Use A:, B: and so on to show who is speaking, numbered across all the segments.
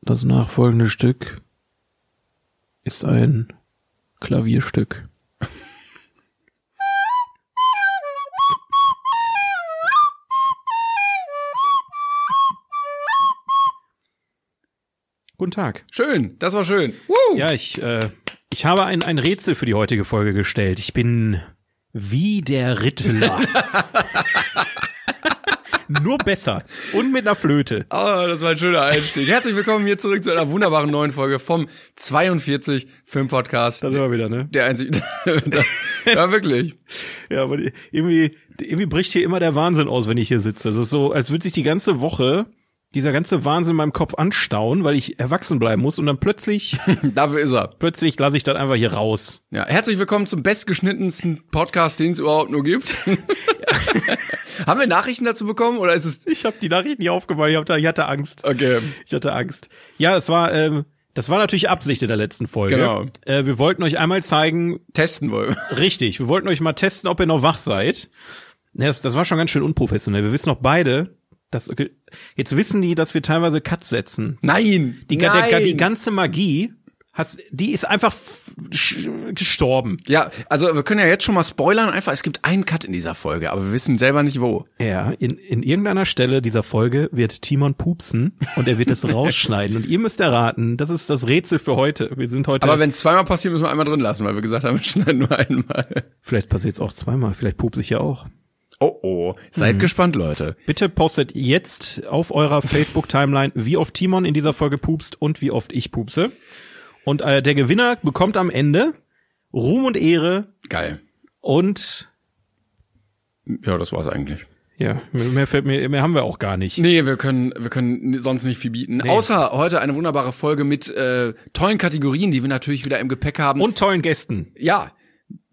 A: Das nachfolgende Stück ist ein Klavierstück. Guten Tag.
B: Schön, das war schön. Woo!
A: Ja, ich, äh, ich habe ein, ein Rätsel für die heutige Folge gestellt. Ich bin wie der Rittler. Nur besser. Und mit einer Flöte.
B: Oh, das war ein schöner Einstieg. Herzlich willkommen hier zurück zu einer wunderbaren neuen Folge vom 42 Film Podcast.
A: Da sind wir wieder, ne?
B: Der einzige. da, ja, wirklich.
A: Ja, aber die- irgendwie, irgendwie bricht hier immer der Wahnsinn aus, wenn ich hier sitze. Es ist so, als würde sich die ganze Woche dieser ganze Wahnsinn in meinem Kopf anstauen, weil ich erwachsen bleiben muss und dann plötzlich,
B: Dafür ist er.
A: plötzlich lasse ich das einfach hier raus.
B: Ja, herzlich willkommen zum bestgeschnittensten Podcast, den es überhaupt nur gibt. Haben wir Nachrichten dazu bekommen oder ist es?
A: Ich habe die Nachricht nie aufgemacht, ich, hab da, ich hatte Angst.
B: Okay.
A: Ich hatte Angst. Ja, das war, ähm, das war natürlich Absicht in der letzten Folge.
B: Genau.
A: Äh, wir wollten euch einmal zeigen,
B: Testen wollen.
A: Richtig, wir wollten euch mal testen, ob ihr noch wach seid. Ja, Das, das war schon ganz schön unprofessionell. Wir wissen noch beide, dass jetzt wissen die, dass wir teilweise Cuts setzen.
B: Nein.
A: Die, ga-
B: Nein.
A: Der, die ganze Magie, hast, die ist einfach f- sch- gestorben.
B: ja, also wir können ja jetzt schon mal spoilern. Einfach, es gibt einen Cut in dieser Folge, aber wir wissen selber nicht wo.
A: Ja, in, in irgendeiner Stelle dieser Folge wird Timon pupsen und er wird es rausschneiden. Und ihr müsst erraten, das ist das Rätsel für heute. Wir sind heute.
B: Aber wenn zweimal passiert, müssen wir einmal drin lassen, weil wir gesagt haben, wir schneiden nur einmal.
A: vielleicht passiert es auch zweimal, vielleicht pupse ich ja auch.
B: Oh oh, seid gespannt, Leute.
A: Bitte postet jetzt auf eurer Facebook-Timeline, wie oft Timon in dieser Folge pupst und wie oft ich pupse. Und äh, der Gewinner bekommt am Ende Ruhm und Ehre
B: Geil.
A: und
B: Ja, das war's eigentlich.
A: ja, mehr fällt mir, mehr haben wir auch gar nicht.
B: Nee, wir können, wir können sonst nicht viel bieten. Außer heute eine wunderbare Folge mit äh, tollen Kategorien, die wir natürlich wieder im Gepäck haben.
A: Und tollen Gästen.
B: ja,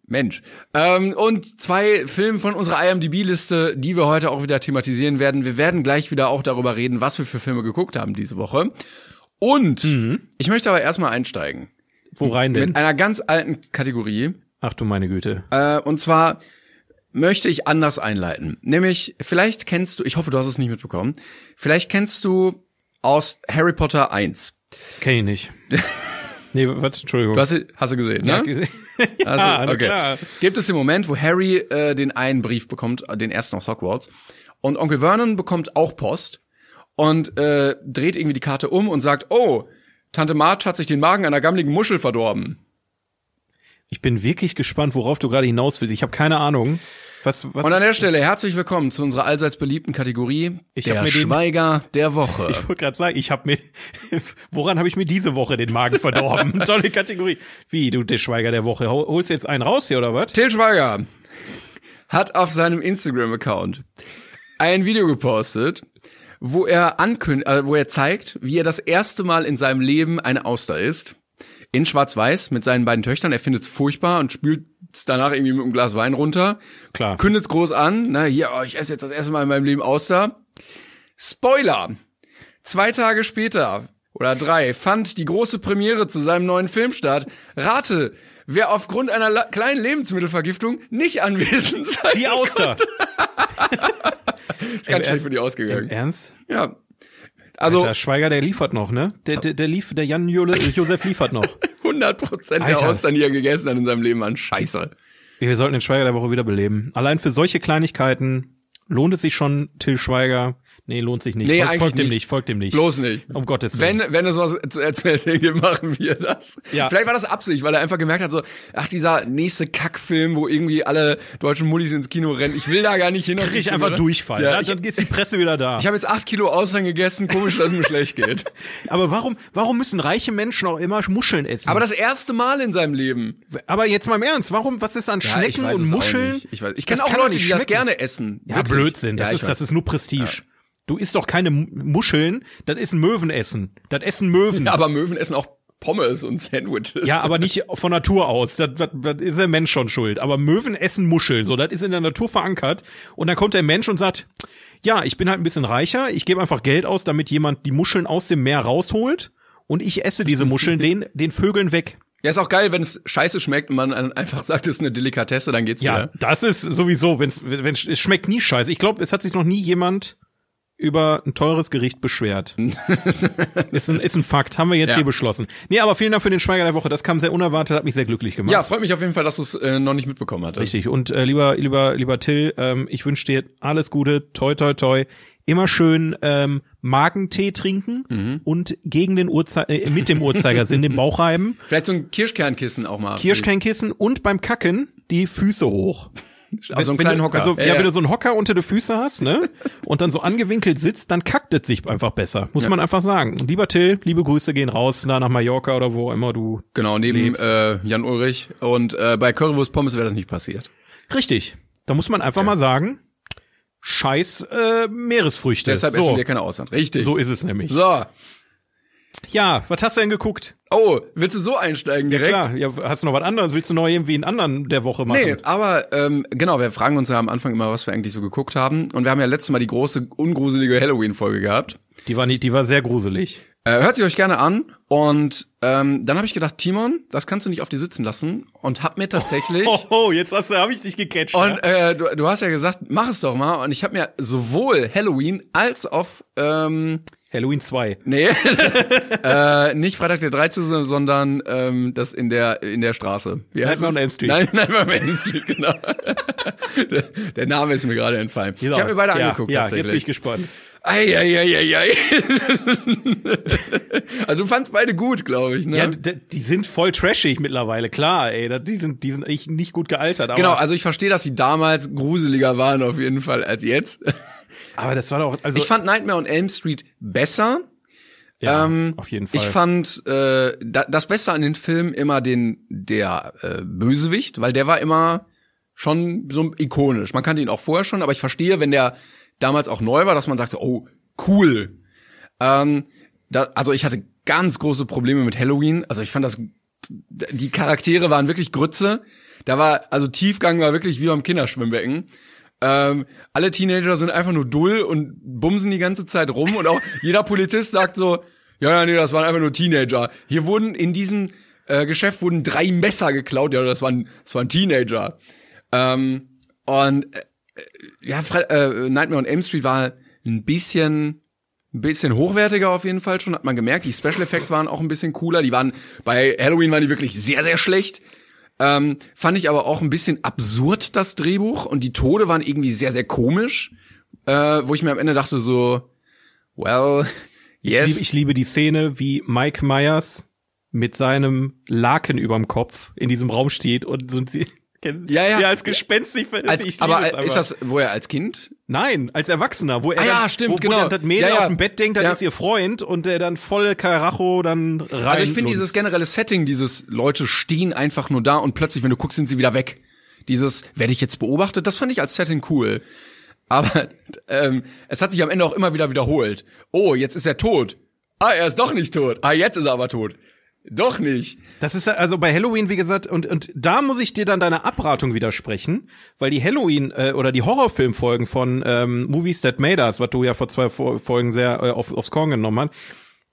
B: Mensch. Ähm, und zwei Filme von unserer IMDb-Liste, die wir heute auch wieder thematisieren werden. Wir werden gleich wieder auch darüber reden, was wir für Filme geguckt haben diese Woche. Und ich möchte aber erstmal einsteigen
A: Wo rein denn?
B: mit einer ganz alten Kategorie.
A: Ach du meine Güte.
B: Äh, und zwar möchte ich anders einleiten. Nämlich, vielleicht kennst du, ich hoffe, du hast es nicht mitbekommen, vielleicht kennst du aus Harry Potter 1.
A: Kenn ich nicht. Nee, was? Entschuldigung.
B: Du hast, sie- hast du gesehen, ne?
A: ja, Ah,
B: Also,
A: na klar.
B: Gibt es den Moment, wo Harry äh, den einen Brief bekommt, äh, den ersten aus Hogwarts, und Onkel Vernon bekommt auch Post und äh, dreht irgendwie die Karte um und sagt, oh, Tante March hat sich den Magen einer gammeligen Muschel verdorben.
A: Ich bin wirklich gespannt, worauf du gerade hinaus willst. Ich habe keine Ahnung. Was, was
B: Und an
A: ist-
B: der Stelle herzlich willkommen zu unserer allseits beliebten Kategorie
A: Ich hab
B: der
A: mir den-
B: Schweiger der Woche.
A: Ich wollte gerade sagen, ich habe mir, woran habe ich mir diese Woche den Magen verdorben? Tolle Kategorie. Wie, du, der Schweiger der Woche, hol- holst jetzt einen raus hier oder was?
B: Til Schweiger hat auf seinem Instagram-Account ein Video gepostet, wo er ankündigt, äh, wo er zeigt, wie er das erste Mal in seinem Leben eine Auster isst. In Schwarz-Weiß mit seinen beiden Töchtern. Er findet es furchtbar und spült es danach irgendwie mit einem Glas Wein runter.
A: Klar.
B: Kündet es groß an. Na, hier, oh, ich esse jetzt das erste Mal in meinem Leben Auster. Spoiler! Zwei Tage später oder drei fand die große Premiere zu seinem neuen Film statt. Rate, wer aufgrund einer la- kleinen Lebensmittelvergiftung nicht anwesend sein
A: Die Auster.
B: ist. Ganz
A: Im
B: schlecht für die
A: Im
B: ausgegangen.
A: Ernst?
B: Ja. Also
A: Der Schweiger, der liefert noch, ne? Der, der, der, lief, der Jan Jule, Josef liefert noch.
B: 100% der
A: Alter.
B: Austern, die er gegessen hat in seinem Leben, an Scheiße.
A: Wir sollten den Schweiger der Woche wiederbeleben. Allein für solche Kleinigkeiten lohnt es sich schon, Till Schweiger. Nee, lohnt sich nicht.
B: Nee,
A: folgt,
B: eigentlich
A: folgt dem
B: nicht.
A: nicht, folgt dem nicht.
B: Bloß nicht.
A: Um Gottes Willen.
B: Wenn, wenn es was zu erzählen gibt, machen wir das.
A: Ja.
B: Vielleicht war das Absicht, weil er einfach gemerkt hat, so, ach, dieser nächste Kackfilm, wo irgendwie alle deutschen Mullis ins Kino rennen, ich will da gar nicht hin.
A: krieg ich einfach Durchfall.
B: Ja,
A: ne?
B: ich
A: dann ist die Presse wieder da.
B: ich habe jetzt acht Kilo Austern gegessen, komisch, dass es mir schlecht geht.
A: Aber warum, warum müssen reiche Menschen auch immer Muscheln essen?
B: Aber das erste Mal in seinem Leben.
A: Aber jetzt mal im Ernst, warum, was ist an
B: ich
A: Schnecken
B: weiß
A: und
B: es auch
A: Muscheln?
B: nicht. Ich, weiß- ich kenne
A: Das
B: auch
A: kann doch
B: Leute,
A: nicht
B: die das
A: schmecken.
B: gerne essen.
A: Ja,
B: Wirklich.
A: Blödsinn, das,
B: Ja, ich
A: ist,
B: weiß.
A: das ist nur Prestige. Du isst doch keine M- Muscheln, das ist ein Möwenessen. Das essen Möwen.
B: Aber Möwen essen auch Pommes und Sandwiches.
A: Ja, aber nicht von Natur aus. Das, das, das ist der Mensch schon schuld. Aber Möwen essen Muscheln. So, das ist in der Natur verankert. Und dann kommt der Mensch und sagt, ja, ich bin halt ein bisschen reicher. Ich gebe einfach Geld aus, damit jemand die Muscheln aus dem Meer rausholt. Und ich esse diese Muscheln den, den Vögeln weg.
B: Ja, ist auch geil, wenn es scheiße schmeckt und man dann einfach sagt, es ist eine Delikatesse, dann geht's
A: Ja,
B: wieder.
A: das ist sowieso, wenn's, wenn es schmeckt nie scheiße. Ich glaube, es hat sich noch nie jemand über ein teures Gericht beschwert. ist, ein, ist ein Fakt, haben wir jetzt
B: Ja.
A: hier beschlossen. Nee, aber vielen Dank für den Schweiger der Woche. Das kam sehr unerwartet, hat mich sehr glücklich gemacht.
B: Ja, freut mich auf jeden Fall, dass du es äh, noch nicht mitbekommen hattest.
A: Richtig. Und äh, lieber, lieber, lieber Till, ähm, ich wünsche dir alles Gute, toi toi toi. Immer schön ähm, Magentee trinken
B: Mhm.
A: und gegen den Uhrzei äh, mit dem Uhrzeigersinn den Bauch reiben,
B: Vielleicht so ein Kirschkernkissen auch mal.
A: Kirschkernkissen und beim Kacken die Füße hoch.
B: also einen
A: Wenn
B: kleinen
A: du,
B: Hocker.
A: Also, ja,
B: ja.
A: wenn du so einen Hocker unter den Füßen hast, ne? Und dann so angewinkelt sitzt, dann kackt es sich einfach besser. Muss man einfach sagen. Und lieber Till, liebe Grüße gehen raus na, nach Mallorca oder wo immer du.
B: genau, neben
A: lebst.
B: äh, Jan Ulrich. Und äh, bei Currywurst Pommes wäre das nicht passiert.
A: Äh, Richtig. Da muss man einfach mal sagen, scheiß äh, Meeresfrüchte.
B: Deshalb
A: so.
B: essen wir keine Ausland. Richtig.
A: So ist es nämlich.
B: so.
A: Ja, was hast du denn geguckt?
B: Oh, willst du so einsteigen direkt?
A: Klar, ja, hast du noch was anderes? Willst du noch irgendwie einen anderen der Woche machen?
B: Nee, aber ähm, genau, wir fragen uns ja am Anfang immer, was wir eigentlich so geguckt haben. Und wir haben ja letztes Mal die große, ungruselige Halloween-Folge gehabt.
A: Die war nicht, die war sehr gruselig.
B: Äh, hört sie euch gerne an. Und ähm, dann habe ich gedacht, Timon, das kannst du nicht auf dir sitzen lassen. Und hab mir tatsächlich.
A: Oh, oh jetzt hast du, habe ich dich gecatcht.
B: Und
A: ja?
B: äh, du, du hast ja gesagt, mach es doch mal. Und ich habe mir sowohl Halloween als auch, ähm,
A: Halloween 2.
B: nee, äh, nicht Freitag der 13., sondern ähm, das in der in der Straße. Wie heißt
A: Nightmare
B: es?
A: on Elm Street.
B: Nein, Nightmare on Elm Street, genau. der, der Name ist mir gerade entfallen. Ich habe mir beide
A: ja,
B: angeguckt
A: ja, jetzt bin ich
B: tatsächlich.
A: gespannt.
B: Ei, ei, ei, ei, ei. also du fandst beide gut, glaube ich, ne?
A: Ja, d- die sind voll trashig mittlerweile, klar, ey. da- Die sind, die sind echt nicht gut gealtert. Aber,
B: genau, also ich verstehe, dass sie damals gruseliger waren auf jeden Fall als jetzt.
A: Also aber das war doch, also
B: Ich fand Nightmare on Elm Street besser.
A: ja,
B: Ähm,
A: auf jeden Fall.
B: Ich fand äh, da, das Beste an den Filmen immer den der äh, Bösewicht, weil der war immer schon so ikonisch. Man kannte ihn auch vorher schon, aber ich verstehe, wenn der damals auch neu war, dass man sagte, oh cool. Ähm, da, also ich hatte ganz große Probleme mit Halloween. Also ich fand das die Charaktere waren wirklich Grütze. Da war also Tiefgang war wirklich wie beim Kinderschwimmbecken. Ähm, alle Teenager sind einfach nur dull und bumsen die ganze Zeit rum und auch jeder Polizist sagt so, ja, ja, nee, das waren einfach nur Teenager. Hier wurden in diesem äh, Geschäft wurden drei Messer geklaut, ja, das waren, das waren Teenager. Ähm, und äh, ja, Fre äh, Nightmare on Elm Street war ein bisschen ein bisschen hochwertiger auf jeden Fall schon, hat man gemerkt. Die Special Effects waren auch ein bisschen cooler. Die waren, bei Halloween waren die wirklich sehr, sehr schlecht. Ähm, fand ich aber auch ein bisschen absurd, das Drehbuch. Und die Tode waren irgendwie sehr, sehr komisch. Äh, wo ich mir am Ende dachte so, well,
A: ich,
B: yes.
A: liebe, ich liebe die Szene, wie Mike Myers mit seinem Laken überm Kopf in diesem Raum steht und so
B: Ja, ja.
A: als Gespenst sich verhält.
B: als,
A: Ich liebe es
B: aber
A: einfach.
B: ist das, wo er als Kind?
A: Nein, als Erwachsener, wo er
B: Ah ja,
A: dann,
B: stimmt,
A: wo,
B: genau.
A: wo er das Mädel
B: Ja, ja.
A: auf dem Bett denkt, dann
B: Ja.
A: ist ihr Freund und der dann voll Karacho dann rein.
B: Also ich finde dieses generelle Setting, dieses Leute stehen einfach nur da und plötzlich, wenn du guckst, sind sie wieder weg. Dieses, werde ich jetzt beobachtet, das fand ich als Setting cool. Aber ähm, es hat sich am Ende auch immer wieder wiederholt. Oh, jetzt ist er tot. Ah, er ist doch nicht tot. Ah, jetzt ist er aber tot. Doch nicht.
A: Das ist ja- also bei Halloween, wie gesagt, und, und da muss ich dir dann deine Abratung widersprechen, weil die Halloween äh, oder die Horrorfilmfolgen von ähm, Movies That Made Us, was du ja vor zwei Fo- Folgen sehr äh, auf, aufs Korn genommen hast,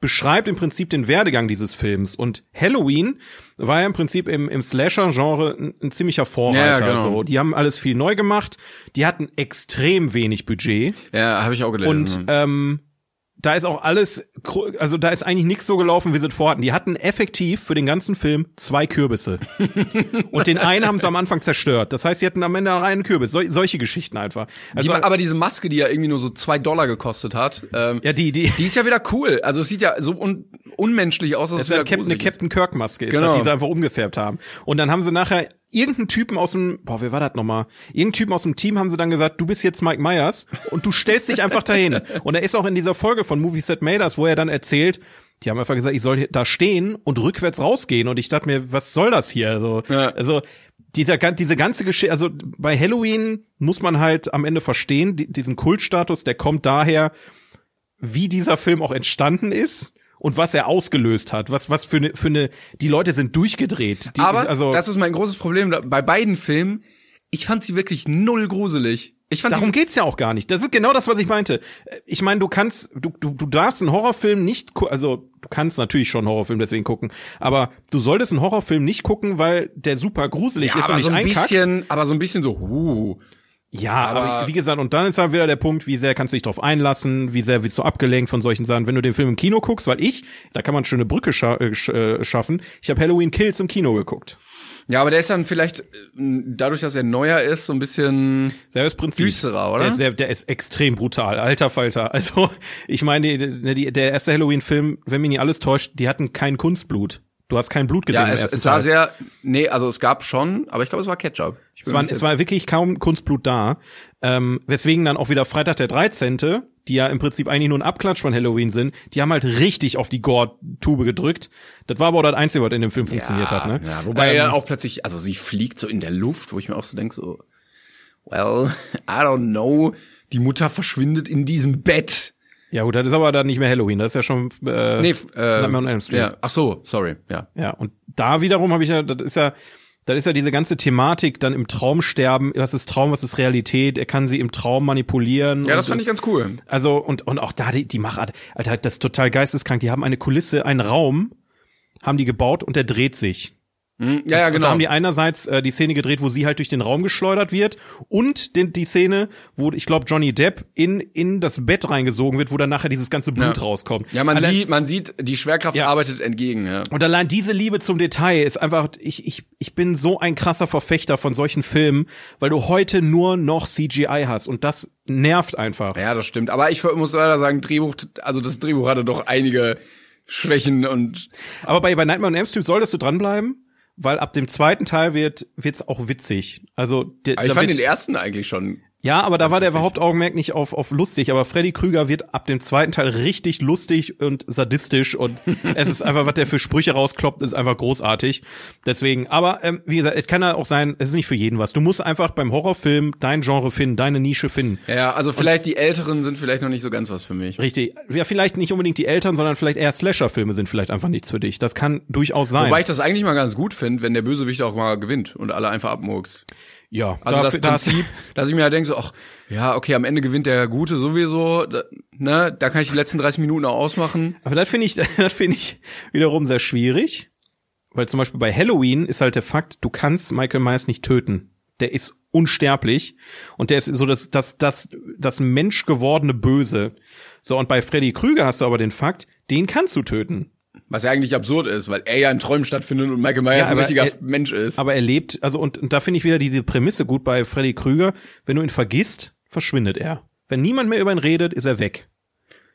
A: beschreibt im Prinzip den Werdegang dieses Films. Und Halloween war ja im Prinzip im, im Slasher-Genre ein, ein ziemlicher Vorreiter.
B: Ja, genau.
A: so. Die haben alles viel neu gemacht, die hatten extrem wenig Budget.
B: Ja, habe ich auch gelesen.
A: Und ähm, da ist auch alles, gro- also da ist eigentlich nichts so gelaufen, wie sie es vorhatten. Die hatten effektiv für den ganzen Film zwei Kürbisse. Und den einen haben sie am Anfang zerstört. Das heißt, sie hatten am Ende noch einen Kürbis. Sol solche Geschichten einfach.
B: die,
A: Also,
B: aber diese Maske, die ja irgendwie nur so zwei Dollar gekostet hat, ähm,
A: ja, die, die,
B: die ist ja wieder cool. Also es sieht ja so un unmenschlich aus, dass
A: das
B: es
A: ist
B: wieder
A: ja Cap eine
B: gruselig ist.
A: Captain Kirk Maske ist,
B: Genau.
A: die sie einfach umgefärbt haben. Und dann haben sie nachher irgendeinen Typen aus dem, boah, wer war das nochmal? Irgendeinen Typen aus dem Team haben sie dann gesagt, du bist jetzt Mike Myers und du stellst dich einfach dahin. Und er ist auch in dieser Folge von Movie Set Maders, wo er dann erzählt, die haben einfach gesagt, ich soll hier- da stehen und rückwärts rausgehen. Und ich dachte mir, was soll das hier? Also,
B: Ja.
A: also dieser, gan- diese ganze Geschichte, also bei Halloween muss man halt am Ende verstehen, die, diesen Kultstatus, der kommt daher, wie dieser Film auch entstanden ist und was er ausgelöst hat. Was, was für eine, für eine, die Leute sind durchgedreht. Die,
B: Aber
A: also,
B: das ist mein großes Problem da- bei beiden Filmen. Ich fand sie wirklich null gruselig. Ich fand
A: darum
B: sie,
A: geht's ja auch gar nicht. Das ist genau das, was ich meinte. Äh, Ich meine, du kannst, du, du, du darfst einen Horrorfilm nicht, gu- also, du kannst natürlich schon einen Horrorfilm deswegen gucken, aber du solltest einen Horrorfilm nicht gucken, weil der super gruselig
B: ja,
A: ist und
B: aber
A: nicht
B: so ein
A: einkackst.
B: bisschen, aber so ein bisschen so, huh.
A: Ja, aber, wie gesagt, und dann ist halt wieder der Punkt, wie sehr kannst du dich drauf einlassen, wie sehr wirst du abgelenkt von solchen Sachen, wenn du den Film im Kino guckst, weil ich, da kann man schöne Brücke scha äh, sch äh, schaffen. Ich habe Halloween Kills im Kino geguckt.
B: Ja, aber der ist dann vielleicht, äh, dadurch, dass er neuer ist, so ein bisschen
A: Selbes Prinzip.
B: Düsterer, oder?
A: Der ist, sehr, der ist extrem brutal, alter Falter. Also, ich meine, die, die, der erste Halloween-Film, wenn mich nicht alles täuscht, die hatten kein Kunstblut. Du hast kein Blut gesehen
B: Ja,
A: im
B: es,
A: ersten
B: es war
A: Teil.
B: sehr, nee, also es gab schon, aber ich glaube, es war Ketchup. Ich
A: Es
B: bin
A: war,
B: mir nicht
A: es war wirklich kaum Kunstblut da. Ähm, weswegen dann auch wieder Freitag der 13., die ja im Prinzip eigentlich nur ein Abklatsch von Halloween sind, die haben halt richtig auf die Gore-Tube gedrückt. Das war aber auch das Einzige, was in dem Film funktioniert hat. Ne?
B: Ja, wobei
A: ähm,
B: dann auch plötzlich, also sie fliegt so in der Luft, wo ich mir auch so denke, so, well, I don't know, die Mutter verschwindet in diesem Bett.
A: ja gut, das ist aber dann nicht mehr Halloween. Das ist ja schon äh,
B: Nee, äh,
A: Nightmare on Elm Street.
B: ja, ach so, sorry, ja.
A: Ja, und da wiederum habe ich ja, das ist ja, das ist ja diese ganze Thematik dann im Traumsterben, was ist Traum, was ist Realität, er kann sie im Traum manipulieren.
B: Ja, das
A: und,
B: fand ich ganz cool.
A: Also, und, und auch da, die, die Machart, Alter, das ist total geisteskrank. Die haben eine Kulisse, einen Raum, haben die gebaut und der dreht sich.
B: Hm, Ja, ja,
A: Und da
B: genau.
A: haben die einerseits äh, die Szene gedreht, wo sie halt durch den Raum geschleudert wird und den, die Szene, wo ich glaube Johnny Depp in in das Bett reingesogen wird, wo dann nachher dieses ganze Blut
B: Ja.
A: rauskommt.
B: Ja, man
A: Allein-
B: sieht, man sieht, die Schwerkraft
A: Ja.
B: arbeitet entgegen, ja.
A: und allein diese Liebe zum Detail ist einfach, ich, ich, ich bin so ein krasser Verfechter von solchen Filmen, weil du heute nur noch CGI hast und das nervt einfach.
B: Ja, das stimmt. Aber ich muss leider sagen, Drehbuch, also das Drehbuch hatte doch einige Schwächen und
A: Aber bei, bei Nightmare on Elm Street solltest du dranbleiben, weil ab dem zweiten Teil wird wird's auch witzig. Also der,
B: aber ich
A: da
B: fand
A: wird-
B: den ersten eigentlich schon.
A: ja, aber da war der Hauptaugenmerk nicht auf auf lustig, aber Freddy Krüger wird ab dem zweiten Teil richtig lustig und sadistisch und es ist einfach, was der für Sprüche rauskloppt, ist einfach großartig. Deswegen, aber ähm, wie gesagt, es kann ja auch sein, es ist nicht für jeden was. Du musst einfach beim Horrorfilm dein Genre finden, deine Nische finden.
B: Ja, also vielleicht die Älteren sind vielleicht noch nicht so ganz was für mich.
A: Richtig. Ja, vielleicht nicht unbedingt die Eltern, sondern vielleicht eher Slasher-Filme sind vielleicht einfach nichts für dich. Das kann durchaus sein.
B: Wobei ich das eigentlich mal ganz gut finde, wenn der Bösewicht auch mal gewinnt und alle einfach abmurkst.
A: ja,
B: Also
A: dafür-
B: das Prinzip, dass ich mir halt denke, so, ach, ja, okay, am Ende gewinnt der Gute sowieso, da, ne, da kann ich die letzten 30 Minuten auch ausmachen.
A: Aber das finde ich, das finde ich wiederum sehr schwierig, weil zum Beispiel bei Halloween ist halt der Fakt, du kannst Michael Myers nicht töten. Der ist unsterblich und der ist so das, das, das, das menschgewordene Böse. So, und bei Freddy Krüger hast du aber den Fakt, den kannst du töten.
B: Was ja eigentlich absurd ist, weil er ja in Träumen stattfindet und Michael Myers
A: Ja,
B: ein
A: aber
B: richtiger
A: er-
B: Mensch ist.
A: Aber er lebt, also, und, und da finde ich wieder diese Prämisse gut bei Freddy Krüger. Wenn du ihn vergisst, verschwindet er. Wenn niemand mehr über ihn redet, ist er weg.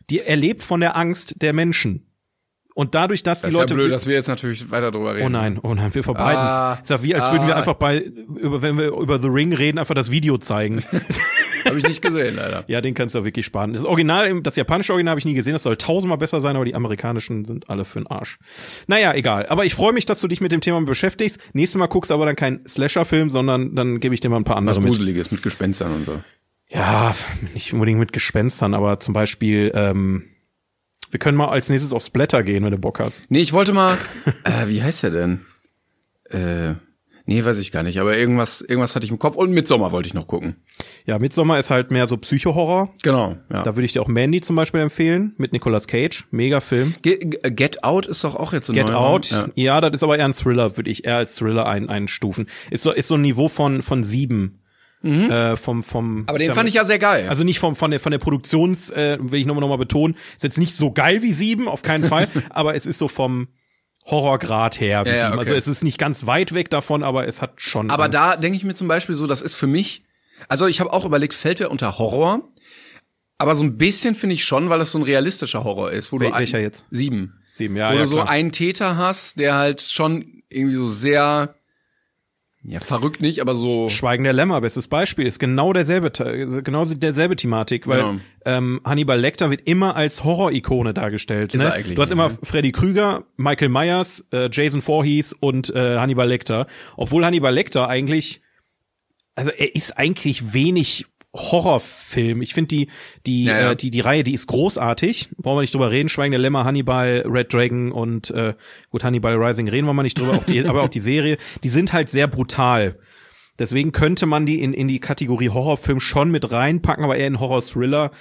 A: Die, er lebt von der Angst der Menschen. Und dadurch, dass
B: das
A: die
B: ist ja
A: Leute
B: blöd, dass wir jetzt natürlich weiter drüber reden.
A: Oh nein, oh nein, wir verbreiten es.
B: Ah,
A: ist ja wie, als würden wir
B: ah.
A: einfach bei, über, wenn wir über The Ring reden, einfach das Video zeigen.
B: Habe ich nicht gesehen, leider.
A: ja, den kannst du auch wirklich sparen. Das Original, das japanische Original habe ich nie gesehen, das soll tausendmal besser sein, aber die amerikanischen sind alle für den Arsch. Naja, egal. Aber ich freue mich, dass du dich mit dem Thema beschäftigst. Nächstes Mal guckst du aber dann keinen Slasher-Film, sondern dann gebe ich dir mal ein paar andere
B: Was
A: Also mit.
B: Gruseliges mit Gespenstern und so.
A: Ja, nicht unbedingt mit Gespenstern, aber zum Beispiel, ähm, wir können mal als nächstes auf Splatter gehen, wenn du Bock hast.
B: Nee, ich wollte mal, äh, wie heißt der denn? Äh, nee, weiß ich gar nicht, aber irgendwas, irgendwas hatte ich im Kopf und Midsommar wollte ich noch gucken.
A: Ja, Midsommar ist halt mehr so Psychohorror.
B: Genau, ja.
A: Da würde ich dir auch Mandy zum Beispiel empfehlen, mit Nicolas Cage. Mega Film.
B: Ge- Ge- Get Out ist doch auch jetzt so
A: Get
B: neu,
A: Out,
B: Ja.
A: ja. das ist aber eher ein Thriller, würde ich eher als Thriller ein, einstufen. Ist so, ist so ein Niveau von, von sieben. Äh, vom, vom,
B: Mhm. Aber den fand ich ja sehr geil.
A: Also nicht vom, von der, von der Produktions, äh, will ich nochmal, nochmal betonen, ist jetzt nicht so geil wie sieben, auf keinen Fall, aber es ist so vom Horrorgrad her wie
B: Ja, ja,
A: sieben. Also
B: okay.
A: es ist nicht ganz weit weg davon, aber es hat schon. ähm,
B: aber da denke ich mir zum Beispiel so, das ist für mich, also ich habe auch überlegt, fällt der unter Horror? Aber so ein bisschen finde ich schon, weil das so ein realistischer Horror ist. Wo
A: Wel-
B: du ein,
A: welcher jetzt?
B: Sieben.
A: sieben, ja,
B: wo
A: ja,
B: du so
A: klar.
B: einen Täter hast, der halt schon irgendwie so sehr, ja, verrückt nicht, aber so.
A: Schweigen der Lämmer, bestes Beispiel, ist genau derselbe, Te- genau derselbe Thematik, weil
B: Genau.
A: ähm, Hannibal Lecter wird immer als Horror-Ikone dargestellt.
B: Ist
A: ne?
B: er eigentlich,
A: du hast immer
B: ne?
A: Freddy Krüger, Michael Myers, äh, Jason Voorhees und äh, Hannibal Lecter. Obwohl Hannibal Lecter eigentlich, also er ist eigentlich wenig Horrorfilm. Ich finde die die
B: Ja, ja.
A: Äh, die die Reihe, die ist großartig. Brauchen wir nicht drüber reden. Schweigen der Lämmer, Hannibal, Red Dragon und äh, gut Hannibal Rising reden wir mal nicht drüber. Auch die, aber auch die Serie, die sind halt sehr brutal. Deswegen könnte man die in, in die Kategorie Horrorfilm schon mit reinpacken, aber eher in Horror-Thriller.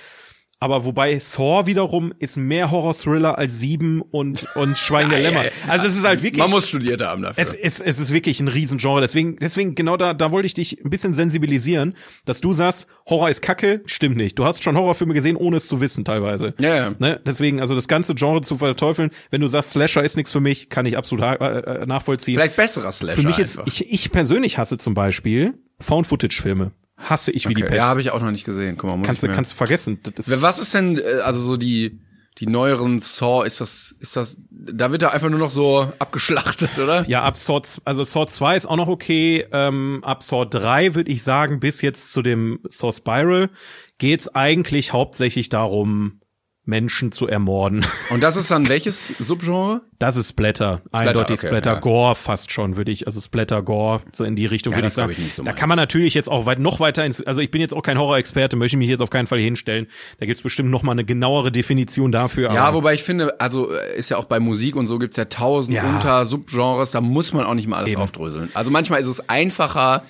A: Aber wobei Saw wiederum ist mehr Horror-Thriller als Sieben und, und Schweigen der Lämmer. Also es ist halt wirklich.
B: Man muss studiert haben dafür.
A: Es, es, es ist wirklich ein Riesengenre. Deswegen, deswegen genau da, da wollte ich dich ein bisschen sensibilisieren, dass du sagst, Horror ist Kacke, stimmt nicht. Du hast schon Horrorfilme gesehen, ohne es zu wissen teilweise.
B: Ja, ja.
A: Ne? Deswegen, also das ganze Genre zu verteufeln, wenn du sagst, Slasher ist nichts für mich, kann ich absolut ha- äh, äh, nachvollziehen.
B: Vielleicht besserer Slasher.
A: für mich ist,
B: einfach.
A: ich, ich persönlich hasse zum Beispiel Found-Footage-Filme. Hasse ich wie die
B: okay.
A: Pest.
B: Ja, habe ich auch noch nicht gesehen. Guck mal, muss
A: kannst
B: ich
A: du,
B: mir.
A: kannst du vergessen. Das ist,
B: Was ist denn äh, also so die die neueren Saw ist das ist das da wird er einfach nur noch so abgeschlachtet, oder?
A: Ja, ab Saw, z- also Saw 2 ist auch noch okay. Ähm, ab Saw 3 würde ich sagen, bis jetzt zu dem Saw Spiral geht's eigentlich hauptsächlich darum, Menschen zu ermorden.
B: Und das ist dann welches Subgenre?
A: Das ist Splatter. Eindeutig
B: okay,
A: Splatter.
B: ja.
A: Gore fast schon, würde ich. Also Splatter, Gore, so in die Richtung
B: Ja,
A: würde ich
B: das glaub
A: sagen.
B: ich nicht so
A: da
B: meins.
A: kann man natürlich jetzt auch weit, noch weiter ins, also ich bin jetzt auch kein Horror-Experte, möchte mich jetzt auf keinen Fall hier hinstellen. Da gibt's bestimmt noch mal eine genauere Definition dafür.
B: Ja,
A: aber-
B: wobei ich finde, also äh, ist ja auch bei Musik und so gibt's ja tausend
A: Ja.
B: unter Subgenres, da muss man auch nicht mal alles aufdröseln. Also manchmal ist es einfacher,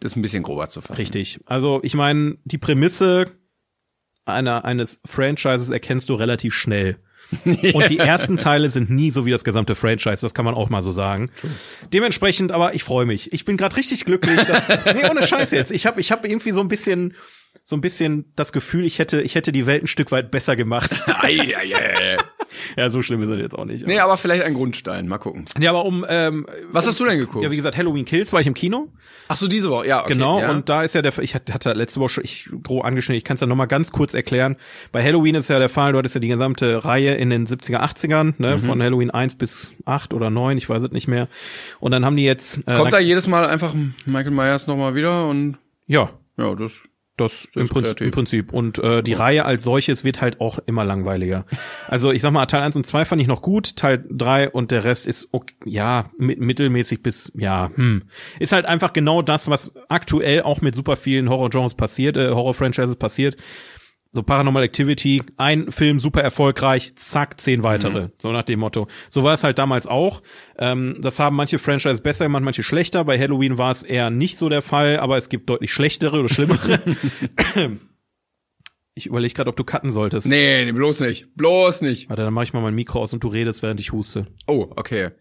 B: das ein bisschen grober zu fassen.
A: Richtig. Also ich meine, die Prämisse einer, eines Franchises erkennst du relativ schnell. Und die ersten Teile sind nie so wie das gesamte Franchise, das kann man auch mal so sagen. Dementsprechend, aber ich freue mich. Ich bin gerade richtig glücklich, dass nee, ohne Scheiß jetzt. Ich habe ich habe irgendwie so ein bisschen so ein bisschen das Gefühl, ich hätte ich hätte die Welt ein Stück weit besser gemacht.
B: Ei, ei, ei, ei.
A: ja, so schlimm ist es jetzt auch nicht.
B: nee, aber vielleicht ein Grundstein, mal gucken.
A: Ja, aber um ähm,
B: Was hast du denn geguckt?
A: ja, wie gesagt, Halloween Kills war ich im Kino.
B: Ach so, diese Woche, ja, okay.
A: Genau,
B: ja.
A: und da ist ja der, ich hatte hatte letzte Woche schon ich, grob angeschnitten, ich kann es ja nochmal ganz kurz erklären. Bei Halloween ist ja der Fall, du hattest ja die gesamte Reihe in den 70er, 80ern, ne,
B: Mhm.
A: von Halloween 1 bis 8 oder 9, ich weiß es nicht mehr. Und dann haben die jetzt, äh,
B: Kommt da
A: dann,
B: jedes Mal einfach Michael Myers nochmal wieder und
A: ja,
B: ja, das
A: das, im,
B: ist
A: Prinzip,
B: kreativ.
A: im Prinzip. Und äh, die Reihe als solches wird halt auch immer langweiliger. Also ich sag mal, Teil 1 und 2 fand ich noch gut, Teil 3 und der Rest ist okay, ja, mi- mittelmäßig bis, ja, hm. Ist halt einfach genau das, was aktuell auch mit super vielen Horror-Genres passiert, äh, Horror-Franchises passiert. So Paranormal Activity, ein Film super erfolgreich, zack, zehn weitere.
B: Mhm.
A: So nach dem Motto. So war es halt damals auch. Ähm, das haben manche Franchise besser gemacht, manche schlechter. Bei Halloween war es eher nicht so der Fall, aber es gibt deutlich schlechtere oder schlimmere. ich überlege gerade, ob du cutten solltest.
B: Nee, nee, bloß nicht. Bloß nicht.
A: Warte, dann mache ich mal mein Mikro aus und du redest, während ich huste.
B: Oh, okay.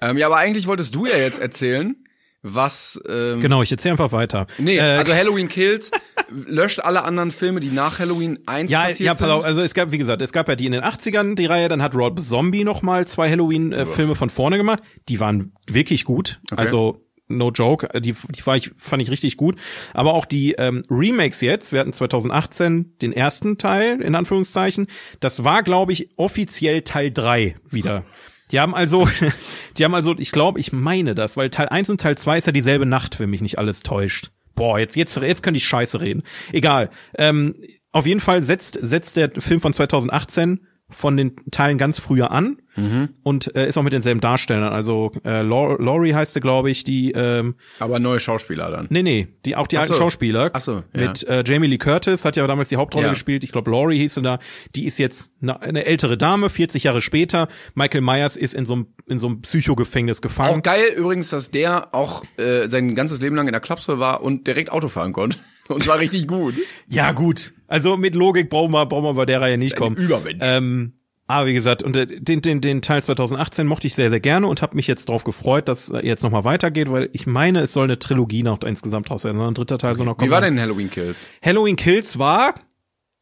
B: Ähm, ja, aber eigentlich wolltest du ja jetzt erzählen, was. Ähm,
A: Genau, ich erzähle einfach weiter.
B: Nee,
A: Äh,
B: also Halloween Kills löscht alle anderen Filme, die nach Halloween 1
A: Ja,
B: passiert
A: ja, pass
B: sind.
A: auf, also es gab, wie gesagt, es gab ja die in den 80ern, die Reihe, dann hat Rob Zombie nochmal zwei Halloween-Filme von vorne gemacht. Die waren wirklich gut. Also, no joke, äh, die, die war ich, fand ich richtig gut. Aber auch die ähm, Remakes jetzt, wir hatten 2018 den ersten Teil, in Anführungszeichen. Das war, glaube ich, offiziell Teil 3 wieder. Die haben also, die haben also, ich glaube, ich meine das, weil Teil 1 und Teil 2 ist ja dieselbe Nacht, wenn mich nicht alles täuscht. Boah, jetzt, jetzt, jetzt kann ich scheiße reden. Egal. Ähm, auf jeden Fall setzt, setzt der Film von 2018 von den Teilen ganz früher an
B: Mhm.
A: und äh, ist auch mit denselben Darstellern. Also äh, Lau- Laurie heißt sie, glaube ich, die ähm,
B: aber neue Schauspieler dann.
A: Nee, nee, die, auch die alten
B: so.
A: Schauspieler.
B: Ach so, ja.
A: Mit äh, Jamie Lee Curtis hat ja damals die Hauptrolle
B: Ja.
A: gespielt. Ich glaube, Laurie hieß sie da. Die ist jetzt eine, eine ältere Dame, 40 Jahre später. Michael Myers ist in so einem, in so einem Psychogefängnis gefangen.
B: Auch geil übrigens, dass der auch äh, sein ganzes Leben lang in der Klapsel war und direkt Auto fahren konnte. Und zwar richtig gut.
A: ja, gut. Also mit Logik brauchen wir, brauchen wir bei der Reihe nicht kommen.
B: Übermensch.
A: Ähm, aber wie gesagt, und äh, den, den, den Teil 2018 mochte ich sehr, sehr gerne und habe mich jetzt darauf gefreut, dass äh, jetzt nochmal weitergeht, weil ich meine, es soll eine Trilogie noch insgesamt draus werden, sondern ein dritter Teil soll noch kommen.
B: Wie war denn Halloween Kills?
A: Halloween Kills war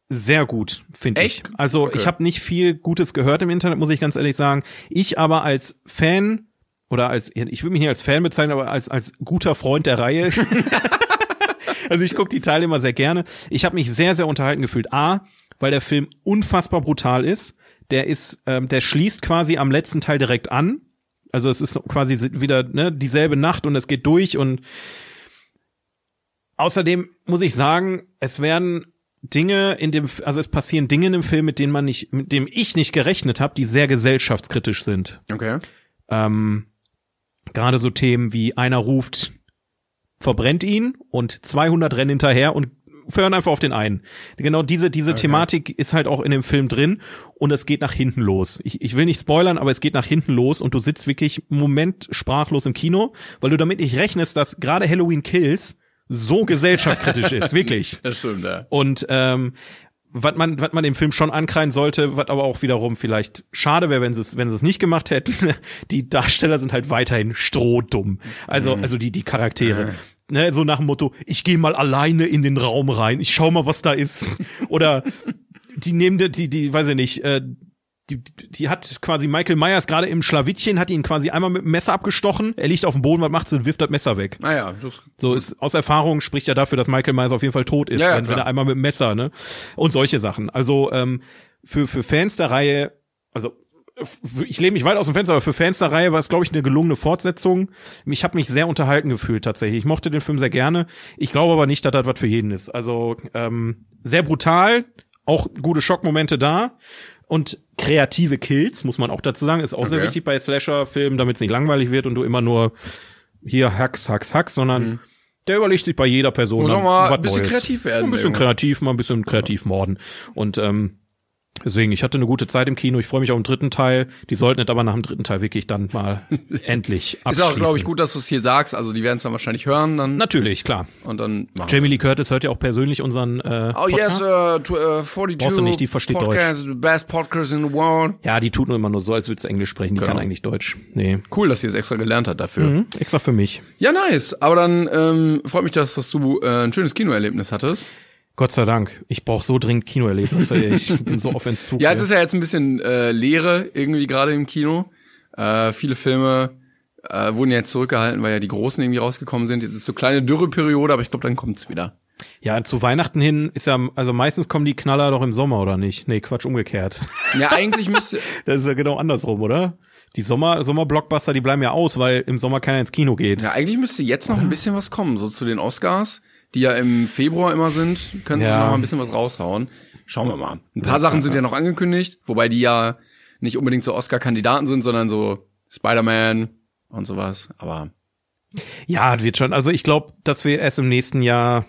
A: sehr gut, finde ich.
B: Echt?
A: Also
B: Okay.
A: ich habe nicht viel Gutes gehört im Internet, muss ich ganz ehrlich sagen. Ich aber als Fan oder als, ich will mich nicht als Fan bezeichnen, aber als, als guter Freund der Reihe. also ich gucke die Teile immer sehr gerne. Ich habe mich sehr, sehr unterhalten gefühlt. A, weil der Film unfassbar brutal ist. Der ist, ähm, der schließt quasi am letzten Teil direkt an. Also es ist quasi wieder ne, dieselbe Nacht und es geht durch und Außerdem muss ich sagen, es werden Dinge in dem, also es passieren Dinge in dem Film, mit denen man nicht, mit dem ich nicht gerechnet habe, die sehr gesellschaftskritisch sind.
B: Okay.
A: Ähm, Gerade so Themen wie einer ruft, verbrennt ihn und 200 rennen hinterher und hören einfach auf den einen. Genau diese, diese Thematik ist halt auch in dem Film drin und es geht nach hinten los. Ich, ich will nicht spoilern, aber es geht nach hinten los und du sitzt wirklich einen Moment sprachlos im Kino, weil du damit nicht rechnest, dass gerade Halloween Kills so gesellschaftskritisch ist, wirklich.
B: Das stimmt, ja.
A: Und ähm, was man, was man dem Film schon ankreiden sollte, was aber auch wiederum vielleicht schade wäre, wenn sie es, wenn sie es nicht gemacht hätten. Die Darsteller sind halt weiterhin strohdumm. Also, also die, die Charaktere. Ne, so nach dem Motto, ich gehe mal alleine in den Raum rein, ich schau mal, was da ist. Oder die nehmen die, die, die weiß ich nicht, äh, die, die die hat quasi Michael Myers gerade im Schlawittchen, hat ihn quasi einmal mit dem Messer abgestochen, er liegt auf dem Boden, was macht sie, wirft das Messer weg.
B: Naja, das,
A: So ist aus Erfahrung spricht ja dafür, dass Michael Myers auf jeden Fall tot ist,
B: Ja, ja,
A: wenn, wenn
B: klar.
A: er einmal mit dem Messer, ne? Und solche Sachen. Also ähm, für für Fans der Reihe, also f- ich lehne mich weit aus dem Fenster, aber für Fans der Reihe war es, glaube ich, eine gelungene Fortsetzung. Ich habe mich sehr unterhalten gefühlt tatsächlich. Ich mochte den Film sehr gerne. Ich glaube aber nicht, dass das was für jeden ist. Also ähm, sehr brutal, auch gute Schockmomente da und kreative Kills, muss man auch dazu sagen, ist auch sehr
B: Okay.
A: wichtig bei Slasher-Filmen, damit es nicht langweilig wird und du immer nur hier Hacks, Hacks, Hacks, sondern der überlegt sich bei jeder Person.
B: Mhm. Muss
A: dann
B: auch mal
A: was
B: ein bisschen kreativ werden,
A: Ein bisschen
B: der Junge.
A: kreativ, mal ein bisschen kreativ morden. Und ähm, deswegen, ich hatte eine gute Zeit im Kino. Ich freue mich auf den dritten Teil. Die sollten es aber nach dem dritten Teil wirklich dann mal endlich
B: ist
A: abschließen.
B: auch, glaube ich, gut, dass du es hier sagst. Also die werden es dann wahrscheinlich hören dann
A: Natürlich, klar.
B: und dann machen.
A: Jamie Lee Curtis hört ja auch persönlich unseren äh,
B: Oh yes,
A: Podcast.
B: uh, to, uh, 42
A: Brauchst du nicht, die versteht
B: Podcast, the best podcast in the world.
A: Ja, die tut nur immer nur so, als würde sie Englisch sprechen. Die
B: Genau.
A: kann eigentlich Deutsch. Nee.
B: Cool, dass sie es extra gelernt hat dafür.
A: Hm, extra für mich.
B: Ja, nice. Aber dann ähm, freut mich, dass, dass du äh, ein schönes Kinoerlebnis hattest.
A: Gott sei Dank. Ich brauche so dringend Kinoerlebnisse. ey. Ich bin so auf Entzug.
B: Ja,
A: ey.
B: es ist ja jetzt ein bisschen äh, Leere irgendwie gerade im Kino. Äh, viele Filme äh, wurden ja jetzt zurückgehalten, weil ja die großen irgendwie rausgekommen sind. Jetzt ist so kleine Dürreperiode, aber ich glaube, dann kommt's wieder.
A: Ja, zu Weihnachten hin ist ja, also meistens kommen die Knaller doch im Sommer, oder nicht? Nee, Quatsch, umgekehrt.
B: Ja, eigentlich müsste
A: Das ist ja genau andersrum, oder? Die Sommer, Sommerblockbuster, die bleiben ja aus, weil im Sommer keiner ins Kino geht.
B: ja, eigentlich müsste jetzt noch ein bisschen was kommen, so zu den Oscars, die ja im Februar immer sind, können sie
A: Ja.
B: noch mal ein bisschen was raushauen. Schauen wir mal. Ein paar Sachen sind ja noch angekündigt, wobei die ja nicht unbedingt so Oscar-Kandidaten sind, sondern so Spider-Man und sowas. Aber
A: Ja, das wird schon. Also ich glaube, dass wir erst im nächsten Jahr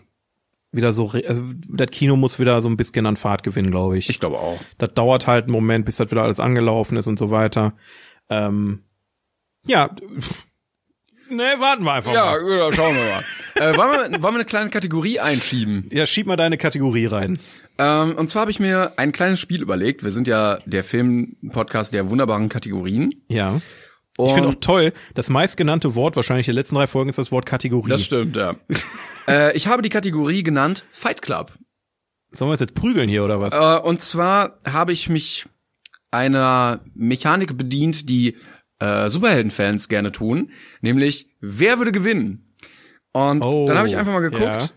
A: wieder so, re- also das Kino muss wieder so ein bisschen an Fahrt gewinnen, glaube ich.
B: ich glaube auch.
A: Das dauert halt einen Moment, bis das wieder alles angelaufen ist und so weiter. Ähm, ja. Ne, warten wir einfach
B: Ja,
A: mal.
B: ja, schauen wir mal. äh, wollen, wir, wollen wir eine kleine Kategorie einschieben?
A: Ja, schieb mal deine Kategorie rein.
B: Ähm, und zwar habe ich mir ein kleines Spiel überlegt. Wir sind ja der Film-Podcast der wunderbaren Kategorien.
A: Ja.
B: Und
A: Ich finde auch toll, das meistgenannte Wort wahrscheinlich der letzten drei Folgen ist das Wort Kategorie.
B: das stimmt, ja. äh, ich habe die Kategorie genannt Fight Club.
A: Sollen wir uns jetzt prügeln hier oder was?
B: Äh, und zwar habe ich mich einer Mechanik bedient, die äh, Superheldenfans gerne tun, nämlich wer würde gewinnen? Und
A: Oh,
B: dann habe ich einfach mal geguckt.
A: ja.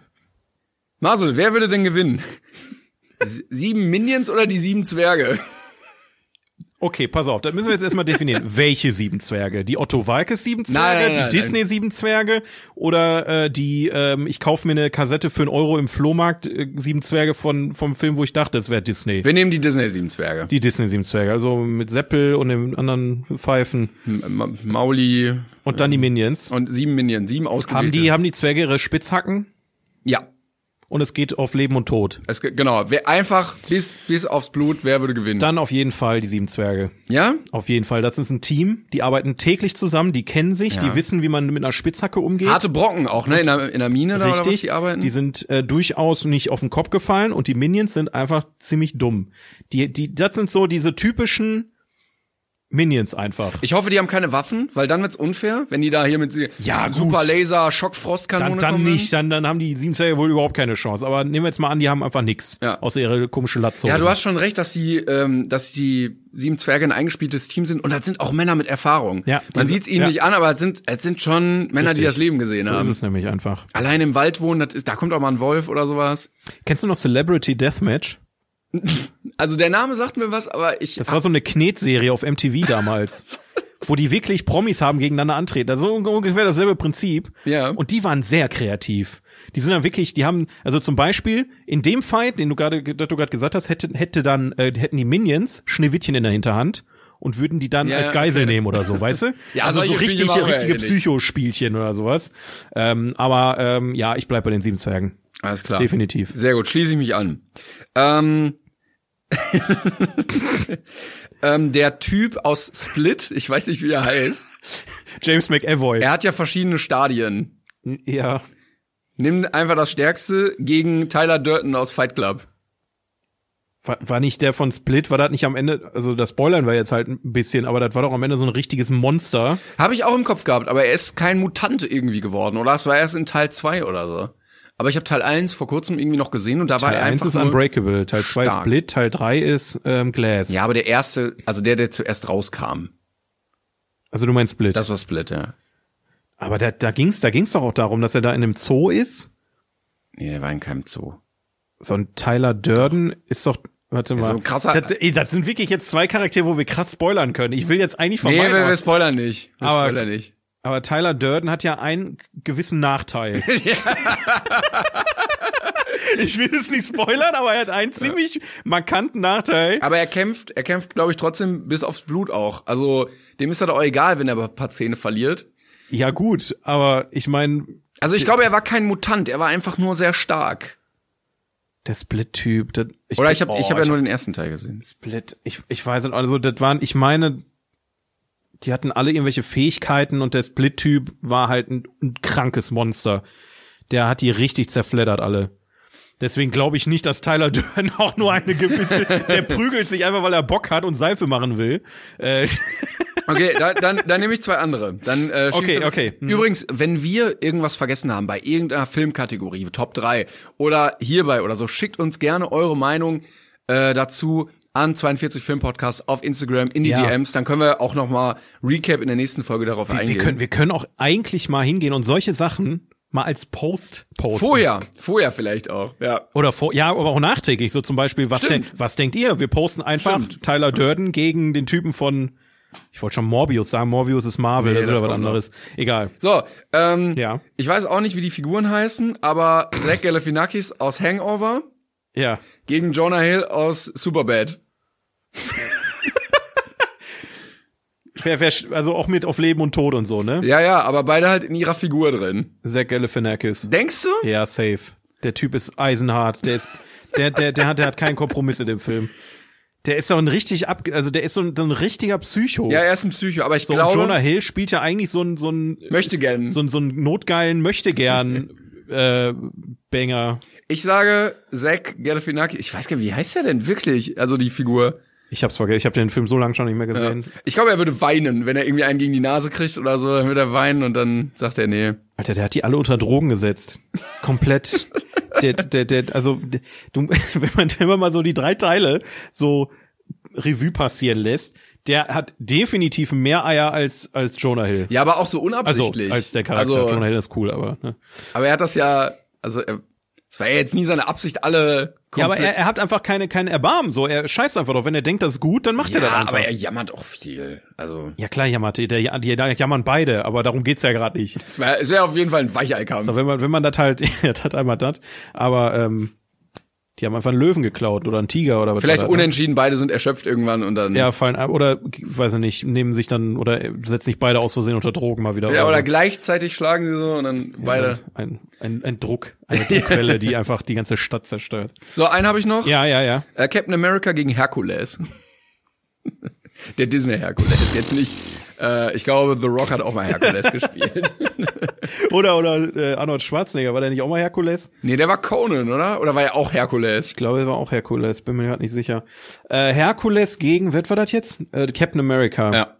B: Marcel, wer würde denn gewinnen? Sie- sieben Minions oder die sieben Zwerge?
A: Okay, pass auf, da müssen wir jetzt erstmal definieren, welche sieben Zwerge? Die Otto Walkes sieben Zwerge,
B: nein, nein,
A: die
B: nein.
A: Disney sieben Zwerge oder äh, die ähm, ich kaufe mir eine Kassette für einen Euro im Flohmarkt äh, sieben Zwerge von vom Film, wo ich dachte, es wäre Disney.
B: Wir nehmen die Disney sieben Zwerge.
A: Die Disney sieben Zwerge, also mit Seppel und den anderen Pfeifen
B: M- äh, Ma- Mauli
A: und dann die Minions.
B: und sieben Minions, sieben ausgewählte.
A: Haben die haben die Zwerge ihre Spitzhacken
B: Ja,
A: und es geht auf Leben und Tod.
B: es, ge- genau. Wer, einfach bis bis aufs Blut. Wer würde gewinnen?
A: Dann auf jeden Fall die sieben Zwerge.
B: ja,
A: Auf jeden Fall, das ist ein Team, die arbeiten täglich zusammen, die kennen sich, die wissen, wie man mit einer Spitzhacke umgeht.
B: harte Brocken auch, ne? In der, in der Mine da oder was
A: Richtig,
B: die arbeiten.
A: die sind äh, durchaus nicht auf den Kopf gefallen und die Minions sind einfach ziemlich dumm. Die, die, das sind so diese typischen Minions einfach.
B: Ich hoffe, die haben keine Waffen, weil dann wird's unfair, wenn die da hier mit sie-
A: Ja, gut.
B: super Laser,
A: Dann,
B: Schockfrostkanone
A: dann
B: kommen.
A: nicht, dann, dann haben die Siebenzeiger wohl überhaupt keine Chance. Aber nehmen wir jetzt mal an, die haben einfach nix.
B: Ja.
A: Außer ihre komische Latzhose.
B: Ja, du hast schon recht, dass die, ähm, dass die sieben Zwerge ein eingespieltes Team sind und das sind auch Männer mit Erfahrung.
A: Ja.
B: Man sieht's ihnen
A: Ja.
B: nicht an, aber es sind, es sind schon Männer, die
A: Richtig.
B: das Leben gesehen
A: so ist
B: haben.
A: es nämlich einfach.
B: Allein im Wald wohnen, das, ist- da kommt auch mal ein Wolf oder sowas.
A: Kennst du noch Celebrity Deathmatch?
B: Also der Name sagt mir was, aber ich.
A: Das war so eine Knetserie auf MTV damals. wo die wirklich Promis haben gegeneinander antreten. Also ungefähr dasselbe Prinzip.
B: Ja.
A: Und die waren sehr kreativ. Die sind dann wirklich, die haben, also zum Beispiel, in dem Fight, den du gerade, das du gerade gesagt hast, hätte, hätte dann, äh, hätten die Minions Schneewittchen in der Hinterhand und würden die dann
B: Ja,
A: als
B: ja,
A: Geisel
B: okay.
A: nehmen oder so, weißt du?
B: Ja,
A: also so
B: solche Spiele
A: richtig,
B: machen wir
A: richtige
B: ja eh nicht.
A: Psychospielchen oder sowas. Ähm, aber ähm, ja, ich bleib bei den sieben Zwergen.
B: Alles klar.
A: Definitiv.
B: Sehr gut, schließe ich mich an. Ähm, ähm, der Typ aus Split, ich weiß nicht, wie er heißt,
A: James McAvoy.
B: er hat ja verschiedene Stadien.
A: ja.
B: Nimm einfach das Stärkste gegen Tyler Durton aus Fight Club.
A: War, war nicht der von Split, war das nicht am Ende, also das spoilern wir jetzt halt ein bisschen, aber das war doch am Ende so ein richtiges Monster.
B: Habe ich auch im Kopf gehabt, aber er ist kein Mutant irgendwie geworden, oder? Es war erst in Teil 2 oder so. Aber ich habe Teil 1 vor kurzem irgendwie noch gesehen und da war
A: Teil
B: er
A: 1
B: Halt einfach
A: ist
B: nur
A: Unbreakable, Teil 2 ist
B: stark.
A: Split, Teil 3 ist ähm, Glass.
B: Ja, aber der erste, also der, der zuerst rauskam,
A: Also du meinst Split.
B: das war Split, ja.
A: aber da, da ging's, da ging's doch auch darum, dass er da in einem Zoo ist.
B: Nee, der war in keinem Zoo.
A: So ein Tyler Durden ist doch, warte mal.
B: so ein krasser-
A: das, ey, das sind wirklich jetzt zwei Charaktere, wo wir krass spoilern können. Ich will jetzt eigentlich
B: Nee,
A: vermeiden.
B: wir,
A: aber-
B: wir spoilern nicht. Wir
A: Aber-
B: spoilern nicht.
A: aber Tyler Durden hat ja einen gewissen Nachteil. ich will es nicht spoilern, aber er hat einen ziemlich markanten Nachteil.
B: Aber er kämpft, er kämpft, glaube ich, trotzdem bis aufs Blut auch. Also dem ist das auch egal, wenn er ein paar Zähne verliert.
A: Ja gut, aber ich meine,
B: Also ich glaube, er war kein Mutant, er war einfach nur sehr stark.
A: der Split-Typ. das-
B: Oder ich habe ich
A: oh,
B: hab ja nur den ersten Teil gesehen.
A: Split. Ich, ich weiß nicht, also das waren, ich meine, die hatten alle irgendwelche Fähigkeiten und der Split-Typ war halt ein, ein krankes Monster. Der hat die richtig zerfleddert alle. Deswegen glaube ich nicht, dass Tyler Dörn auch nur eine gewisse, der prügelt sich einfach, weil er Bock hat und Seife machen will. Äh,
B: Okay, da, dann, dann nehme ich zwei andere. Dann, äh, schieb
A: Okay,
B: ich das-
A: okay. Hm.
B: Übrigens, wenn wir irgendwas vergessen haben bei irgendeiner Filmkategorie, Top 3 oder hierbei oder so, schickt uns gerne eure Meinung äh, dazu an 42 Film Podcast auf Instagram in die
A: Ja.
B: DMs. Dann können wir auch noch mal Recap in der nächsten Folge darauf eingehen.
A: wir, können, wir können auch eigentlich mal hingehen und solche Sachen mal als Post posten.
B: vorher, vorher vielleicht auch. Ja.
A: Oder vor, ja, aber auch nachträglich. So zum Beispiel, was, denn,
B: Stimmt.
A: was denkt ihr? Wir posten einfach
B: Stimmt.
A: Tyler Durden gegen den Typen von, ich wollte schon Morbius sagen, Morbius ist Marvel,
B: Nee,
A: das ist
B: das
A: oder was
B: kommt noch.
A: anderes. Egal.
B: So, ähm,
A: Ja.
B: ich weiß auch nicht, wie die Figuren heißen, aber Zach Galifianakis aus Hangover
A: Ja.
B: gegen Jonah Hill aus Superbad.
A: Wer, wer, also auch mit auf Leben und Tod und so, ne?
B: Ja, ja, aber beide halt in ihrer Figur drin.
A: Zach Galifianakis.
B: Denkst du?
A: Ja, safe. Der Typ ist eisenhart. Der ist, der, der, der hat, der hat keinen Kompromiss in dem Film. Der ist so ein richtig ab, also der ist so ein, so ein richtiger Psycho.
B: Ja, er ist ein Psycho, aber ich
A: so, und
B: glaube,
A: Jonah Hill spielt ja eigentlich so ein, so ein,
B: möchte gern.
A: so ein, so ein notgeilen möchte gern, äh, Banger.
B: ich sage Zach Galifianakis, ich weiß gar nicht, wie heißt er denn wirklich? Also die Figur.
A: Ich hab's vergessen, ich habe den Film so lange schon nicht mehr gesehen.
B: Ich glaube, er würde weinen, wenn er irgendwie einen gegen die Nase kriegt oder so, dann würde er weinen und dann sagt er nee.
A: Alter, der hat die alle unter Drogen gesetzt. Komplett. der, der, der, also, der, du, wenn, man, wenn man mal so die drei Teile so Revue passieren lässt, der hat definitiv mehr Eier als, als Jonah Hill.
B: Ja, aber auch so
A: also,
B: unabsichtlich.
A: als der Charakter.
B: Also,
A: Jonah Hill ist cool, aber. Ne.
B: aber er hat das ja, also er- es war ja jetzt nie seine Absicht, alle
A: Ja, aber er,
B: komplett-
A: er hat einfach keine, keine Erbarmen. So, er scheißt einfach drauf. Wenn er denkt, das ist gut, dann macht er das
B: ja,
A: einfach.
B: aber er jammert auch viel. Also
A: ja, klar, jammert, der, der, der jammern beide, aber darum geht's ja gerade nicht.
B: es wäre es wär auf jeden Fall ein Weicheikampf.
A: So, wenn man, wenn man das halt, das hat einmal das, aber ähm, die haben einfach einen Löwen geklaut oder einen Tiger oder was.
B: Vielleicht
A: war das, ne?
B: unentschieden, beide sind erschöpft irgendwann und dann
A: Ja, fallen ab oder weiß ich nicht, nehmen sich dann oder äh, setzen sich beide aus Versehen unter Drogen mal wieder.
B: Ja, oder
A: so.
B: gleichzeitig schlagen sie so und dann beide.
A: Ein, ein, ein Druck, eine Druckquelle, die einfach die ganze Stadt zerstört.
B: So, einen habe ich noch.
A: Ja, ja, ja.
B: Äh, Captain America gegen Herkules. Der Disney-Herkules. Jetzt nicht. Äh, ich glaube, The Rock hat auch mal Herkules gespielt.
A: Oder oder äh, Arnold Schwarzenegger, war der nicht auch mal Herkules?
B: Nee, der war Conan, oder? Oder war ja auch Herkules?
A: Ich glaube, er war auch Herkules, bin mir gerade nicht sicher. Äh, Herkules gegen, was war das jetzt? Äh, Captain America.
B: Ja.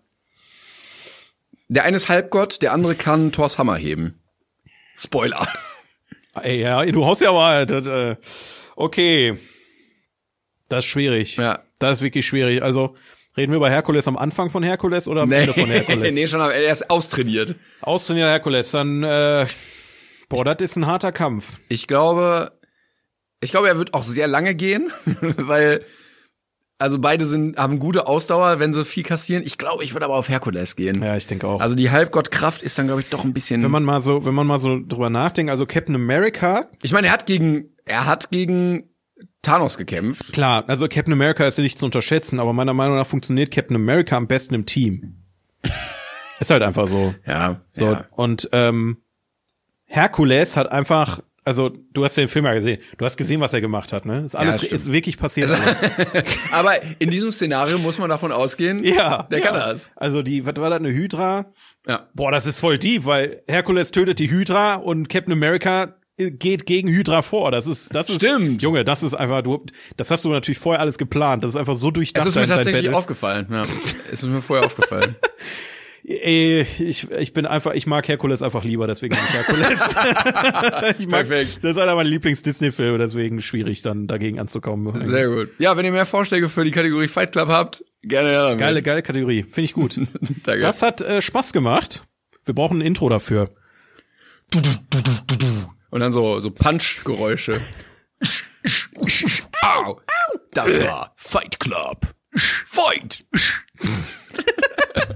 B: Der eine ist Halbgott, der andere kann Thors Hammer heben. Spoiler.
A: Ey, ja, du haust ja aber. Das, äh, okay. Das ist schwierig.
B: Ja.
A: Das ist wirklich schwierig. Also, reden wir über Herkules am Anfang von Herkules oder am Ende von Herkules?
B: nee, schon, am- er ist austrainiert.
A: Austrainier Herkules, dann, äh, boah, das ist ein harter Kampf.
B: Ich glaube, ich glaube, er wird auch sehr lange gehen, weil also beide sind haben gute Ausdauer, wenn sie viel kassieren. Ich glaube, ich würde aber auf Herkules gehen.
A: Ja, ich denke auch.
B: Also die Halbgottkraft ist dann glaube ich doch ein bisschen.
A: wenn man mal so, wenn man mal so drüber nachdenkt, also Captain America,
B: ich meine, er hat gegen er hat gegen Thanos gekämpft.
A: klar, also Captain America ist nicht zu unterschätzen, aber meiner Meinung nach funktioniert Captain America am besten im Team. ist halt einfach so.
B: Ja,
A: So, und ähm, Herkules hat einfach, also du hast den Film ja gesehen, du hast gesehen, was er gemacht hat, ne? Ist alles
B: stimmt.
A: ist wirklich passiert. alles.
B: Aber in diesem Szenario muss man davon ausgehen.
A: ja.
B: der
A: ja.
B: kann das.
A: Also die, was war das, eine Hydra?
B: Ja.
A: Boah, das ist voll deep, weil Herkules tötet die Hydra und Captain America äh, geht gegen Hydra vor. Das ist, das ist,
B: Stimmt.
A: Junge, das ist einfach, du, das hast du natürlich vorher alles geplant. Das ist einfach so durchdacht.
B: Das ist mir
A: dein- dein
B: tatsächlich
A: Battle.
B: aufgefallen. Ja. Es ist mir vorher aufgefallen.
A: Äh, ich, ich bin einfach, ich mag Herkules einfach lieber, deswegen mag ich Herkules. ich mag,
B: Perfekt.
A: Das ist einer meiner Lieblings-Disney-Filme, deswegen schwierig dann dagegen anzukommen.
B: Sehr gut. Ja, wenn ihr mehr Vorschläge für die Kategorie Fight Club habt, gerne her damit.
A: Geile, geile Kategorie. Finde ich gut.
B: Danke.
A: Das hat äh, Spaß gemacht. Wir brauchen ein Intro dafür.
B: Und dann so, so Punch-Geräusche. Au. Das war Fight Club. Fight. das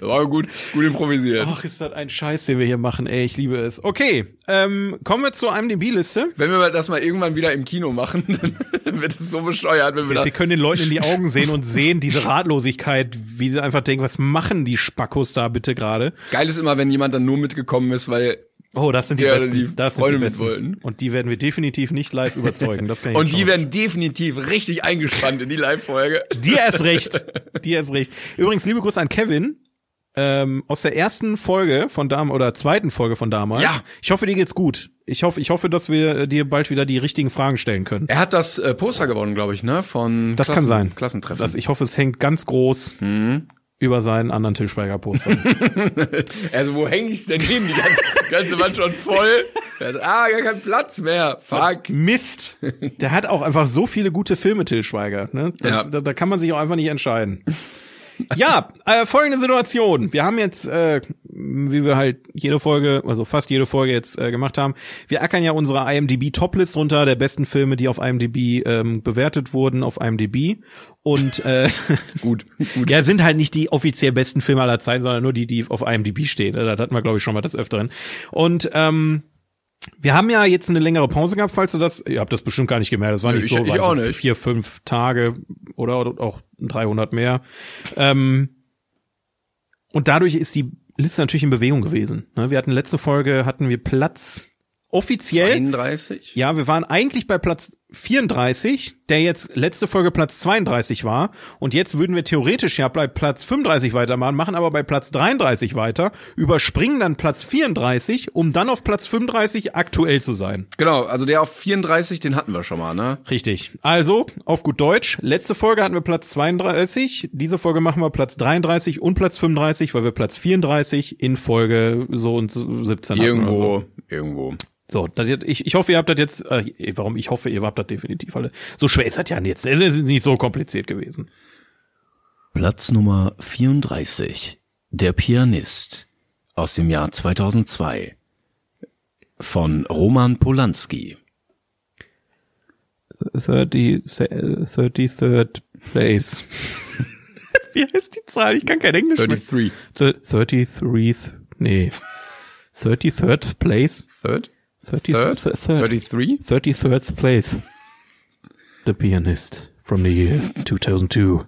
B: war gut, gut improvisiert.
A: Ach, ist das ein Scheiß, den wir hier machen, ey. Ich liebe es. Okay, ähm, kommen wir zur IMDb-Liste.
B: Wenn wir das mal irgendwann wieder im Kino machen, dann wird es so bescheuert, wenn wir da
A: Wir können den Leuten in die Augen sehen und sehen diese Ratlosigkeit, wie sie einfach denken, was machen die Spackos da bitte gerade?
B: Geil ist immer, wenn jemand dann nur mitgekommen ist, weil
A: Oh, das sind die
B: Ja,
A: Besten.
B: die
A: das sind
B: Freunde
A: die
B: mit
A: Besten.
B: wollten.
A: Und die werden wir definitiv nicht live überzeugen. Das kann ich
B: und
A: jetzt
B: die
A: schon-
B: werden definitiv richtig eingespannt in die Live-Folge.
A: Die erst recht. Die erst recht. Übrigens, liebe Grüße an Kevin. Ähm, aus der ersten Folge von damals oder zweiten Folge von damals.
B: Ja.
A: Ich hoffe, dir geht's gut. Ich hoffe, ich hoffe, dass wir äh, dir bald wieder die richtigen Fragen stellen können.
B: Er hat das äh, Poster gewonnen, glaube ich, ne? Von
A: Das kann sein.
B: Klassentreffen. Mhm.
A: Das, ich hoffe, es hängt ganz groß über seinen anderen Tischweiger-Poster.
B: also wo hänge ich's denn hin? Die ganze, ganze Wand schon voll. Also, ah, gar kein Platz mehr. Fuck.
A: Mist! Der hat auch einfach so viele gute Filme, Til Schweiger. Ne? Das,
B: Ja.
A: da, da kann man sich auch einfach nicht entscheiden. Ja, äh, folgende Situation. Wir haben jetzt, äh, wie wir halt jede Folge, also fast jede Folge jetzt äh, gemacht haben, wir ackern ja unsere IMDb-Toplist runter, der besten Filme, die auf IMDb ähm, bewertet wurden, auf IMDb. Und äh,
B: Gut, gut.
A: Ja, sind halt nicht die offiziell besten Filme aller Zeiten, sondern nur die, die auf IMDb stehen. ne? Das hatten wir, glaube ich, schon mal des Öfteren. Und ähm, wir haben ja jetzt eine längere Pause gehabt, falls du das, ihr habt das bestimmt gar nicht gemerkt, das war nicht
B: Ich-
A: so,
B: ich
A: waren
B: auch
A: so
B: nicht.
A: vier, fünf Tage oder, oder auch 300 mehr. Ähm, und dadurch ist die Liste natürlich in Bewegung gewesen. ne? Wir hatten letzte Folge, hatten wir Platz offiziell.
B: 31?
A: Ja, wir waren eigentlich bei Platz 34, der jetzt letzte Folge Platz 32 war. Und jetzt würden wir theoretisch ja bei Platz 35 weitermachen, machen aber bei Platz 33 weiter, überspringen dann Platz 34, um dann auf Platz 35 aktuell zu sein.
B: Genau, also der auf 34, den hatten wir schon mal, ne?
A: Richtig. Also, auf gut Deutsch, letzte Folge hatten wir Platz 32, diese Folge machen wir Platz 33 und Platz 35, weil wir Platz 34 in Folge so und so 17 hatten oder so.
B: Irgendwo, irgendwo.
A: So, das, jetzt- ich, ich hoffe, ihr habt das jetzt, äh, warum ich hoffe, ihr habt das definitiv alle. So schwer ist das ja jetzt. Es ist nicht so kompliziert gewesen.
C: Platz Nummer 34. Der Pianist aus dem Jahr 2002 von Roman Polanski.
A: 30, 33rd place. Wie heißt die Zahl? Ich kann kein Englisch
B: 33.
A: mehr. 33th, nee. 33rd place.
B: Third?
A: 30,
B: Third? 33?
A: 33rd place. The Pianist from the year 2002.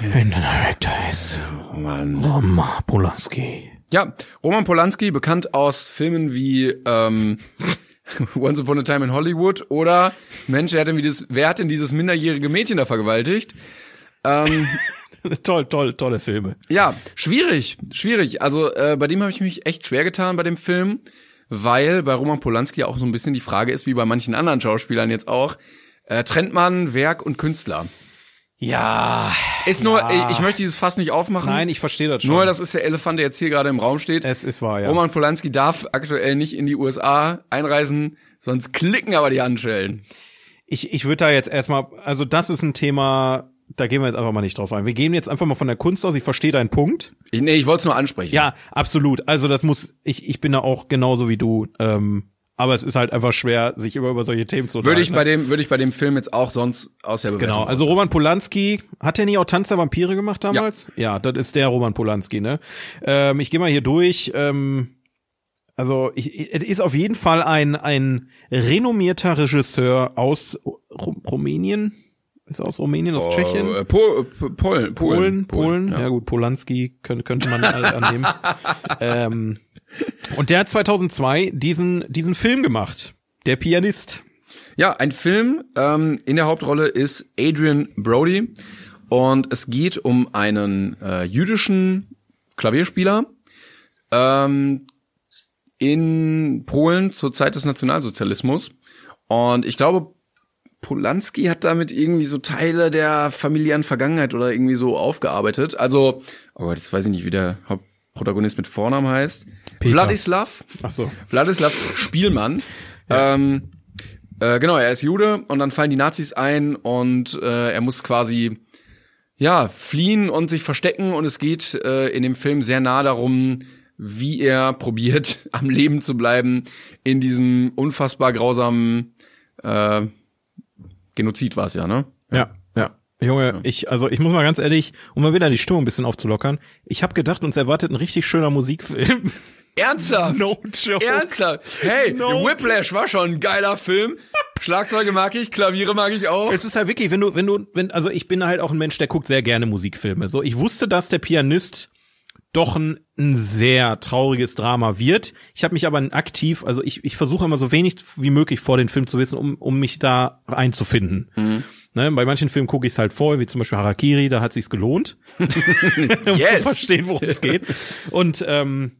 A: And the director is
C: Roman.
A: Rom Polanski.
B: Ja, Roman Polanski, bekannt aus Filmen wie ähm, Once Upon a Time in Hollywood oder Mensch, wer hat denn, wie das, wer hat denn dieses minderjährige Mädchen da vergewaltigt? Ähm,
A: Toll, toll, tolle Filme.
B: ja, schwierig, schwierig. Also äh, bei dem habe ich mich echt schwer getan bei dem Film, weil bei Roman Polanski auch so ein bisschen die Frage ist, wie bei manchen anderen Schauspielern jetzt auch, äh, trennt man Werk und Künstler.
A: Ja.
B: Ist nur, ich, ich möchte dieses Fass nicht aufmachen.
A: Nein, ich verstehe das schon.
B: Nur, das ist der Elefant, der jetzt hier gerade im Raum steht.
A: es ist wahr, Ah, ja.
B: Roman Polanski darf aktuell nicht in die USA einreisen, sonst klicken aber die Handschellen.
A: Ich, ich würde da jetzt erstmal, also das ist ein Thema, da gehen wir jetzt einfach mal nicht drauf ein. Wir gehen jetzt einfach mal von der Kunst aus. Ich verstehe deinen Punkt.
B: Ich, nee, ich wollte es nur ansprechen.
A: Ja, absolut. Also das muss, ich, ich bin da auch genauso wie du. Ähm, aber es ist halt einfach schwer, sich immer über solche Themen zu
B: Würde ich bei
A: unterhalten.
B: dem, würde ich bei dem Film jetzt auch sonst aus der Bewertung
A: Genau, also
B: raus-
A: Roman Polanski, hat der nicht auch Tanz der Vampire gemacht damals? Ja, das ist der Roman Polanski, ne? Ähm, ich gehe mal hier durch. Ähm, Also ich, ich- es ist auf jeden Fall ein ein renommierter Regisseur aus Ru Rumänien, ist er aus Rumänien, aus Tschechien,
B: Oh, äh, Pol, äh, P- Polen, Polen,
A: Polen, Polen, ja. gut, Polanski könnte, könnte man alles annehmen. ähm, und der hat 2002 diesen diesen Film gemacht, der Pianist.
B: Ja, ein Film. Ähm, in der Hauptrolle ist Adrian Brody und es geht um einen äh, jüdischen Klavierspieler, ähm, in Polen zur Zeit des Nationalsozialismus. Und ich glaube, Polanski hat damit irgendwie so Teile der familiären Vergangenheit oder irgendwie so aufgearbeitet. Also, oh Gott, jetzt weiß ich nicht, wie der Hauptprotagonist mit Vornamen heißt.
A: Peter.
B: Vladislav.
A: Ach so.
B: Wladislaw Spielmann. Ähm, äh, genau, er ist Jude und dann fallen die Nazis ein und äh, er muss quasi ja fliehen und sich verstecken und es geht äh, in dem Film sehr nah darum, wie er probiert, am Leben zu bleiben in diesem unfassbar grausamen äh, Genozid war es ja, ne?
A: Ja, ja. Junge, ich also ich muss mal ganz ehrlich, um mal wieder die Stimmung ein bisschen aufzulockern, ich habe gedacht, uns erwartet ein richtig schöner Musikfilm.
B: Ernsthaft?
A: No joke.
B: Ernsthaft? Hey,
A: No
B: Whiplash war schon ein geiler Film. Schlagzeuge mag ich, Klaviere mag ich auch.
A: Es ist halt wirklich, wenn du wenn du wenn also ich bin halt auch ein Mensch, der guckt sehr gerne Musikfilme. So, ich wusste, dass der Pianist doch ein, ein sehr trauriges Drama wird. Ich habe mich aber aktiv, also ich, ich versuche immer so wenig wie möglich vor den Film zu wissen, um, um mich da einzufinden. Ne, bei manchen Filmen gucke ich es halt vorher, wie zum Beispiel Harakiri, da hat sich's gelohnt. zu
B: yes.
A: verstehen, worum es geht. Und ähm,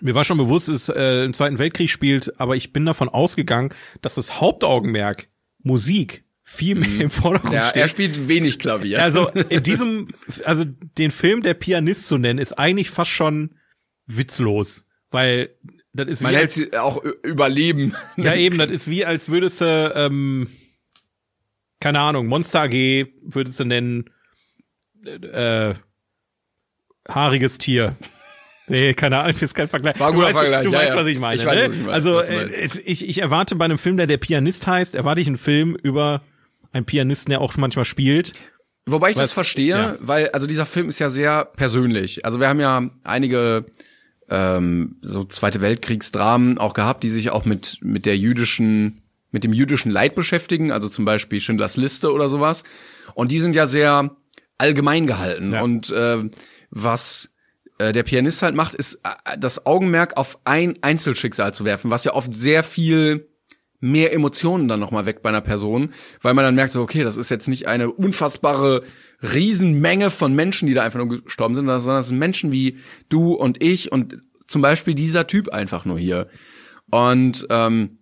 A: mir war schon bewusst, es äh, im Zweiten Weltkrieg spielt, aber ich bin davon ausgegangen, dass das Hauptaugenmerk Musik viel mehr im Vordergrund
B: Ja, er
A: steht.
B: spielt wenig Klavier.
A: Also in diesem, also den Film der Pianist zu nennen, ist eigentlich fast schon witzlos, weil das ist
B: Man
A: wie
B: hält
A: als,
B: sie auch ü- überleben.
A: ja eben, das ist wie als würdest du ähm, keine Ahnung Monster AG würdest du nennen äh, äh, haariges Tier. Nee, keine Ahnung, ist kein Vergleich.
B: War ein
A: du
B: guter
A: weißt,
B: Vergleich,
A: Du
B: ja,
A: weißt,
B: ja.
A: was ich meine.
B: Ich weiß,
A: ne?
B: was ich meine,
A: Also
B: was du
A: äh,
B: meinst.
A: es- ich, ich erwarte bei einem Film, der der Pianist heißt, erwarte ich einen Film über einen Pianisten, der auch manchmal spielt.
B: Wobei ich das
A: Was-
B: verstehe,
A: ja.
B: weil also dieser Film ist ja sehr persönlich. Also wir haben ja einige ähm, so Zweite Weltkriegsdramen auch gehabt, die sich auch mit mit der jüdischen mit dem jüdischen Leid beschäftigen, also zum Beispiel Schindlers Liste oder sowas. Und die sind ja sehr allgemein gehalten.
A: Ja.
B: Und äh, was äh, der Pianist halt macht, ist äh, das Augenmerk auf ein Einzelschicksal zu werfen, was ja oft sehr viel mehr Emotionen dann nochmal weg bei einer Person, weil man dann merkt so, okay, das ist jetzt nicht eine unfassbare Riesenmenge von Menschen, die da einfach nur gestorben sind, sondern es sind Menschen wie du und ich und zum Beispiel dieser Typ einfach nur hier. Und ähm,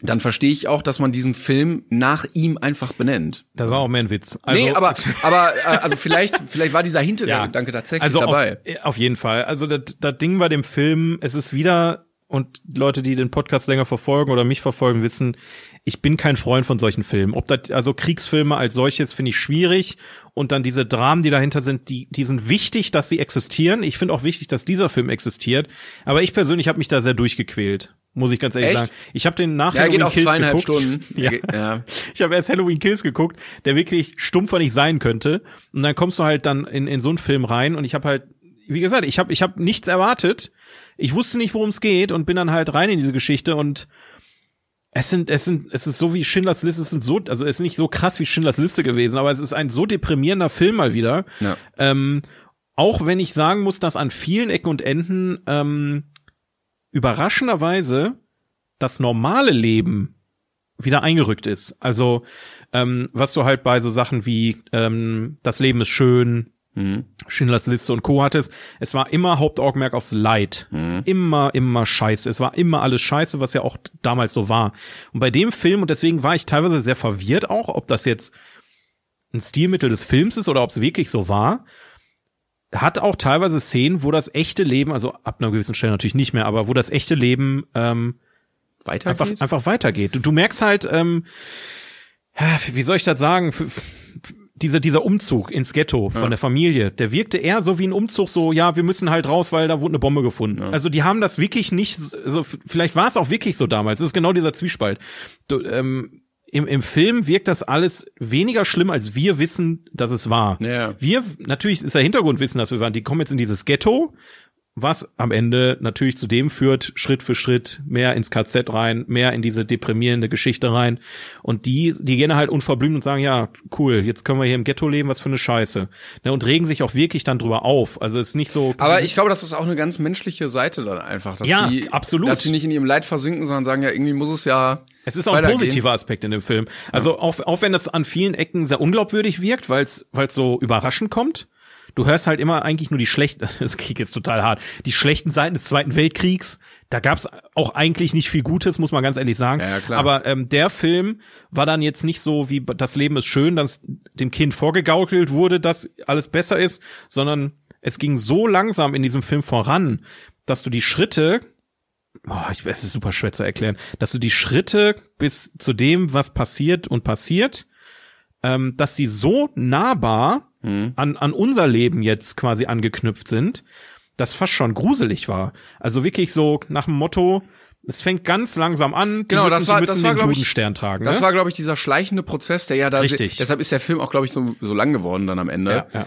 B: dann verstehe ich auch, dass man diesen Film nach ihm einfach benennt.
A: Das war auch mehr ein Witz. Also,
B: Nee, aber aber äh, also vielleicht vielleicht war dieser Hintergedanke tatsächlich
A: also
B: dabei.
A: Auf, auf jeden Fall. Also das das Ding bei dem Film, es ist wieder, und Leute, die den Podcast länger verfolgen oder mich verfolgen, wissen, ich bin kein Freund von solchen Filmen. Ob das, also Kriegsfilme als solches finde ich schwierig und dann diese Dramen, die dahinter sind, die, die sind wichtig, dass sie existieren. Ich finde auch wichtig, dass dieser Film existiert. Aber ich persönlich habe mich da sehr durchgequält. Muss ich ganz ehrlich
B: Echt?
A: sagen. Ich habe den
B: ja,
A: nachher
B: er geht auch zweieinhalb
A: geguckt.
B: Stunden.
A: Ja.
B: ja.
A: Ich habe erst Halloween Kills geguckt, der wirklich stumpfer nicht sein könnte. Und dann kommst du halt dann in, in so einen Film rein und ich habe halt, wie gesagt, ich habe ich hab nichts erwartet. Ich wusste nicht, worum es geht und bin dann halt rein in diese Geschichte und es sind, es sind, es ist so wie Schindlers Liste, es sind so, also es ist nicht so krass wie Schindlers Liste gewesen, aber es ist ein so deprimierender Film mal wieder.
B: Ja.
A: Ähm, auch wenn ich sagen muss, dass an vielen Ecken und Enden ähm, überraschenderweise das normale Leben wieder eingerückt ist. Also ähm, was du halt bei so Sachen wie ähm, das Leben ist schön, Schindlers Liste und Co. hattest, es war immer Hauptaugenmerk aufs Leid. Immer, immer Scheiße. Es war immer alles Scheiße, was ja auch damals so war. Und bei dem Film, und deswegen war ich teilweise sehr verwirrt auch, ob das jetzt ein Stilmittel des Films ist oder ob es wirklich so war, hat auch teilweise Szenen, wo das echte Leben, also ab einer gewissen Stelle natürlich nicht mehr, aber wo das echte Leben ähm,
B: Weiter
A: einfach,
B: geht's?
A: einfach weitergeht. Du, du merkst halt, ähm, ja, wie soll ich das sagen? F- f- Dieser, dieser Umzug ins Ghetto von der Familie, der wirkte eher so wie ein Umzug, so, ja, wir müssen halt raus, weil da wurde eine Bombe gefunden. Also die haben das wirklich nicht, so, also f- vielleicht war es auch wirklich so damals, das ist genau dieser Zwiespalt. Du, ähm, im, Im Film wirkt das alles weniger schlimm, als wir wissen, dass es war.
B: Ja.
A: Wir, natürlich ist der Hintergrundwissen, dass wir waren, die kommen jetzt in dieses Ghetto, was am Ende natürlich zu dem führt, Schritt für Schritt mehr ins KZ rein, mehr in diese deprimierende Geschichte rein. Und die, die gehen halt unverblümt und sagen, ja, cool, jetzt können wir hier im Ghetto leben, was für eine Scheiße. Ne, und regen sich auch wirklich dann drüber auf. Also es ist nicht so.
B: Aber ich glaube, das ist auch eine ganz menschliche Seite dann einfach, dass
A: Ja,
B: sie
A: absolut.
B: dass sie nicht in ihrem Leid versinken, sondern sagen ja, irgendwie muss es ja
A: Es ist auch ein
B: weitergehen.
A: positiver ne? Aspekt in dem Film. Also auch, auch wenn das an vielen Ecken sehr unglaubwürdig wirkt, weil es so überraschend kommt. du hörst halt immer eigentlich nur die schlechten, das klingt jetzt total hart, die schlechten Seiten des Zweiten Weltkriegs. Da gab's auch eigentlich nicht viel Gutes, muss man ganz ehrlich sagen.
B: Ja, ja, klar.
A: Aber ähm, der Film war dann jetzt nicht so wie Das Leben ist schön, dass dem Kind vorgegaukelt wurde, dass alles besser ist, sondern es ging so langsam in diesem Film voran, dass du die Schritte Boah, ich, es ist super schwer zu erklären, dass du die Schritte bis zu dem, was passiert und passiert, ähm, dass die so nahbar
B: Mhm.
A: an, an unser Leben jetzt quasi angeknüpft sind, dass fast schon gruselig war. Also wirklich so nach dem Motto, es fängt ganz langsam an, die
B: Genau,
A: müssen,
B: das war-
A: die müssen
B: das war,
A: den
B: glaub ich,
A: Judenstern tragen.
B: Das
A: ne?
B: war, glaube ich, dieser schleichende Prozess, der ja da.
A: Richtig.
B: Deshalb ist der Film auch, glaube ich, so, so lang geworden dann am Ende.
A: Ja,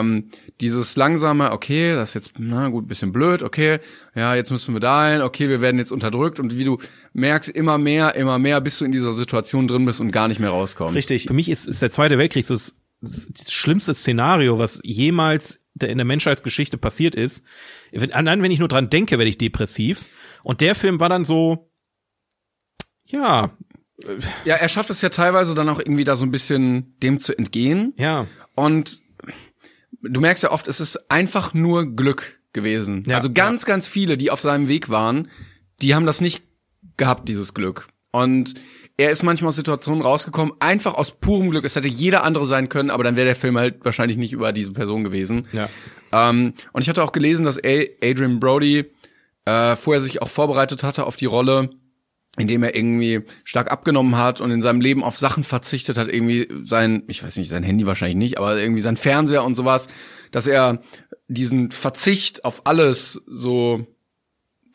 B: Ähm, dieses langsame, okay, das ist jetzt, na gut, bisschen blöd, okay, ja, jetzt müssen wir dahin, okay, wir werden jetzt unterdrückt und wie du merkst, immer mehr, immer mehr, bis du in dieser Situation drin bist und gar nicht mehr rauskommst.
A: Richtig. Hm. Für mich ist, ist der Zweite Weltkrieg so das, das schlimmste Szenario, was jemals der, in der Menschheitsgeschichte passiert ist. Wenn, allein wenn ich nur dran denke, werde ich depressiv. Und der Film war dann so, ja,
B: Ja, er schafft es ja teilweise dann auch irgendwie da so ein bisschen dem zu entgehen.
A: ja,
B: Und du merkst ja oft, es ist einfach nur Glück gewesen.
A: Ja,
B: also ganz, ganz viele, die auf seinem Weg waren, die haben das nicht gehabt, dieses Glück. Und er ist manchmal aus Situationen rausgekommen, einfach aus purem Glück. Es hätte jeder andere sein können, aber dann wäre der Film halt wahrscheinlich nicht über diese Person gewesen.
A: Ja.
B: Ähm, und ich hatte auch gelesen, dass A- Adrian Brody äh, vorher sich auch vorbereitet hatte auf die Rolle, indem er irgendwie stark abgenommen hat und in seinem Leben auf Sachen verzichtet hat, irgendwie sein, ich weiß nicht, sein Handy wahrscheinlich nicht, aber irgendwie sein Fernseher und sowas, dass er diesen Verzicht auf alles so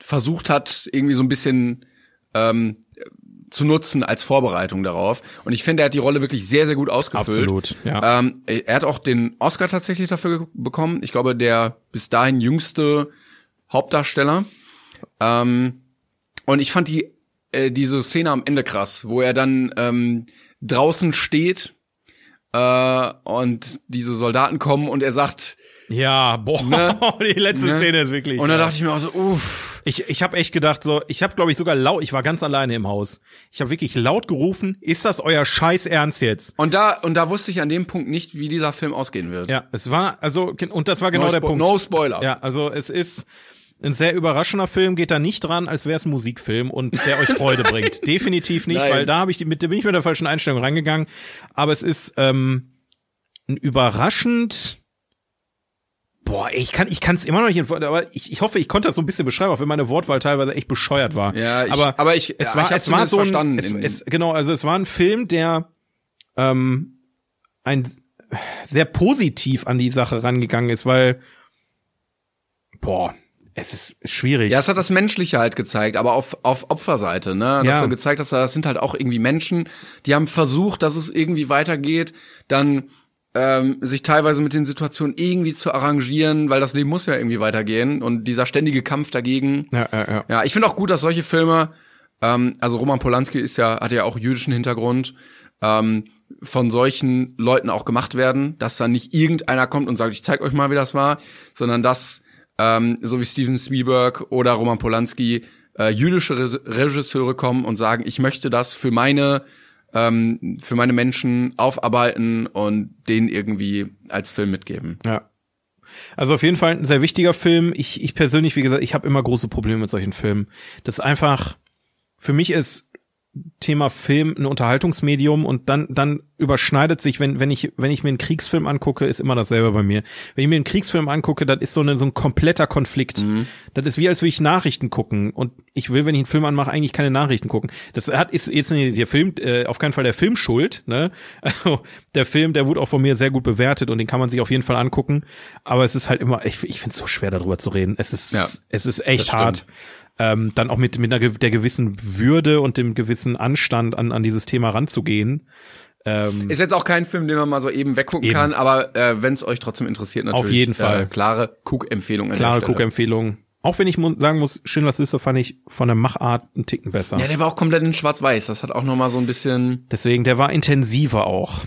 B: versucht hat, irgendwie so ein bisschen ähm, zu nutzen als Vorbereitung darauf. Und ich finde, er hat die Rolle wirklich sehr, sehr gut ausgefüllt.
A: Absolut, ja.
B: Ähm, er hat auch den Oscar tatsächlich dafür ge- bekommen. Ich glaube, der bis dahin jüngste Hauptdarsteller. Ähm, und ich fand die äh, diese Szene am Ende krass, wo er dann ähm, draußen steht äh, und diese Soldaten kommen und er sagt,
A: ja, boah, die letzte
B: ne?
A: Szene ist wirklich.
B: und dann
A: ja.
B: dachte ich mir auch so, uff.
A: Ich, ich habe echt gedacht, so, ich habe, glaube ich, sogar laut, ich war ganz alleine im Haus. Ich habe wirklich laut gerufen, ist das euer Scheiß Ernst jetzt?
B: Und da und da wusste ich an dem Punkt nicht, wie dieser Film ausgehen wird.
A: Ja, es war, also, und das war genau
B: no,
A: der
B: Spo-
A: Punkt.
B: no Spoiler.
A: Ja, also es ist ein sehr überraschender Film, geht da nicht dran, als wäre es ein Musikfilm und der euch Freude bringt. Definitiv nicht,
B: Nein.
A: weil da habe ich die, mit, da bin ich mit der falschen Einstellung rangegangen. Aber es ist ähm, ein überraschend. Boah, ey, ich kann ich kann es immer noch nicht, in Worte- aber ich, ich hoffe, ich konnte das so ein bisschen beschreiben, auch wenn meine Wortwahl teilweise echt bescheuert war.
B: Ja, ich-
A: aber,
B: aber ich-
A: es
B: ja,
A: war
B: ich hab's
A: es war
B: zumindest
A: so ein,
B: verstanden
A: Es,
B: in-
A: es, genau, also es war ein Film, der ähm, ein sehr positiv an die Sache rangegangen ist, weil boah, es ist schwierig.
B: Ja, es hat das Menschliche halt gezeigt, aber auf, auf Opferseite, ne? Dass
A: Ja.
B: er gezeigt hat, das sind halt auch irgendwie Menschen, die haben versucht, dass es irgendwie weitergeht, dann ähm, sich teilweise mit den Situationen irgendwie zu arrangieren, weil das Leben muss ja irgendwie weitergehen und dieser ständige Kampf dagegen.
A: Ja, ja, ja.
B: Ja, ich finde auch gut, dass solche Filme, ähm, also Roman Polanski ist ja, hat ja auch jüdischen Hintergrund, ähm, von solchen Leuten auch gemacht werden, dass dann nicht irgendeiner kommt und sagt, ich zeig euch mal, wie das war, sondern dass, ähm, so wie Steven Spielberg oder Roman Polanski, äh, jüdische Re Regisseure kommen und sagen, ich möchte das für meine ähm, für meine Menschen aufarbeiten und denen irgendwie als Film mitgeben.
A: Ja. Also auf jeden Fall ein sehr wichtiger Film. Ich, ich persönlich, wie gesagt, ich habe immer große Probleme mit solchen Filmen. Das ist einfach, für mich ist Thema Film ein Unterhaltungsmedium und dann, dann überschneidet sich, wenn, wenn ich, wenn ich mir einen Kriegsfilm angucke, ist immer dasselbe bei mir. Wenn ich mir einen Kriegsfilm angucke, das ist so, eine, so ein kompletter Konflikt. Das ist wie, als würde ich Nachrichten gucken und ich will, wenn ich einen Film anmache, eigentlich keine Nachrichten gucken. Das hat, ist jetzt nicht der Film, äh, auf keinen Fall der Film schuld, ne? Also, der Film, der wurde auch von mir sehr gut bewertet und den kann man sich auf jeden Fall angucken. Aber es ist halt immer, ich, ich finde es so schwer, darüber zu reden. Es ist,
B: Ja,
A: es ist
B: das
A: echt
B: stimmt.
A: hart ähm, dann auch mit, mit einer, ge- der gewissen Würde und dem gewissen Anstand an, an dieses Thema ranzugehen.
B: Ist jetzt auch kein Film, den man mal so eben weggucken
A: Eben.
B: kann, aber äh, wenn es euch trotzdem interessiert, natürlich.
A: Auf jeden
B: äh,
A: Fall.
B: klare Cook-Empfehlung. an
A: Klare
B: der Stelle.
A: Guckempfehlung. Auch wenn ich mu- sagen muss, Schindlers Liste fand ich von der Machart einen Ticken besser.
B: Ja, der war auch komplett in Schwarz-Weiß. Das hat auch noch mal so ein bisschen,
A: Deswegen, der war intensiver auch.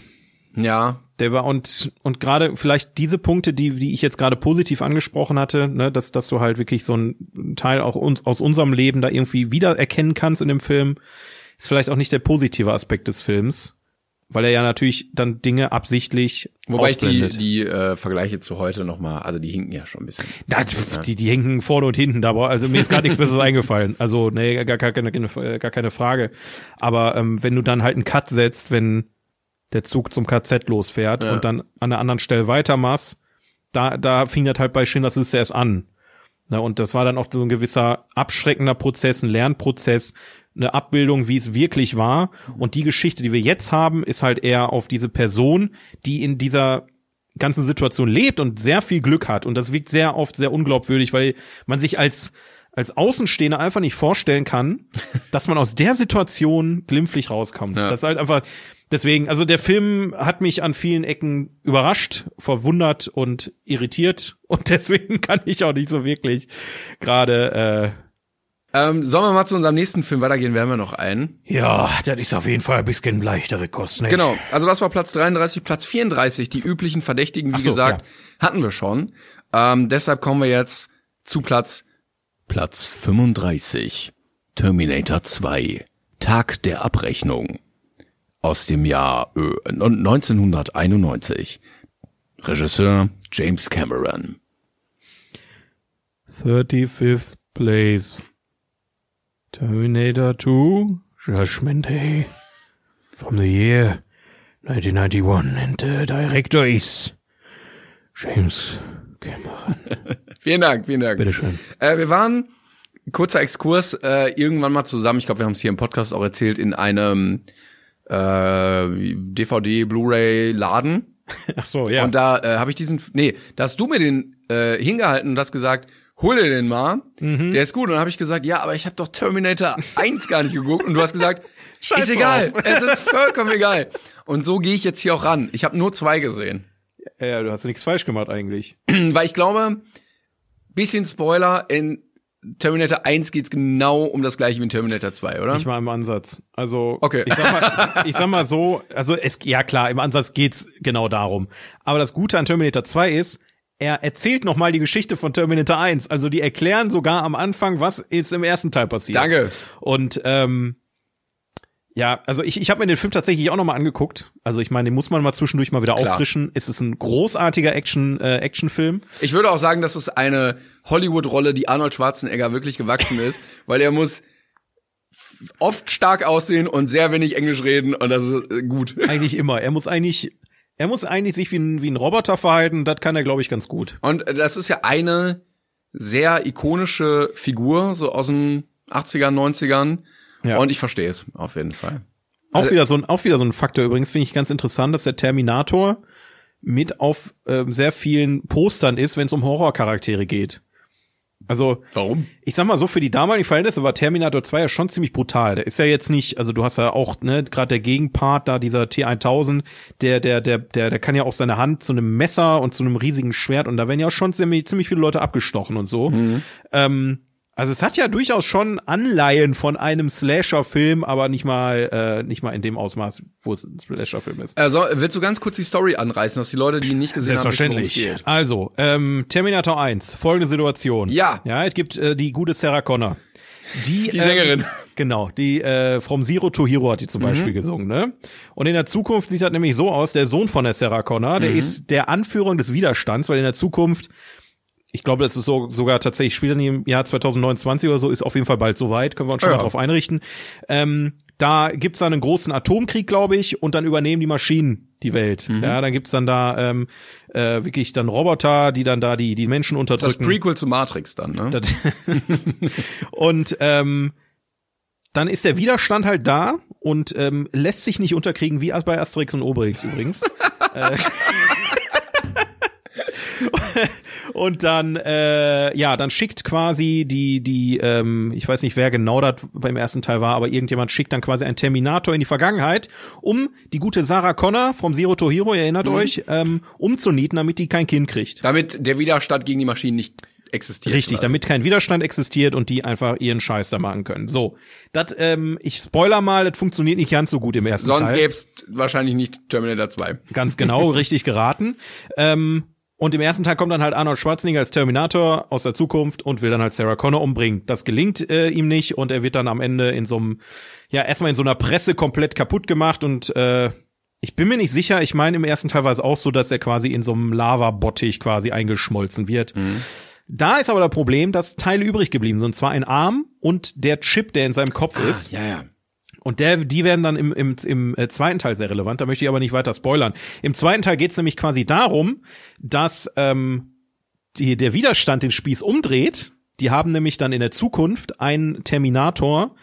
B: ja,
A: Der war und und gerade vielleicht diese Punkte, die die ich jetzt gerade positiv angesprochen hatte, ne, dass dass du halt wirklich so einen Teil auch uns aus unserem Leben da irgendwie wiedererkennen kannst in dem Film, ist vielleicht auch nicht der positive Aspekt des Films. weil er ja natürlich dann Dinge absichtlich
B: Wobei ich die,
A: ausblendet.
B: die äh, Vergleiche zu heute nochmal, also die hinken ja schon ein bisschen.
A: Na, pf, die, die hinken vorne und hinten, da war, also mir ist gar nichts Besseres eingefallen. Also, nee, gar, gar, keine, äh, gar keine Frage. Aber ähm, wenn du dann halt einen Cut setzt, wenn der Zug zum KZ losfährt und dann an einer anderen Stelle weitermachst, da, da fing das halt bei Schindlers Liste erst an. Na, und das war dann auch so ein gewisser abschreckender Prozess, ein Lernprozess, eine Abbildung, wie es wirklich war. Und die Geschichte, die wir jetzt haben, ist halt eher auf diese Person, die in dieser ganzen Situation lebt und sehr viel Glück hat. Und das wirkt sehr oft sehr unglaubwürdig, weil man sich als, als Außenstehender einfach nicht vorstellen kann, dass man aus der Situation glimpflich rauskommt. Das ist halt einfach, deswegen, also der Film hat mich an vielen Ecken überrascht, verwundert und irritiert. Und deswegen kann ich auch nicht so wirklich gerade, äh,
B: Ähm, sollen wir mal zu unserem nächsten Film weitergehen? Wir haben ja noch einen.
A: äh, ja, das ist auf jeden Fall ein bisschen leichtere Kost, ne?
B: Genau, also das war Platz 33, Platz 34, die üblichen Verdächtigen, wie
A: so,
B: gesagt,
A: ja.
B: hatten wir schon. Ähm, deshalb kommen wir jetzt zu Platz.
C: Platz 35. Terminator 2. Tag der Abrechnung. Aus dem Jahr äh, no- 1991. Regisseur James Cameron.
A: 35th place. Terminator 2, Judgment Day. From the year 1991 and the director is James Cameron.
B: Vielen Dank, vielen Dank.
A: Bitteschön.
B: Äh, wir waren, kurzer Exkurs, äh, irgendwann mal zusammen, ich glaube, wir haben es hier im Podcast auch erzählt, in einem äh, DVD, Blu-ray-Laden.
A: Ach so, ja.
B: Und da äh, habe ich diesen, nee, da hast du mir den äh, hingehalten und hast gesagt, hol dir den mal,
A: Mhm.
B: der ist gut. Und dann habe ich gesagt, ja, aber ich habe doch Terminator 1 gar nicht geguckt. Und du hast gesagt,
A: Scheiß
B: ist egal,
A: drauf.
B: es ist vollkommen egal. Und so gehe ich jetzt hier auch ran. Ich habe nur zwei gesehen.
A: ja, du hast nichts falsch gemacht eigentlich.
B: Weil ich glaube, bisschen Spoiler, in Terminator 1 geht's genau um das gleiche wie in Terminator 2, oder?
A: Nicht mal im Ansatz. Also,
B: Okay.
A: ich, sag mal, ich sag mal so, also es, ja klar, im Ansatz geht's genau darum. Aber das Gute an Terminator 2 ist, er erzählt nochmal die Geschichte von Terminator 1. Also die erklären sogar am Anfang, was ist im ersten Teil passiert.
B: Danke.
A: Und ähm, ja, also ich, ich habe mir den Film tatsächlich auch nochmal angeguckt. Also ich meine, den muss man mal zwischendurch mal wieder
B: Klar.
A: auffrischen. Es ist ein großartiger Action, äh, Actionfilm.
B: Ich würde auch sagen, das ist eine Hollywood-Rolle, die Arnold Schwarzenegger wirklich gewachsen ist, weil er muss oft stark aussehen und sehr wenig Englisch reden und das ist äh, gut.
A: Eigentlich immer. Er muss eigentlich, er muss eigentlich sich wie ein, wie ein Roboter verhalten. Das kann er, glaube ich, ganz gut.
B: Und äh, das ist ja eine sehr ikonische Figur, so aus den 80ern, 90ern.
A: Ja.
B: Und ich verstehe es auf jeden Fall.
A: Auch wieder so ein, auch wieder so ein Faktor übrigens finde ich ganz interessant, dass der Terminator mit auf ähm, sehr vielen Postern ist, wenn es um Horrorcharaktere geht. Also
B: Warum?
A: ich sag mal so, für die damaligen Verhältnisse war Terminator 2 ja schon ziemlich brutal. Der ist ja jetzt nicht, also du hast ja auch, ne, gerade der Gegenpart da, dieser T1000, der, der, der, der, der kann ja auch seine Hand zu einem Messer und zu einem riesigen Schwert und da werden ja auch schon ziemlich, ziemlich viele Leute abgestochen und so. Ähm, also es hat ja durchaus schon Anleihen von einem Slasher-Film, aber nicht mal, äh, nicht mal in dem Ausmaß, wo es ein Slasher-Film ist.
B: Also, willst du ganz kurz die Story anreißen, dass die Leute, die ihn nicht gesehen haben, wissen, worum es geht?
A: Also, ähm, Terminator 1, folgende Situation.
B: Ja.
A: Ja, es gibt äh, die gute Sarah Connor. Die,
B: Die Sängerin. Mhm.
A: Ähm, genau, die äh, From Zero to Hero hat die zum Beispiel gesungen, ne? Und in der Zukunft sieht das nämlich so aus, der Sohn von der Sarah Connor,
B: Mhm.
A: der ist der Anführer des Widerstands, weil in der Zukunft ich glaube, das ist so, sogar tatsächlich später im Jahr 2029 oder so, ist auf jeden Fall bald soweit, können wir uns schon
B: Ja.
A: mal drauf einrichten. Ähm, da gibt's dann einen großen Atomkrieg, glaube ich, und dann übernehmen die Maschinen die Welt.
B: Mhm.
A: Ja, dann gibt's dann da ähm, äh, wirklich dann Roboter, die dann da die, die Menschen
B: Das
A: unterdrücken.
B: Prequel zu Matrix dann, ne?
A: Das- und ähm, dann ist der Widerstand halt da und ähm, lässt sich nicht unterkriegen, wie bei Asterix und Obelix übrigens. Äh, und dann, äh, ja, dann schickt quasi die, die, ähm, ich weiß nicht, wer genau das beim ersten Teil war, aber irgendjemand schickt dann quasi einen Terminator in die Vergangenheit, um die gute Sarah Connor vom Zero to Hero, ihr erinnert euch, ähm, umzunieten, damit die kein Kind kriegt.
B: Damit der Widerstand gegen die Maschinen nicht existiert.
A: Richtig,
B: Also.
A: damit kein Widerstand existiert und die einfach ihren Scheiß da machen können. So, das, ähm, ich spoiler mal, das funktioniert nicht ganz so gut im ersten
B: Sonst
A: Teil.
B: gäb's wahrscheinlich nicht Terminator 2.
A: Ganz genau, richtig geraten. Ähm, und im ersten Teil kommt dann halt Arnold Schwarzenegger als Terminator aus der Zukunft und will dann halt Sarah Connor umbringen. Das gelingt äh, ihm nicht und er wird dann am Ende in so einem, ja, erstmal in so einer Presse komplett kaputt gemacht und äh, Ich bin mir nicht sicher. Ich meine, im ersten Teil war es auch so, dass er quasi in so einem Lavabottich quasi eingeschmolzen wird. Da ist aber das Problem, dass Teile übrig geblieben sind. Und zwar ein Arm und der Chip, der in seinem Kopf ist.
B: Ja, ja.
A: Und der, die werden dann im, im, im äh, zweiten Teil sehr relevant. Da möchte ich aber nicht weiter spoilern. Im zweiten Teil geht's nämlich quasi darum, dass ähm, die, der Widerstand den Spieß umdreht. Die haben nämlich dann in der Zukunft einen Terminator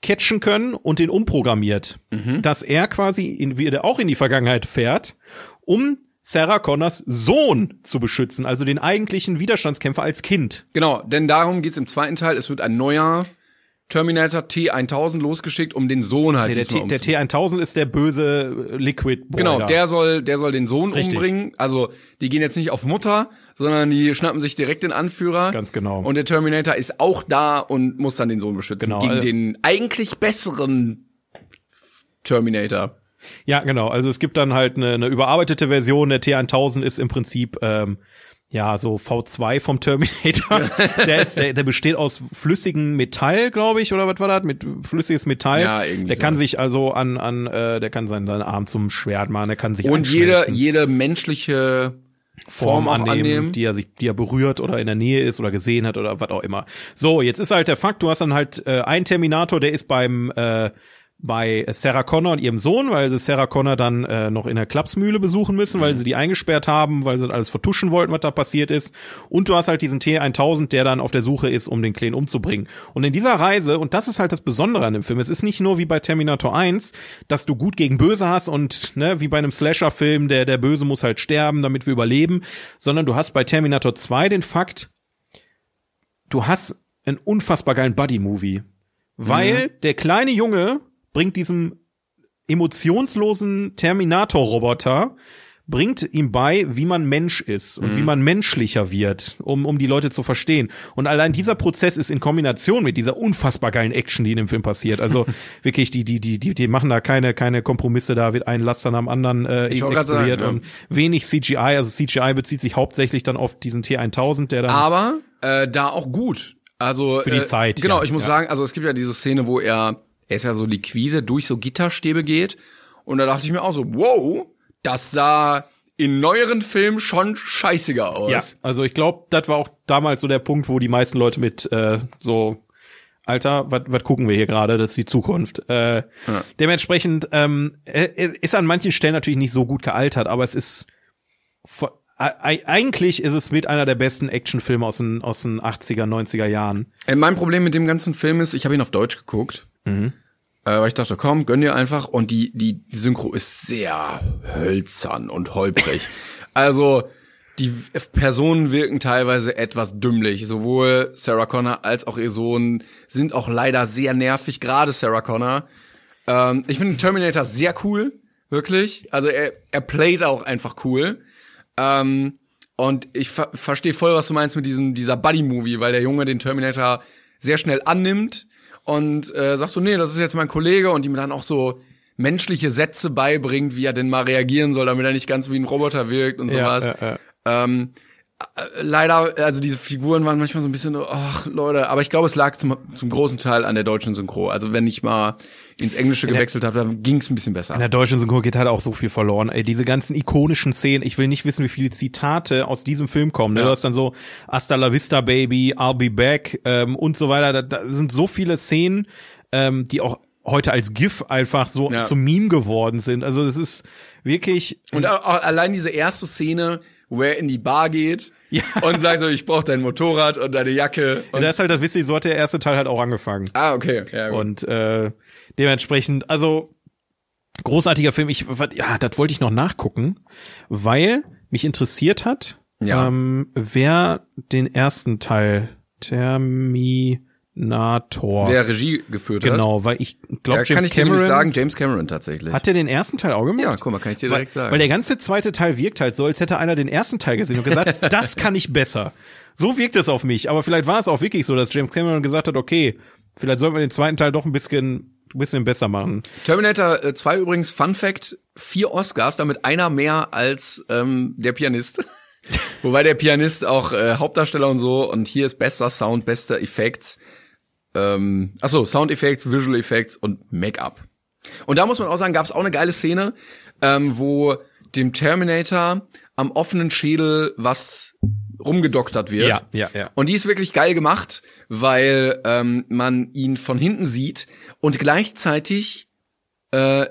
A: catchen können und den umprogrammiert,
B: Mhm.
A: dass er quasi in, wieder auch in die Vergangenheit fährt, um Sarah Connors Sohn zu beschützen, also den eigentlichen Widerstandskämpfer als Kind.
B: Genau, denn darum geht's im zweiten Teil. Es wird ein neuer Terminator T1000 losgeschickt, um den Sohn halt
A: Nee, der, T,
B: diesmal
A: der
B: umzu-
A: T1000 ist der böse äh, Liquid Boy.
B: Genau,
A: da.
B: der soll, der soll den Sohn
A: Richtig.
B: umbringen. Also die gehen jetzt nicht auf Mutter, sondern die schnappen sich direkt den Anführer.
A: Ganz genau.
B: Und der Terminator ist auch da und muss dann den Sohn beschützen
A: Genau,
B: gegen
A: also-
B: den eigentlich besseren Terminator.
A: Ja, genau. Also es gibt dann halt eine, eine überarbeitete Version. Der T1000 ist im Prinzip ähm, ja so V2 vom Terminator. der, ist, der, der besteht aus flüssigem Metall, glaube ich, oder was war das? Mit flüssiges Metall.
B: Ja, irgendwie
A: Der kann
B: so.
A: sich also an an äh, der kann seinen, seinen Arm zum Schwert machen. Der kann sich
B: Und jede,
A: anschmelzen,
B: jede menschliche Form, auch annehmen.
A: die er sich, die er berührt oder in der Nähe ist oder gesehen hat oder was auch immer. So, jetzt ist halt der Fakt, du hast dann halt äh, einen Terminator, der ist beim äh, bei Sarah Connor und ihrem Sohn, weil sie Sarah Connor dann äh, noch in der Klapsmühle besuchen müssen,
B: Mhm.
A: weil sie die eingesperrt haben, weil sie das alles vertuschen wollten, was da passiert ist. Und du hast halt diesen T1000, der dann auf der Suche ist, um den Kleen umzubringen. Und in dieser Reise, und das ist halt das Besondere an dem Film, es ist nicht nur wie bei Terminator 1, dass du gut gegen böse hast und ne, wie bei einem Slasher-Film, der, der Böse muss halt sterben, damit wir überleben, sondern du hast bei Terminator 2 den Fakt, du hast einen unfassbar geilen Buddy-Movie. Weil
B: Mhm.
A: der kleine Junge bringt diesem emotionslosen Terminator-Roboter bringt ihm bei, wie man Mensch ist und
B: Mhm.
A: wie man menschlicher wird, um, um die Leute zu verstehen. Und allein dieser Prozess ist in Kombination mit dieser unfassbar geilen Action, die in dem Film passiert. Also wirklich, die, die, die, die, die machen da keine, keine Kompromisse, da wird ein Laster am anderen äh,
B: Ich wollte grad sagen,
A: explodiert
B: ja.
A: und wenig CGI. Also CGI bezieht sich hauptsächlich dann auf diesen T1000, der dann
B: aber äh, da auch gut. Also
A: die
B: äh,
A: Zeit,
B: Genau,
A: ja.
B: ich muss
A: Ja.
B: sagen, also es gibt ja diese Szene, wo er, er ist ja so liquide durch so Gitterstäbe geht und da dachte ich mir auch so, wow, das sah in neueren Filmen schon scheißiger aus.
A: Ja, also ich glaube, das war auch damals so der Punkt, wo die meisten Leute mit äh, so Alter, was gucken wir hier gerade? Das ist die Zukunft. Äh, Dementsprechend ähm, äh, ist an manchen Stellen natürlich nicht so gut gealtert, aber es ist vo- ei- eigentlich ist es mit einer der besten Actionfilme aus den aus den 80er, 90er Jahren.
B: Äh, mein Problem mit dem ganzen Film ist, ich habe ihn auf Deutsch geguckt. Äh, weil ich dachte, komm, gönn dir einfach. Und die, die Synchro ist sehr hölzern und holprig. also, die Personen wirken teilweise etwas dümmlich. Sowohl Sarah Connor als auch ihr Sohn sind auch leider sehr nervig, gerade Sarah Connor. Ähm, ich finde Terminator sehr cool, wirklich. Also er, er playt auch einfach cool. Ähm, und ich ver verstehe voll, was du meinst mit diesem dieser Buddy-Movie, weil der Junge den Terminator sehr schnell annimmt und äh, sagt so, nee, das ist jetzt mein Kollege und ihm dann auch so menschliche Sätze beibringt, wie er denn mal reagieren soll, damit er nicht ganz wie ein Roboter wirkt und sowas.
A: ja, ja.
B: Ähm, äh, leider, also diese Figuren waren manchmal so ein bisschen, ach Leute, aber ich glaube, es lag zum, zum großen Teil an der deutschen Synchro. Also wenn ich mal ins Englische gewechselt habe, dann ging es ein bisschen besser.
A: In der deutschen Synchro geht halt auch so viel verloren. Ey, diese ganzen ikonischen Szenen, ich will nicht wissen, wie viele Zitate aus diesem Film kommen. Ne?
B: Ja.
A: Du hast dann so Hasta la vista, baby, I'll be back ähm, und so weiter. Da, da sind so viele Szenen, ähm, die auch heute als GIF einfach so
B: Ja.
A: zum Meme geworden sind. Also es ist wirklich
B: Und a- a- allein diese erste Szene, wo er in die Bar geht
A: Ja.
B: und sagt so, ich brauche dein Motorrad und deine Jacke. Und,
A: das ist halt das Witzige, so hat der erste Teil halt auch angefangen.
B: ah, okay. Ja, gut.
A: Und äh, dementsprechend, also großartiger Film. Ich, wat- ja, das wollte ich noch nachgucken, weil mich interessiert hat,
B: Ja.
A: ähm, wer den ersten Teil Terminator.
B: Wer Regie geführt hat,
A: genau, weil ich glaube,
B: da kann
A: James
B: ich dir
A: Cameron
B: nämlich sagen, James Cameron tatsächlich.
A: hat er den ersten Teil auch gemacht.
B: ja, guck mal, kann ich dir
A: Weil,
B: direkt sagen.
A: weil der ganze zweite Teil wirkt halt so, als hätte einer den ersten Teil gesehen und gesagt, das kann ich besser. So wirkt es auf mich. Aber vielleicht war es auch wirklich so, dass James Cameron gesagt hat, okay, vielleicht sollten wir den zweiten Teil doch ein bisschen, ein bisschen besser machen.
B: Terminator äh, 2 übrigens, Fun Fact, vier Oscars, damit einer mehr als ähm, der Pianist. Wobei der Pianist auch äh, Hauptdarsteller und so und hier ist bester Sound, bester Effects. Ähm, achso, Sound Effects, Visual Effects und Make-up. Und da muss man auch sagen, gab es auch eine geile Szene, ähm, wo dem Terminator am offenen Schädel was rumgedoktert wird.
A: Ja, ja, ja.
B: Und die ist wirklich geil gemacht, weil ähm, man ihn von hinten sieht und gleichzeitig äh,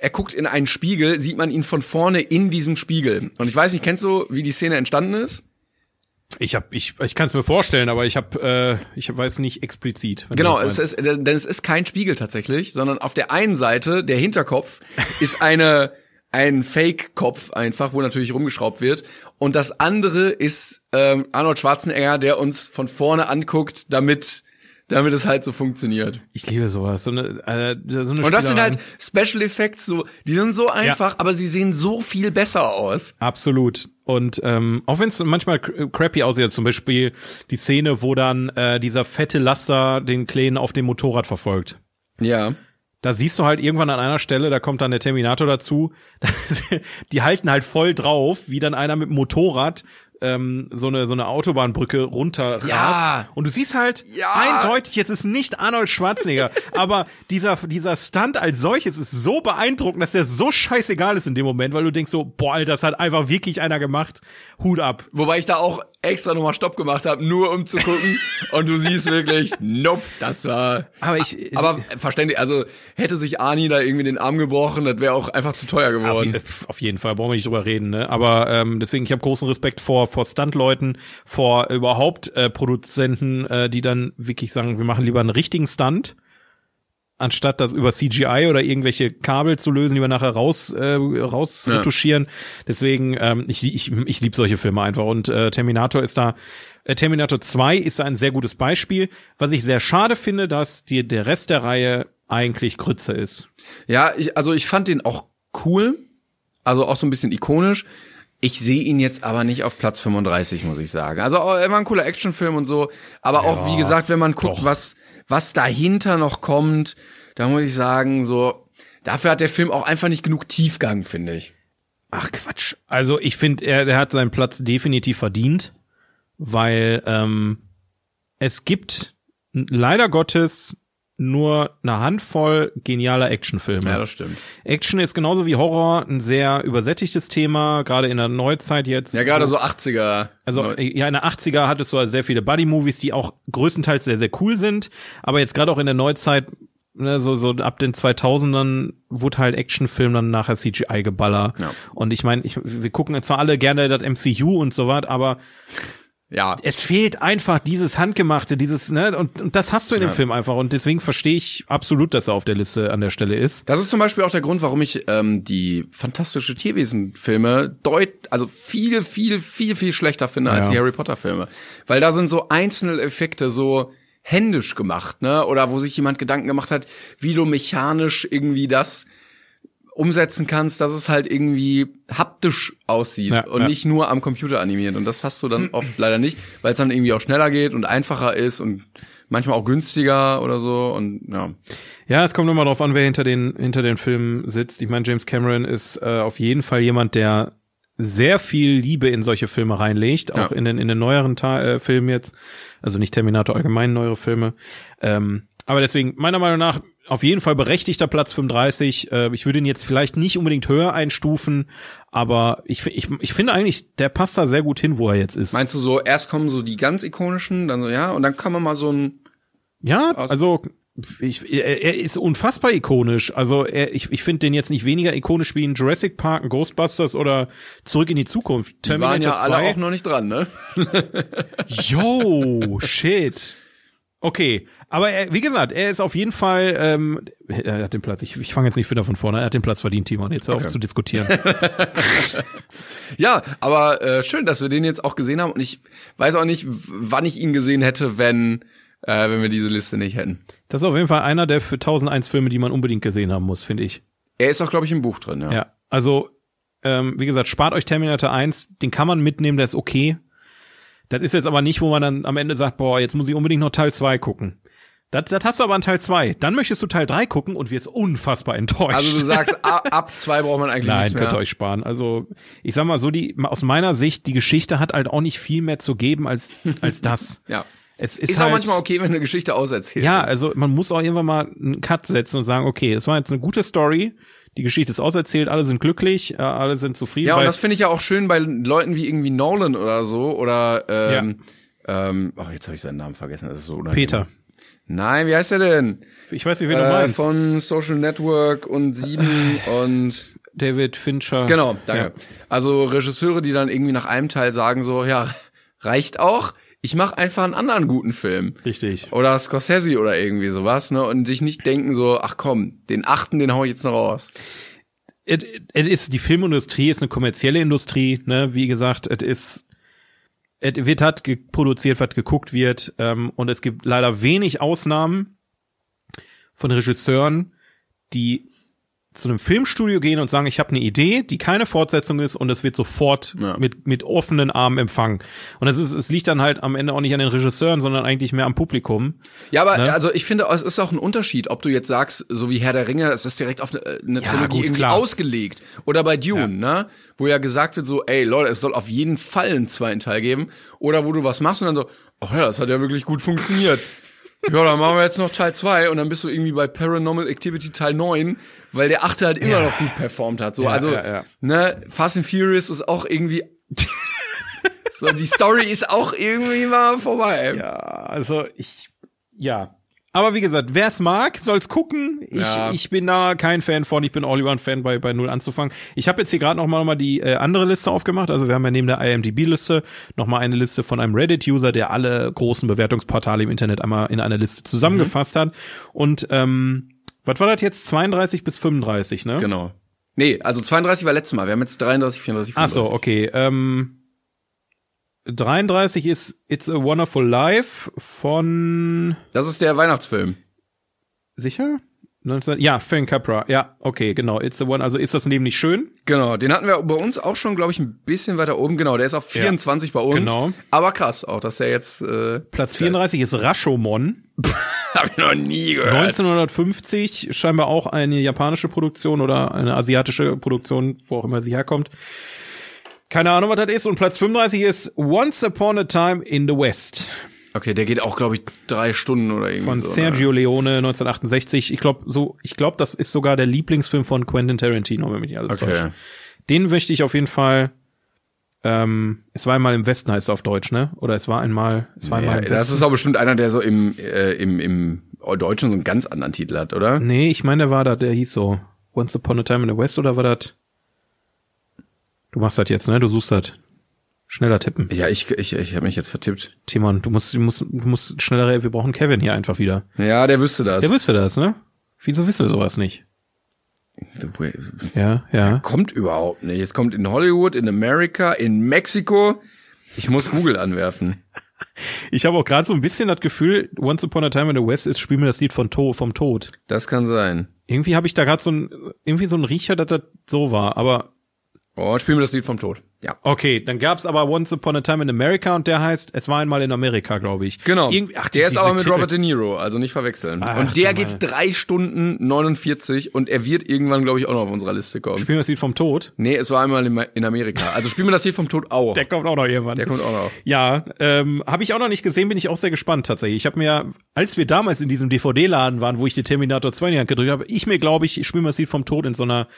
B: er guckt in einen Spiegel, sieht man ihn von vorne in diesem Spiegel. Und ich weiß nicht, kennst du, wie die Szene entstanden ist?
A: Ich hab, ich, ich kann es mir vorstellen, aber ich hab, äh, ich weiß nicht explizit. wenn du
B: Genau,
A: das meinst.
B: es ist, denn es ist kein Spiegel tatsächlich, sondern auf der einen Seite, der Hinterkopf, ist eine, ein Fake-Kopf einfach, wo natürlich rumgeschraubt wird. Und das andere ist ähm, Arnold Schwarzenegger, der uns von vorne anguckt, damit, damit es halt so funktioniert.
A: Ich liebe sowas. So eine, äh, so eine
B: Und das sind
A: Spielerei.
B: halt Special Effects, so, die sind so einfach, aber sie sehen so viel besser aus.
A: Absolut. Und ähm, auch wenn es manchmal cr- crappy aussieht, zum Beispiel die Szene, wo dann äh, dieser fette Laster den Kleinen auf dem Motorrad verfolgt.
B: Ja.
A: Da siehst du halt irgendwann an einer Stelle, da kommt dann der Terminator dazu, die halten halt voll drauf, wie dann einer mit dem Motorrad ähm, so eine so eine Autobahnbrücke runterrast.
B: Ja.
A: Und du siehst halt
B: Ja.
A: eindeutig, jetzt ist nicht Arnold Schwarzenegger, aber dieser dieser Stunt als solches ist so beeindruckend, dass der so scheißegal ist in dem Moment, weil du denkst so, boah, Alter, das hat einfach wirklich einer gemacht. Hut ab.
B: Wobei ich da auch extra nochmal Stopp gemacht habe, nur um zu gucken. Und du siehst wirklich, nope, das war. Ah,
A: Aber ich-
B: Aber verständlich, also hätte sich Ani da irgendwie den Arm gebrochen, das wäre auch einfach zu teuer
A: Auf,
B: geworden.
A: je- pf, auf jeden Fall, brauchen wir nicht drüber reden. Ne? Aber ähm, deswegen, ich habe großen Respekt vor, vor Stuntleuten, vor überhaupt äh, Produzenten, äh, die dann wirklich sagen, wir machen lieber einen richtigen Stunt, anstatt das über CGI oder irgendwelche Kabel zu lösen, die wir nachher raus, äh, rausretuschieren. Deswegen, ähm, ich, ich, ich liebe solche Filme einfach. Und äh, Terminator ist da, äh, Terminator 2 ist da ein sehr gutes Beispiel. Was ich sehr schade finde, dass die, der Rest der Reihe eigentlich Grütze ist.
B: Ja, ich, also ich fand den auch cool. Also auch so ein bisschen ikonisch. Ich sehe ihn jetzt aber nicht auf Platz 35, muss ich sagen. Also oh, er war ein cooler Actionfilm und so. Aber auch, wie gesagt, wenn man guckt,
A: doch.
B: was, was dahinter noch kommt, da muss ich sagen, so, dafür hat der Film auch einfach nicht genug Tiefgang, finde ich.
A: Ach Quatsch. Also ich finde, er, er hat seinen Platz definitiv verdient, weil ähm, es gibt n- leider Gottes nur eine Handvoll genialer Actionfilme.
B: stimmt.
A: Action ist genauso wie Horror ein sehr übersättigtes Thema, gerade in der Neuzeit jetzt.
B: Ja, gerade so 80er.
A: Also äh, ja, in der 80er hattest du halt sehr viele Buddy-Movies, die auch größtenteils sehr, sehr cool sind. Aber jetzt gerade auch in der Neuzeit, ne, so, so ab den 2000ern wurde halt Actionfilm dann nachher CGI-Geballer.
B: Ja.
A: Und ich meine, ich, wir gucken zwar alle gerne das MCU und so was, aber
B: ja.
A: es fehlt einfach dieses Handgemachte, dieses, ne, und, und das hast du in dem
B: Ja.
A: Film einfach. Und deswegen verstehe ich absolut, dass er auf der Liste an der Stelle ist.
B: Das ist zum Beispiel auch der Grund, warum ich ähm, die fantastische Tierwesen-Filme deut, also viel, viel, viel, viel schlechter finde als
A: Ja.
B: die Harry Potter-Filme. Weil da sind so einzelne Effekte so händisch gemacht, ne? Oder wo sich jemand Gedanken gemacht hat, wie du mechanisch irgendwie das umsetzen kannst, dass es halt irgendwie haptisch aussieht
A: Ja,
B: und
A: ja.
B: nicht nur am Computer animiert. Und das hast du dann oft leider nicht, weil es dann irgendwie auch schneller geht und einfacher ist und manchmal auch günstiger oder so. Und ja.
A: Ja, es kommt immer drauf an, wer hinter den, hinter den Filmen sitzt. Ich meine, James Cameron ist äh, auf jeden Fall jemand, der sehr viel Liebe in solche Filme reinlegt, auch
B: Ja.
A: in den, in den neueren Ta äh, Filmen jetzt. Also nicht Terminator, allgemein neuere Filme. Ähm, aber deswegen, meiner Meinung nach, auf jeden Fall berechtigter Platz 35. Äh, ich würde ihn jetzt vielleicht nicht unbedingt höher einstufen, aber ich, fi- ich, ich finde eigentlich, der passt da sehr gut hin, wo er jetzt ist.
B: Meinst du so, erst kommen so die ganz ikonischen, dann so, ja, und dann kann man mal so ein,
A: Ja,
B: Aus-
A: also ich, er, er ist unfassbar ikonisch. Also er, ich, ich finde den jetzt nicht weniger ikonisch wie in Jurassic Park, in Ghostbusters oder Zurück in die Zukunft.
B: die waren ja alle auch
A: 2.
B: noch nicht dran, ne?
A: Yo, shit. Okay, aber er, wie gesagt, er ist auf jeden Fall, ähm, er hat den Platz, ich, ich fange jetzt nicht wieder von vorne, an. er hat den Platz verdient, Timon, jetzt hör auf
B: Okay.
A: zu diskutieren.
B: Ja, aber äh, schön, dass wir den jetzt auch gesehen haben und ich weiß auch nicht, w- wann ich ihn gesehen hätte, wenn, äh, wenn wir diese Liste nicht hätten.
A: Das ist auf jeden Fall einer der für 1001 Filme, die man unbedingt gesehen haben muss, finde ich.
B: Er ist auch, glaube ich, im Buch drin, ja.
A: Ja, also ähm, wie gesagt, spart euch Terminator 1, den kann man mitnehmen, der ist okay. Das ist jetzt aber nicht, wo man dann am Ende sagt, boah, jetzt muss ich unbedingt noch Teil 2 gucken. Das, das hast du aber an Teil 2. Dann möchtest du Teil 3 gucken und wirst unfassbar enttäuscht.
B: Also du sagst, ab, ab zwei braucht man eigentlich
A: Nein,
B: nichts mehr.
A: könnt ihr euch sparen. Also, ich sag mal so, die, aus meiner Sicht, die Geschichte hat halt auch nicht viel mehr zu geben als, als das.
B: Ja.
A: Es ist,
B: Ist
A: halt,
B: auch manchmal okay, wenn eine Geschichte auserzählt
A: Ja,
B: ist.
A: also man muss auch irgendwann mal einen Cut setzen und sagen, okay, es war jetzt eine gute Story, die Geschichte ist auserzählt, alle sind glücklich, äh, alle sind zufrieden.
B: Ja, und
A: weil-
B: das finde ich ja auch schön bei Leuten wie irgendwie Nolan oder so oder ähm, ähm, ach, jetzt habe ich seinen Namen vergessen, das ist so unangenehm.
A: Peter.
B: Nein, wie heißt er denn?
A: Ich weiß nicht, wen du
B: Äh,
A: meinst.
B: von Social Network und Sieben und
A: David Fincher.
B: genau, danke. Also Regisseure, die dann irgendwie nach einem Teil sagen so, ja, reicht auch. Ich mache einfach einen anderen guten Film.
A: Richtig.
B: Oder Scorsese oder irgendwie sowas, ne? Und sich nicht denken so, ach komm, den achten, den hau ich jetzt noch raus.
A: Es es ist die Filmindustrie ist eine kommerzielle Industrie, ne? Wie gesagt, es ist es wird hat produziert, was geguckt wird, ähm, und es gibt leider wenig Ausnahmen von Regisseuren, die zu einem Filmstudio gehen und sagen, ich habe eine Idee, die keine Fortsetzung ist und es wird sofort
B: Ja.
A: mit mit offenen Armen empfangen. Und es ist es liegt dann halt am Ende auch nicht an den Regisseuren, sondern eigentlich mehr am Publikum.
B: Ja, aber
A: Ne?
B: also ich finde, es ist auch ein Unterschied, ob du jetzt sagst, so wie Herr der Ringe, es ist direkt auf eine, äh, eine Trilogie
A: gut,
B: irgendwie
A: klar.
B: ausgelegt. Oder bei Dune, ne? Wo ja gesagt wird, so, ey Leute, es soll auf jeden Fall einen zweiten Teil geben. Oder wo du was machst und dann so, ach ja, das hat ja wirklich gut funktioniert. ja, dann machen wir jetzt noch Teil zwei und dann bist du irgendwie bei Paranormal Activity Teil 9, weil der achte halt immer noch gut performt hat. So, also,
A: ja, ja.
B: ne, Fast and Furious ist auch irgendwie. so, die Story ist auch irgendwie mal vorbei.
A: Ja, also ich, ja. Aber wie gesagt, wer es mag, soll's gucken. Ich,
B: Ja.
A: ich bin da kein Fan von. Ich bin Oliver ein Fan bei, bei Null anzufangen. Ich habe jetzt hier gerade noch mal, noch mal die äh, andere Liste aufgemacht. Also wir haben ja neben der IMDb-Liste noch mal eine Liste von einem Reddit-User, der alle großen Bewertungsportale im Internet einmal in einer Liste zusammengefasst hat. Und ähm, was war das jetzt? 32 bis 35, ne?
B: Genau. Nee, also 32 war letztes Mal. Wir haben jetzt 33, 34,
A: Ach
B: 35.
A: so, okay. Ähm, 33 ist It's a Wonderful Life von
B: Das ist der Weihnachtsfilm.
A: Sicher? 19, ja, Frank Capra. Ja, okay, genau. It's the one. Also ist das Leben nicht schön?
B: Genau, den hatten wir bei uns auch schon, glaube ich, ein bisschen weiter oben. Genau, der ist auf 24 bei uns.
A: Genau.
B: Aber krass auch, dass der jetzt äh,
A: Platz 34 ist Rashomon.
B: habe ich noch nie gehört.
A: 1950, scheinbar auch eine japanische Produktion oder eine asiatische Produktion, wo auch immer sie herkommt. Keine Ahnung, was das ist. Und Platz 35 ist Once Upon a Time in the West
B: Okay, der geht auch, glaube ich, drei Stunden oder irgendwie
A: von
B: so. ne?
A: Sergio Leone 1968. Ich glaube, so, ich glaube, das ist sogar der Lieblingsfilm von Quentin Tarantino, wenn mich nicht alles
B: Okay.
A: täuscht. Den möchte ich auf jeden Fall. Ähm, es war einmal im Westen heißt es auf Deutsch, ne? Oder es war einmal, es war
B: ne? Ja,
A: einmal. Im
B: das
A: Westen.
B: ist auch bestimmt einer, der so im, äh, im, im Deutschen so einen ganz anderen Titel hat, oder?
A: nee, ich meine, der war da, der hieß so Once Upon a Time in the West oder war das? Du machst das jetzt, ne? Du suchst das. Schneller tippen.
B: Ja, ich, ich, ich habe mich jetzt vertippt.
A: Timon, du musst, du musst, du musst schneller. Wir brauchen Kevin hier einfach wieder.
B: Ja, der wüsste das.
A: Der wüsste das, ne? Wieso wissen wir sowas nicht?
B: The Wave.
A: Ja, ja.
B: Kommt überhaupt nicht. Es kommt in Hollywood, in Amerika, in Mexiko. Ich muss Google anwerfen.
A: Ich habe auch gerade so ein bisschen das Gefühl, Once Upon a Time in the West ist spiel mir das Lied von to vom Tod.
B: Das kann sein.
A: Irgendwie habe ich da gerade so ein irgendwie so ein Riecher, dass das so war, aber
B: Oh, spielen wir das Lied vom Tod. Ja.
A: okay, dann gab's aber Once Upon a Time in America und der heißt Es war einmal in Amerika, glaube ich.
B: Genau.
A: Irgendwie, ach,
B: der ist
A: diese
B: aber mit
A: Titel.
B: Robert De Niro, also nicht verwechseln.
A: Ach,
B: und der
A: du
B: geht
A: meine.
B: drei Stunden 49 und er wird irgendwann, glaube ich, auch noch auf unserer Liste kommen.
A: Spiel mir das Lied vom Tod.
B: Nee, es war einmal in Ma- in Amerika. Also spielen wir das Lied vom Tod auch.
A: Der kommt auch noch irgendwann.
B: Der kommt auch noch.
A: Ja, ähm, habe ich auch noch nicht gesehen, bin ich auch sehr gespannt tatsächlich. Ich habe mir, als wir damals in diesem DVD-Laden waren, wo ich die Terminator 2 in die Hand gedrückt habe, ich mir glaube ich, ich spiel mir das Lied vom Tod in so einer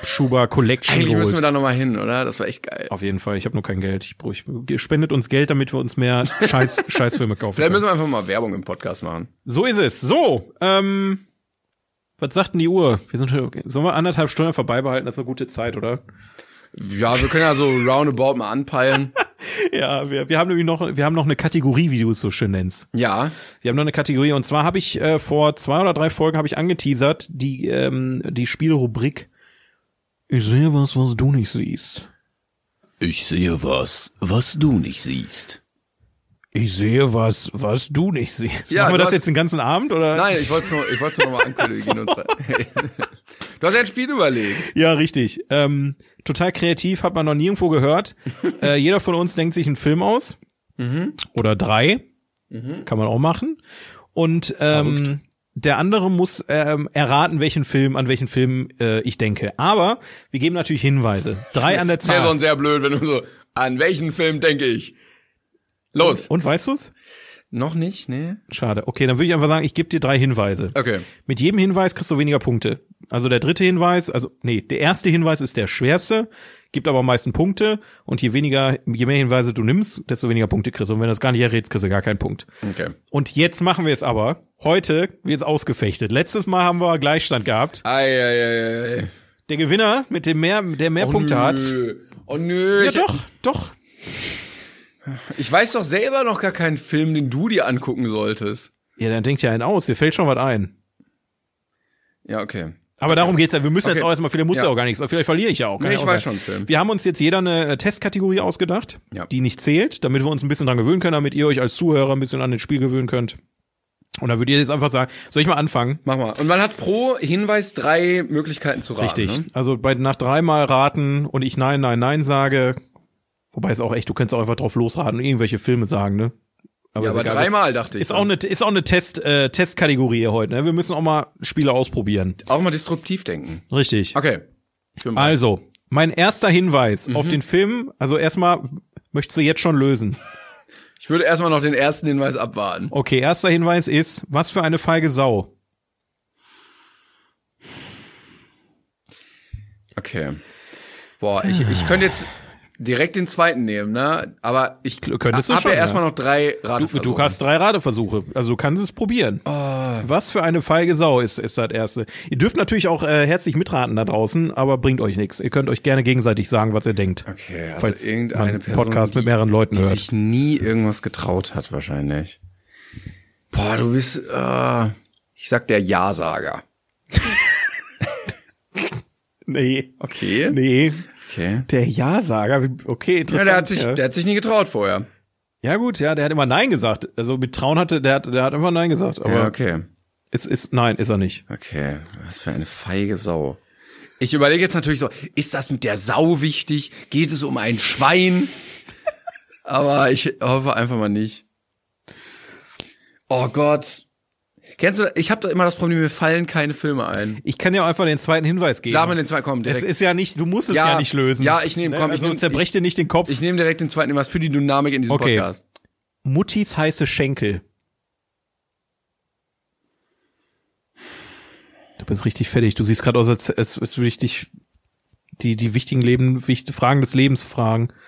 A: Pappschuber-Collection
B: Eigentlich
A: geholt.
B: müssen wir da nochmal hin, oder? Das war echt geil.
A: Auf jeden Fall, ich habe nur kein Geld. Ich, brauch- ich spendet uns Geld, damit wir uns mehr Scheiß, Scheißfilme kaufen.
B: Vielleicht
A: Können.
B: müssen wir einfach mal Werbung im Podcast machen.
A: So ist es. So, ähm, was sagt denn die Uhr? Wir sind schon, sollen wir anderthalb Stunden vorbei behalten? Das ist eine gute Zeit, oder?
B: Ja, wir können ja so roundabout mal anpeilen.
A: Ja, wir, wir haben nämlich noch, wir haben noch eine Kategorie, wie du es so schön nennst.
B: Ja.
A: Wir haben noch eine Kategorie und zwar habe ich äh, vor zwei oder drei Folgen habe ich angeteasert die ähm, die Spielrubrik. Ich sehe was, was du nicht siehst.
C: Ich sehe was, was du nicht siehst.
A: Ich sehe was, was du nicht siehst.
B: Ja,
A: Machen wir
B: du
A: das
B: hast-
A: jetzt den ganzen Abend oder?
B: Nein, ich wollte es nur, ich wollt's nur nochmal ankündigen. Und zwar- du hast ja ein Spiel überlegt.
A: Ja, richtig. Ähm, total kreativ, hat man noch nirgendwo gehört. äh, jeder von uns denkt sich einen Film aus. Oder drei. Kann man auch machen. Und ähm, der andere muss ähm, erraten, welchen Film, an welchen Film äh, ich denke. Aber wir geben natürlich Hinweise. Drei an der
B: Wäre
A: Zahl.
B: sonst sehr blöd, wenn du so, an welchen Film denke ich? Los.
A: Und weißt du's?
B: Noch nicht, ne?
A: Schade. Okay, dann würde ich einfach sagen, ich gebe dir drei Hinweise.
B: Okay.
A: Mit jedem Hinweis kriegst du weniger Punkte. Also der dritte Hinweis, also nee, der erste Hinweis ist der schwerste, gibt aber am meisten Punkte und je weniger, je mehr Hinweise du nimmst, desto weniger Punkte kriegst. du. Und wenn du das gar nicht errätst, kriegst du gar keinen Punkt.
B: Okay.
A: Und jetzt machen wir es aber. Heute wird's ausgefechtet. Letztes Mal haben wir Gleichstand gehabt.
B: Ei, ei, ei, ei.
A: Der Gewinner mit dem mehr, der mehr Punkte hat.
B: nö. Oh nö.
A: Ja
B: ich,
A: doch, doch.
B: ich weiß doch selber noch gar keinen Film, den du dir angucken solltest.
A: Ja, dann denkt ja einen aus. Dir fällt schon was ein.
B: Ja, okay.
A: Aber darum geht's ja. Wir müssen jetzt
B: Okay.
A: auch erstmal, vielleicht muss ja.
B: Ja.
A: auch gar nichts. Vielleicht verliere ich ja auch. Kann
B: Nee,
A: ja
B: ich
A: auch
B: weiß
A: sein.
B: schon, Film.
A: Wir haben uns jetzt jeder eine äh, Testkategorie ausgedacht,
B: Ja.
A: die nicht zählt, damit wir uns ein bisschen dran gewöhnen können, damit ihr euch als Zuhörer ein bisschen an das Spiel gewöhnen könnt. Und dann würdet ihr jetzt einfach sagen, soll ich mal anfangen?
B: Mach mal. Und man hat pro Hinweis drei Möglichkeiten zu raten.
A: Richtig.
B: Ne?
A: Also bei nach dreimal raten und ich nein, nein, nein sage, wobei es auch echt, du kannst auch einfach drauf losraten und irgendwelche Filme sagen, ne?
B: Ja,
A: ist
B: aber
A: egal.
B: dreimal dachte ich.
A: Ist auch eine, ist auch eine Test, äh, Testkategorie hier heute, ne? Wir müssen auch mal Spiele ausprobieren.
B: auch mal disruptiv denken.
A: Richtig.
B: Okay. Ich bin bereit.
A: Also, mein erster Hinweis auf
B: Mhm.
A: den Film, also erstmal möchtest du jetzt schon lösen.
B: Ich würde erstmal noch den ersten Hinweis abwarten.
A: Okay, erster Hinweis ist, was für eine feige Sau.
B: Okay. Boah, ich, ich könnte jetzt direkt den zweiten nehmen, ne? Aber ich
A: könntest du
B: hab
A: schon,
B: ja
A: ja.
B: erstmal noch drei Rate
A: Du, du hast drei Rateversuche, also du kannst es probieren.
B: Ah.
A: Was für eine feige Sau ist, ist das erste. Ihr dürft natürlich auch äh, herzlich mitraten da draußen, aber bringt euch nichts. Ihr könnt euch gerne gegenseitig sagen, was ihr denkt.
B: Okay, also
A: falls
B: irgendeine
A: man
B: Person,
A: Podcast mit
B: die-
A: mehreren Leuten
B: die
A: hört.
B: sich nie irgendwas getraut hat wahrscheinlich. Boah, du bist, äh, ich sag der Ja-Sager.
A: Nee.
B: Okay.
A: Nee.
B: Okay.
A: Der Ja-Sager, okay,
B: Ja,
A: interessant.
B: der hat sich,
A: ja.
B: der hat sich nie getraut vorher.
A: ja gut, ja, der hat immer Nein gesagt. Also mit Trauen hatte, der hat, der hat immer Nein gesagt. Aber
B: ja, okay.
A: ist, ist, nein, ist er nicht.
B: Okay, was für eine feige Sau. Ich überlege jetzt natürlich so, ist das mit der Sau wichtig? Geht es um ein Schwein? Aber ich hoffe einfach mal nicht. Oh Gott. Kennst du, ich habe da immer das Problem, mir fallen keine Filme ein.
A: Ich kann ja einfach den zweiten Hinweis geben.
B: Lass mal den zweiten kommen, direkt.
A: Es ist ja nicht, du musst es ja,
B: Ja,
A: nicht lösen.
B: ja, ich nehm, komm, ich
A: also
B: nehm-
A: zerbrech dir nicht den Kopf.
B: Ich nehme direkt den zweiten was für die Dynamik in diesem
A: Okay.
B: Podcast.
A: Muttis heiße Schenkel. Du bist richtig fertig. Du siehst gerade aus, als, als, als würde ich dich die, die wichtigen Leben, wichtigen Fragen des Lebens fragen.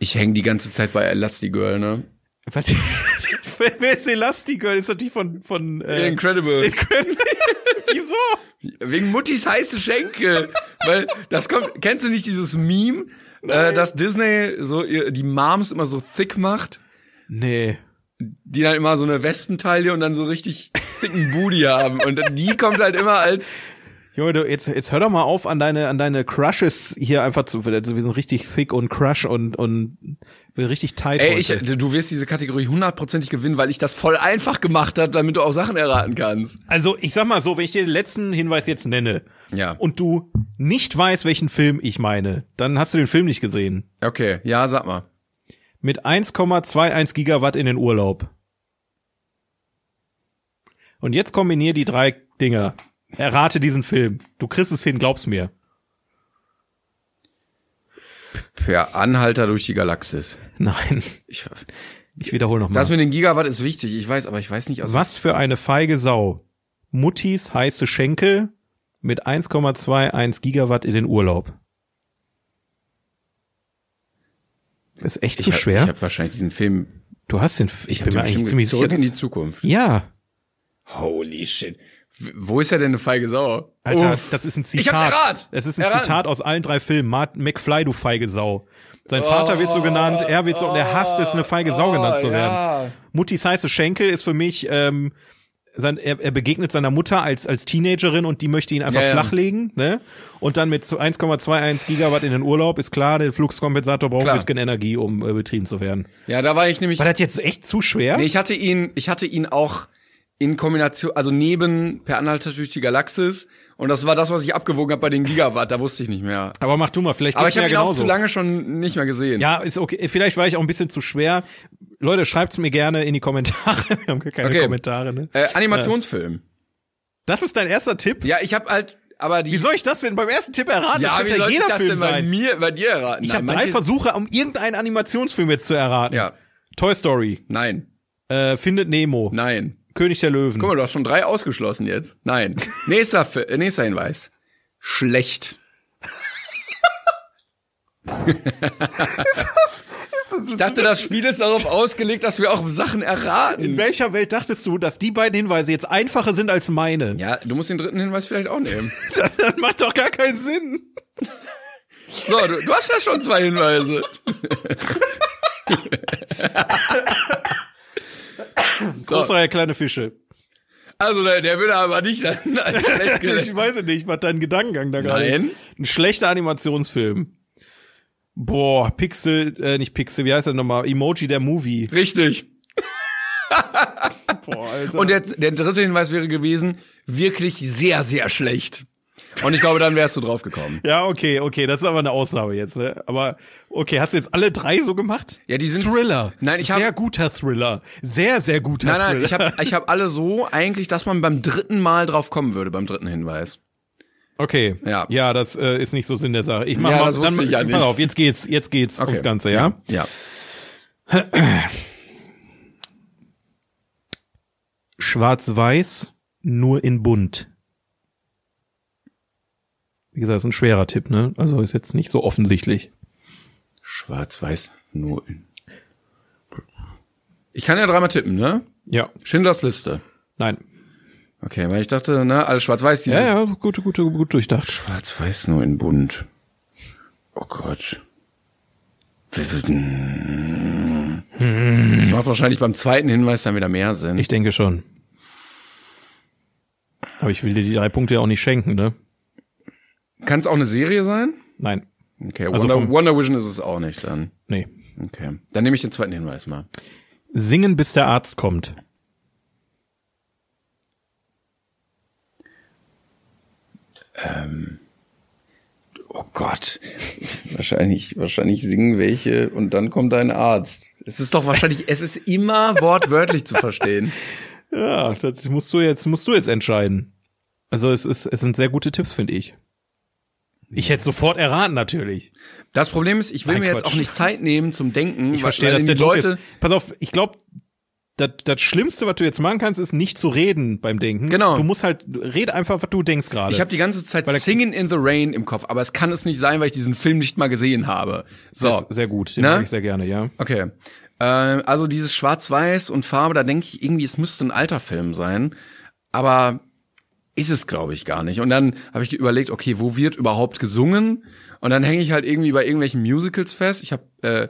B: Ich hänge die ganze Zeit bei Elastigirl, ne?
A: Was? Wer ist Elastigirl? Ist das die von, von äh,
B: Incredible.
A: Wieso?
B: Wegen Muttis heiße Schenkel. Weil das kommt, kennst du nicht dieses Meme, äh, dass Disney so ihr, die Moms immer so thick macht,
A: Nee.
B: die dann immer so eine Wespenteile und dann so richtig dicken Booty haben. Und die kommt halt immer als.
A: Junge, du, jetzt, jetzt hör doch mal auf, an deine, an deine Crushes hier einfach zu. Also wir sind richtig thick und crush und, und wir sind richtig tight.
B: Ey,
A: heute.
B: ich, du wirst diese Kategorie hundertprozentig gewinnen, weil ich das voll einfach gemacht habe, damit du auch Sachen erraten kannst.
A: Also, ich sag mal so, wenn ich dir den letzten Hinweis jetzt nenne
B: Ja.
A: und du nicht weißt, welchen Film ich meine, dann hast du den Film nicht gesehen.
B: Okay, ja, sag mal.
A: Mit 1,21 Gigawatt in den Urlaub. Und jetzt kombinier die drei Dinger. Errate diesen Film. Du kriegst es hin, glaub's mir.
B: Per Anhalter durch die Galaxis.
A: Nein,
B: Ich,
A: ich wiederhole nochmal.
B: das mit den Gigawatt ist wichtig, ich weiß, aber ich weiß nicht also aus.
A: Was für eine feige Sau. Muttis heiße Schenkel mit 1,21 Gigawatt in den Urlaub. Ist echt
B: Ich
A: zu
B: hab-
A: schwer.
B: Ich habe wahrscheinlich diesen Film
A: Du hast den. F- Ich,
B: hab
A: bin
B: den
A: mir eigentlich
B: bestimmt
A: ziemlich sicher.
B: zurück in die
A: Dass,
B: Zukunft.
A: ja.
B: Holy shit. W- Wo ist er denn eine feige Sau?
A: Alter,
B: Uff.
A: das ist ein
B: Ich hab's
A: Zitat.
B: errat.
A: Das ist ein
B: Erraten.
A: Zitat aus allen drei Filmen. Martin McFly, du feige Sau. Sein Vater wird so genannt, er wird so, und er hasst es, eine feige Sau genannt zu werden.
B: Oh. Ja.
A: Muttis heiße Schenkel ist für mich, ähm, sein, er, er begegnet seiner Mutter als, als Teenagerin und die möchte ihn einfach
B: Ja, ja.
A: flachlegen, ne? Und dann mit so 1,21 Gigawatt in den Urlaub, ist klar, der Fluxkompensator braucht
B: Klar.
A: ein bisschen Energie, um äh, betrieben zu werden.
B: ja, da war ich nämlich.
A: War das jetzt echt zu schwer?
B: Nee, ich hatte ihn, ich hatte ihn auch in Kombination, also neben Per Anhalter durch die Galaxis. Und das war das, was ich abgewogen habe bei den Gigawatt. Da wusste ich nicht mehr.
A: Aber mach du mal, vielleicht
B: Aber
A: geht's
B: ich habe
A: mir
B: ihn auch
A: genauso.
B: zu lange schon nicht mehr gesehen.
A: Ja, ist okay. Vielleicht war ich auch ein bisschen zu schwer. Leute, schreibt's mir gerne in die Kommentare. Wir haben gar keine
B: Okay.
A: Kommentare, ne?
B: Äh, Animationsfilm.
A: Das ist dein erster Tipp.
B: Ja, ich habe halt, aber die.
A: Wie soll ich das denn beim ersten Tipp erraten?
B: ja,
A: das kann
B: wie
A: ja
B: soll ich
A: jeder
B: das
A: Film
B: denn bei
A: sein.
B: mir, bei dir erraten?
A: Ich habe
B: Nein,
A: drei
B: manche-
A: Versuche, um irgendeinen Animationsfilm jetzt zu erraten.
B: Ja.
A: Toy Story,
B: Nein.
A: äh, Äh, findet Nemo.
B: Nein.
A: König der Löwen.
B: Guck mal, du hast schon drei ausgeschlossen jetzt. Nein. Nächster, Fi- äh, nächster Hinweis. Schlecht. Ich dachte, das Spiel ist darauf ausgelegt, dass wir auch Sachen
A: In
B: erraten.
A: welcher Welt dachtest du, dass die beiden Hinweise jetzt einfacher sind als meine?
B: Ja, du musst den dritten Hinweis vielleicht auch nehmen.
A: Das macht doch gar keinen Sinn.
B: So, du, du hast ja schon zwei Hinweise.
A: Großer kleine Fische.
B: Also der, der würde aber nicht dann als schlecht
A: Ich
B: gelesen.
A: weiß es nicht, was dein Gedankengang da gerade
B: Nein.
A: ist. Ein schlechter Animationsfilm. Boah, Pixel, äh, nicht Pixel, wie heißt der nochmal? Emoji der Movie.
B: Richtig.
A: Boah, Alter.
B: Und der, der dritte Hinweis wäre gewesen, wirklich sehr, sehr schlecht. Und ich glaube, dann wärst du drauf gekommen.
A: ja, okay, okay, das ist aber eine Ausnahme jetzt. Ne? Aber okay, hast du jetzt alle drei so gemacht?
B: Ja, die sind-
A: Thriller.
B: Nein, ich hab-
A: sehr guter Thriller. Sehr, sehr guter
B: Nein,
A: Thriller.
B: nein, ich habe ich hab alle so eigentlich, dass man beim dritten Mal drauf kommen würde, beim dritten Hinweis.
A: Okay,
B: Ja.
A: ja, ja, das äh, ist nicht so Sinn der Sache. Ich mach
B: Ja,
A: mal,
B: das wusste
A: dann,
B: ich ja nicht.
A: Pass auf, jetzt geht's, jetzt geht's ums Ganze, ja?
B: Ja.
A: Schwarz-Weiß, nur in Bunt. Wie gesagt, ist ein schwerer Tipp, ne? Also ist jetzt nicht so offensichtlich.
B: Schwarz-Weiß, nur in. Ich kann ja dreimal tippen, ne?
A: Ja,
B: Schindlers Liste.
A: nein.
B: Okay, weil ich dachte, ne, alles schwarz-weiß, dieses
A: Ja, ja, gut, gut, gut durchdacht.
B: Schwarz-Weiß nur in bunt. Oh Gott. Wir würden. Das macht wahrscheinlich beim zweiten Hinweis dann wieder mehr Sinn.
A: Ich denke schon. Aber ich will dir die drei Punkte ja auch nicht schenken, ne?
B: Kann es auch eine Serie sein?
A: Nein.
B: Okay,
A: Also
B: Wonder,
A: vom-
B: Wonder Vision ist es auch nicht dann.
A: Nee.
B: Okay. Dann nehme ich den zweiten Hinweis mal.
A: Singen, bis der Arzt kommt.
B: Oh Gott. Wahrscheinlich, wahrscheinlich singen welche und dann kommt ein Arzt. Es ist doch wahrscheinlich, es ist immer wortwörtlich zu verstehen.
A: Ja, das musst du jetzt, musst du jetzt entscheiden. Also es ist, es sind sehr gute Tipps, finde ich. Ich hätte sofort erraten, natürlich.
B: Das Problem ist, ich will
A: Nein,
B: mir jetzt
A: Quatsch.
B: auch nicht Zeit nehmen zum Denken.
A: Ich verstehe, dass
B: die
A: der Druck
B: Leute,
A: ist. äh, Pass auf, ich glaube, das, das Schlimmste, was du jetzt machen kannst, ist nicht zu reden beim Denken.
B: Genau.
A: Du musst halt, red einfach, was du denkst gerade.
B: Ich habe die ganze Zeit
A: Weil der-
B: Singing in the Rain im Kopf, aber es kann es nicht sein, weil ich diesen Film nicht mal gesehen habe. So,
A: das ist sehr gut, den
B: Ne?
A: mag ich sehr gerne, ja.
B: okay. Äh, also dieses Schwarz-Weiß und Farbe, da denke ich irgendwie, es müsste ein alter Film sein, aber ist es glaube ich gar nicht. Und dann habe ich überlegt, okay, wo wird überhaupt gesungen? Und dann hänge ich halt irgendwie bei irgendwelchen Musicals fest. Ich habe äh,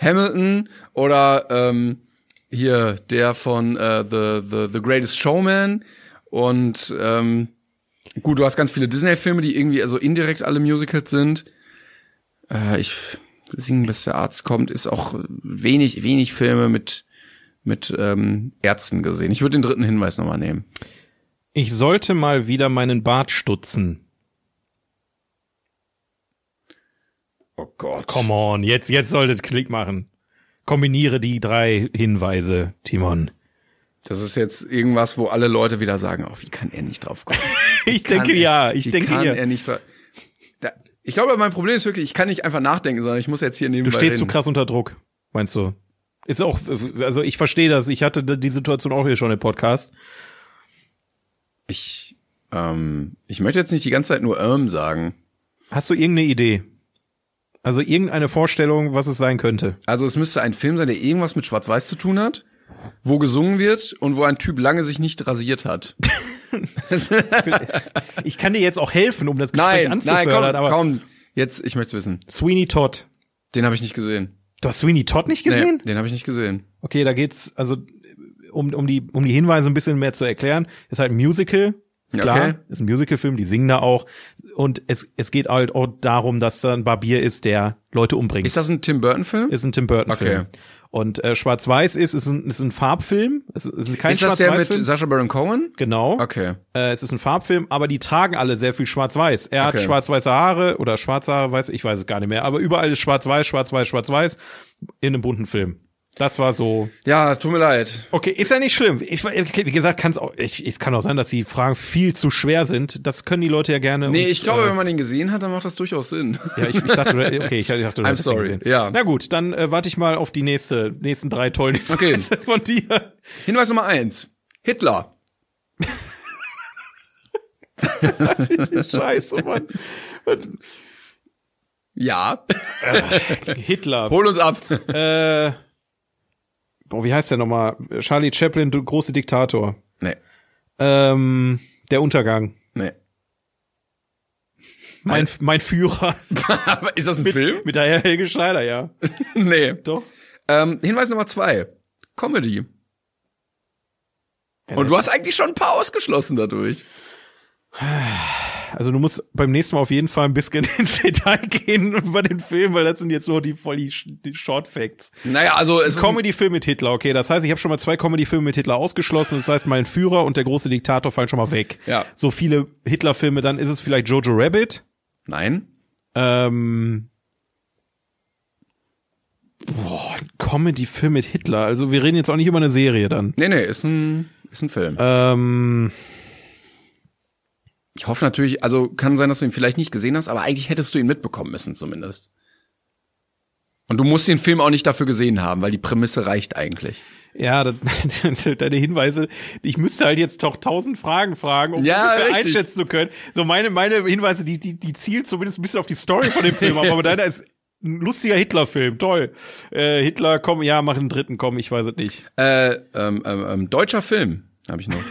B: Hamilton oder ähm, hier der von äh, the, the the Greatest Showman und ähm, Gut, du hast ganz viele Disney-Filme, die irgendwie also indirekt alle Musicals sind. Äh, ich singen, bis der Arzt kommt, ist auch wenig, wenig Filme mit mit ähm, Ärzten gesehen. Ich würde den dritten Hinweis nochmal nehmen.
A: Ich sollte mal wieder meinen Bart stutzen.
B: Oh Gott.
A: Come on, jetzt, jetzt solltet Klick machen. Kombiniere die drei Hinweise, Timon.
B: Das ist jetzt irgendwas, wo alle Leute wieder sagen, oh, wie kann er nicht drauf kommen?
A: Ich
B: Kann
A: denke
B: er-
A: ja, ich
B: wie
A: denke
B: kann
A: ja.
B: er nicht drauf. Da- Ich glaube, mein Problem ist wirklich, ich kann nicht einfach nachdenken, sondern ich muss jetzt hier nebenbei
A: Du stehst so
B: reden.
A: krass unter Druck, meinst du? Ist auch, also ich verstehe das. Ich hatte die Situation auch hier schon im Podcast.
B: Ich, ähm, ich möchte jetzt nicht die ganze Zeit nur ähm sagen.
A: Hast du irgendeine Idee? Also irgendeine Vorstellung, was es sein könnte?
B: Also es müsste ein Film sein, der irgendwas mit Schwarz-Weiß zu tun hat, wo gesungen wird und wo ein Typ lange sich nicht rasiert hat.
A: Ich kann dir jetzt auch helfen, um das Gespräch
B: nein, nein, komm,
A: anzufördern, aber
B: komm. Jetzt, ich möchte wissen.
A: Sweeney Todd.
B: Den habe ich nicht gesehen.
A: Du hast Sweeney Todd nicht
B: Nee,
A: gesehen?
B: den habe ich nicht gesehen.
A: Okay, da geht's, also um, um, die, um die Hinweise ein bisschen mehr zu erklären, ist halt ein Musical, ist
B: Ja,
A: klar,
B: okay.
A: ist ein Musicalfilm, die singen da auch. Und es, es geht halt auch darum, dass da ein Barbier ist, der Leute umbringt.
B: Ist das ein Tim Burton-Film?
A: ist ein Tim Burton Film.
B: Okay.
A: Und äh, Schwarz-Weiß ist ist ein, ist ein Farbfilm. Es ist, ist kein
B: Ist das der mit
A: Schwarz-Weiß-Film.
B: Sacha Baron Cohen?
A: Genau.
B: Okay.
A: Äh, es ist ein Farbfilm, aber die tragen alle sehr viel Schwarz-Weiß. Er
B: Okay.
A: hat schwarz-weiße Haare oder schwarze Haare, weiß ich weiß es gar nicht mehr. Aber überall ist Schwarz-Weiß, Schwarz-Weiß, Schwarz-Weiß in einem bunten Film. Das war so.
B: Ja, tut mir leid.
A: Okay, ist ja nicht schlimm. Ich, wie gesagt, kann's auch, ich, es kann auch sein, dass die Fragen viel zu schwer sind. Das können die Leute ja gerne.
B: Nee,
A: uns,
B: ich glaube,
A: äh,
B: wenn man den gesehen hat, dann macht das durchaus Sinn.
A: Ja, ich, ich dachte, du- okay, ich dachte, du
B: I'm
A: hättest den
B: sorry,
A: gesehen.
B: ja.
A: Na gut, dann äh, warte ich mal auf die nächste, nächsten drei tollen
B: Okay.
A: Hinweise von dir.
B: Hinweis Nummer eins. Hitler.
A: Scheiße, Mann.
B: Ja.
A: Hitler.
B: Hol uns ab.
A: Äh, boah, wie heißt der nochmal? Charlie Chaplin, du große Diktator.
B: Nee.
A: Ähm, der Untergang.
B: Nee.
A: Mein, mein Führer.
B: Aber ist das ein Film?
A: Mit der Helge Schneider, ja.
B: Nee.
A: Doch.
B: Ähm, Hinweis Nummer zwei. Comedy. Und du hast eigentlich schon ein paar ausgeschlossen dadurch.
A: Also du musst beim nächsten Mal auf jeden Fall ein bisschen ins Detail gehen über den Film, weil das sind jetzt nur die voll die, Sch- die Short Facts.
B: Naja, also es ist ein-
A: Comedy-Film mit Hitler, okay. Das heißt, ich habe schon mal zwei Comedy-Filme mit Hitler ausgeschlossen. Das heißt, mein Führer und der große Diktator fallen schon mal weg.
B: Ja.
A: So viele Hitler-Filme, dann ist es vielleicht Jojo Rabbit.
B: Nein.
A: Ähm, boah, ein Comedy-Film mit Hitler. Also wir reden jetzt auch nicht über eine Serie dann.
B: Nee, nee, ist ein, ist ein Film.
A: Ähm,
B: Ich hoffe natürlich, also kann sein, dass du ihn vielleicht nicht gesehen hast, aber eigentlich hättest du ihn mitbekommen müssen zumindest. Und du musst den Film auch nicht dafür gesehen haben, weil die Prämisse reicht eigentlich.
A: ja, das, deine Hinweise. Ich müsste halt jetzt doch tausend Fragen fragen, um
B: Ja,
A: ungefähr
B: richtig.
A: einschätzen zu können. So meine meine Hinweise, die die die zielen zumindest ein bisschen auf die Story von dem Film, aber deiner ist ein lustiger Hitler-Film, toll. Äh, Hitler, komm, ja, mach einen dritten, komm, ich weiß es nicht.
B: Äh, ähm, ähm, ähm, deutscher Film, habe ich noch.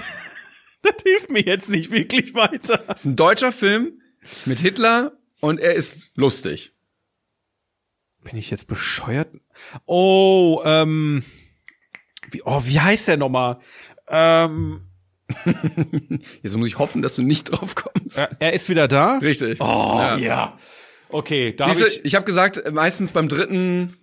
A: Das hilft mir jetzt nicht wirklich weiter.
B: ist ein deutscher Film mit Hitler und er ist lustig.
A: Bin ich jetzt bescheuert? Oh, ähm, wie, oh, wie heißt der nochmal? Ähm,
B: Jetzt muss ich hoffen, dass du nicht drauf kommst.
A: er, er ist wieder da?
B: Richtig.
A: Oh, ja.
B: Ja.
A: Okay, da
B: Siehst
A: habe
B: du,
A: ich,
B: ich habe gesagt, meistens beim dritten,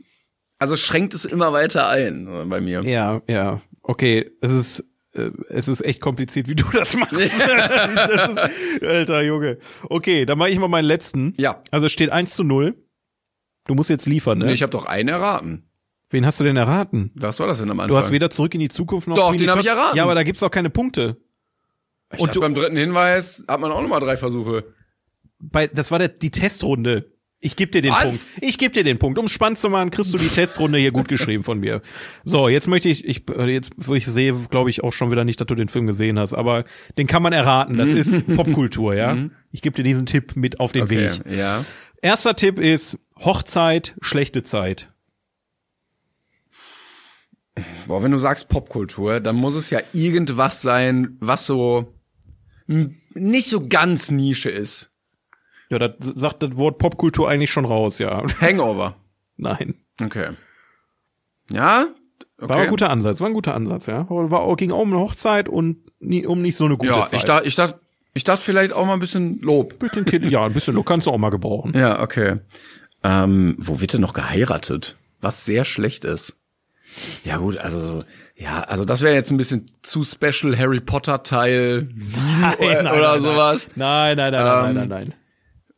B: also schränkt es immer weiter ein äh, bei mir.
A: ja, ja, okay, es ist, äh, es ist echt kompliziert, wie du das machst. das ist, alter Junge. Okay, dann mache ich mal meinen letzten.
B: Ja.
A: Also es steht 1 zu 0. Du musst jetzt liefern, ne?
B: Nee, ich habe doch einen erraten.
A: Wen hast du denn erraten?
B: Was war das denn am Anfang?
A: Du hast weder zurück in die Zukunft noch
B: Doch,
A: Zurück in
B: den
A: die
B: hab ich
A: Zukunft-
B: erraten.
A: Ja, aber da gibt's auch keine Punkte.
B: ich dachte,
A: du-
B: beim dritten Hinweis hat man auch nochmal drei Versuche.
A: bei, das war der, die Testrunde. Ich geb dir den
B: Was?
A: Punkt. Ich geb dir den Punkt. Um spannend zu machen, kriegst du die Testrunde hier gut geschrieben von mir. So, jetzt möchte ich, ich äh, jetzt, wo ich sehe, glaube ich auch schon wieder nicht, dass du den Film gesehen hast, aber den kann man erraten.
B: Mhm.
A: Das ist Popkultur, ja. Ich geb dir diesen Tipp mit auf den Weg.
B: Ja.
A: Erster Tipp ist Hochzeit, schlechte Zeit.
B: Boah, wenn du sagst Popkultur, dann muss es ja irgendwas sein, was so m, nicht so ganz Nische ist.
A: Ja, das sagt das Wort Popkultur eigentlich schon raus, ja.
B: Hangover.
A: Nein.
B: Okay. Ja? Okay.
A: War ein guter Ansatz, war ein guter Ansatz, ja. War, auch- ging auch um eine Hochzeit und nie, um nicht so eine gute
B: ja,
A: Zeit.
B: ich dachte, ich dachte, ich dachte vielleicht auch mal ein bisschen Lob.
A: Bisschen Kind, ja, ein bisschen Look kannst du auch mal gebrauchen.
B: Ja, okay. Ähm, wo wird denn noch geheiratet? Was sehr schlecht ist. Ja gut, also so- ja, also das wäre jetzt ein bisschen zu special Harry Potter Teil 7 oder, oder sowas.
A: Nein, nein, nein, nein, nein, nein.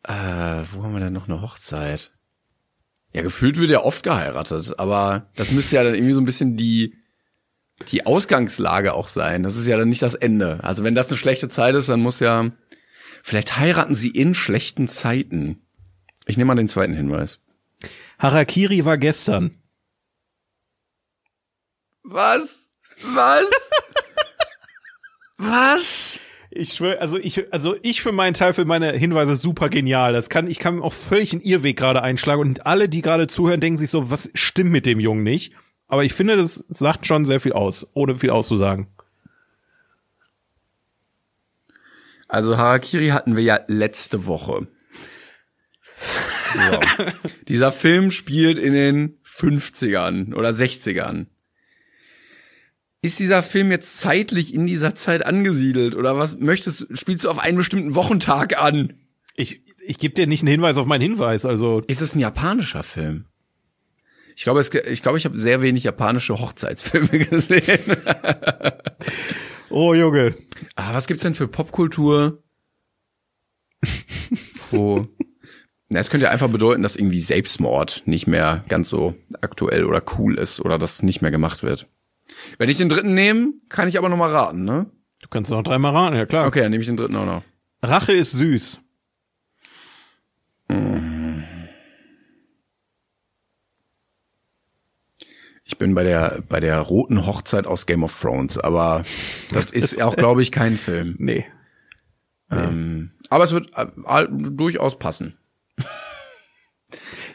B: Äh, wo haben wir denn noch eine Hochzeit? Ja, gefühlt wird ja oft geheiratet, aber das müsste ja dann irgendwie so ein bisschen die die Ausgangslage auch sein. Das ist ja dann nicht das Ende. Also wenn das eine schlechte Zeit ist, dann muss ja vielleicht heiraten sie in schlechten Zeiten. Ich nehme mal den zweiten Hinweis.
A: Harakiri war gestern.
B: Was? Was? Was?
A: Ich schwöre, also ich, also ich für meinen Teil, für meine Hinweise super genial. Das kann, ich kann auch völlig einen Irrweg gerade einschlagen und alle, die gerade zuhören, denken sich so, was stimmt mit dem Jungen nicht? Aber ich finde, das sagt schon sehr viel aus, ohne viel auszusagen.
B: Also Harakiri hatten wir ja letzte Woche. So. Dieser Film spielt in den 50ern oder 60ern. Ist dieser Film jetzt zeitlich in dieser Zeit angesiedelt oder was möchtest spielst du auf einen bestimmten Wochentag an?
A: Ich, ich gebe dir nicht einen Hinweis auf meinen Hinweis, also
B: Ist es ein japanischer Film? Ich glaube, es, ich, glaube, ich habe sehr wenig japanische Hochzeitsfilme gesehen.
A: oh Junge,
B: Ah, was gibt's denn für Popkultur? Wo? Na, es könnte ja einfach bedeuten, dass irgendwie Selbstmord nicht mehr ganz so aktuell oder cool ist oder das nicht mehr gemacht wird. Wenn ich den dritten nehme, kann ich aber nochmal raten, ne?
A: Du kannst noch dreimal raten, ja klar.
B: Okay, dann nehme ich den dritten auch noch.
A: Rache ist süß.
B: Ich bin bei der, bei der roten Hochzeit aus Game of Thrones, aber das ist auch, glaube ich, kein Film.
A: Nee.
B: Ähm, aber es wird äh, äh, durchaus passen.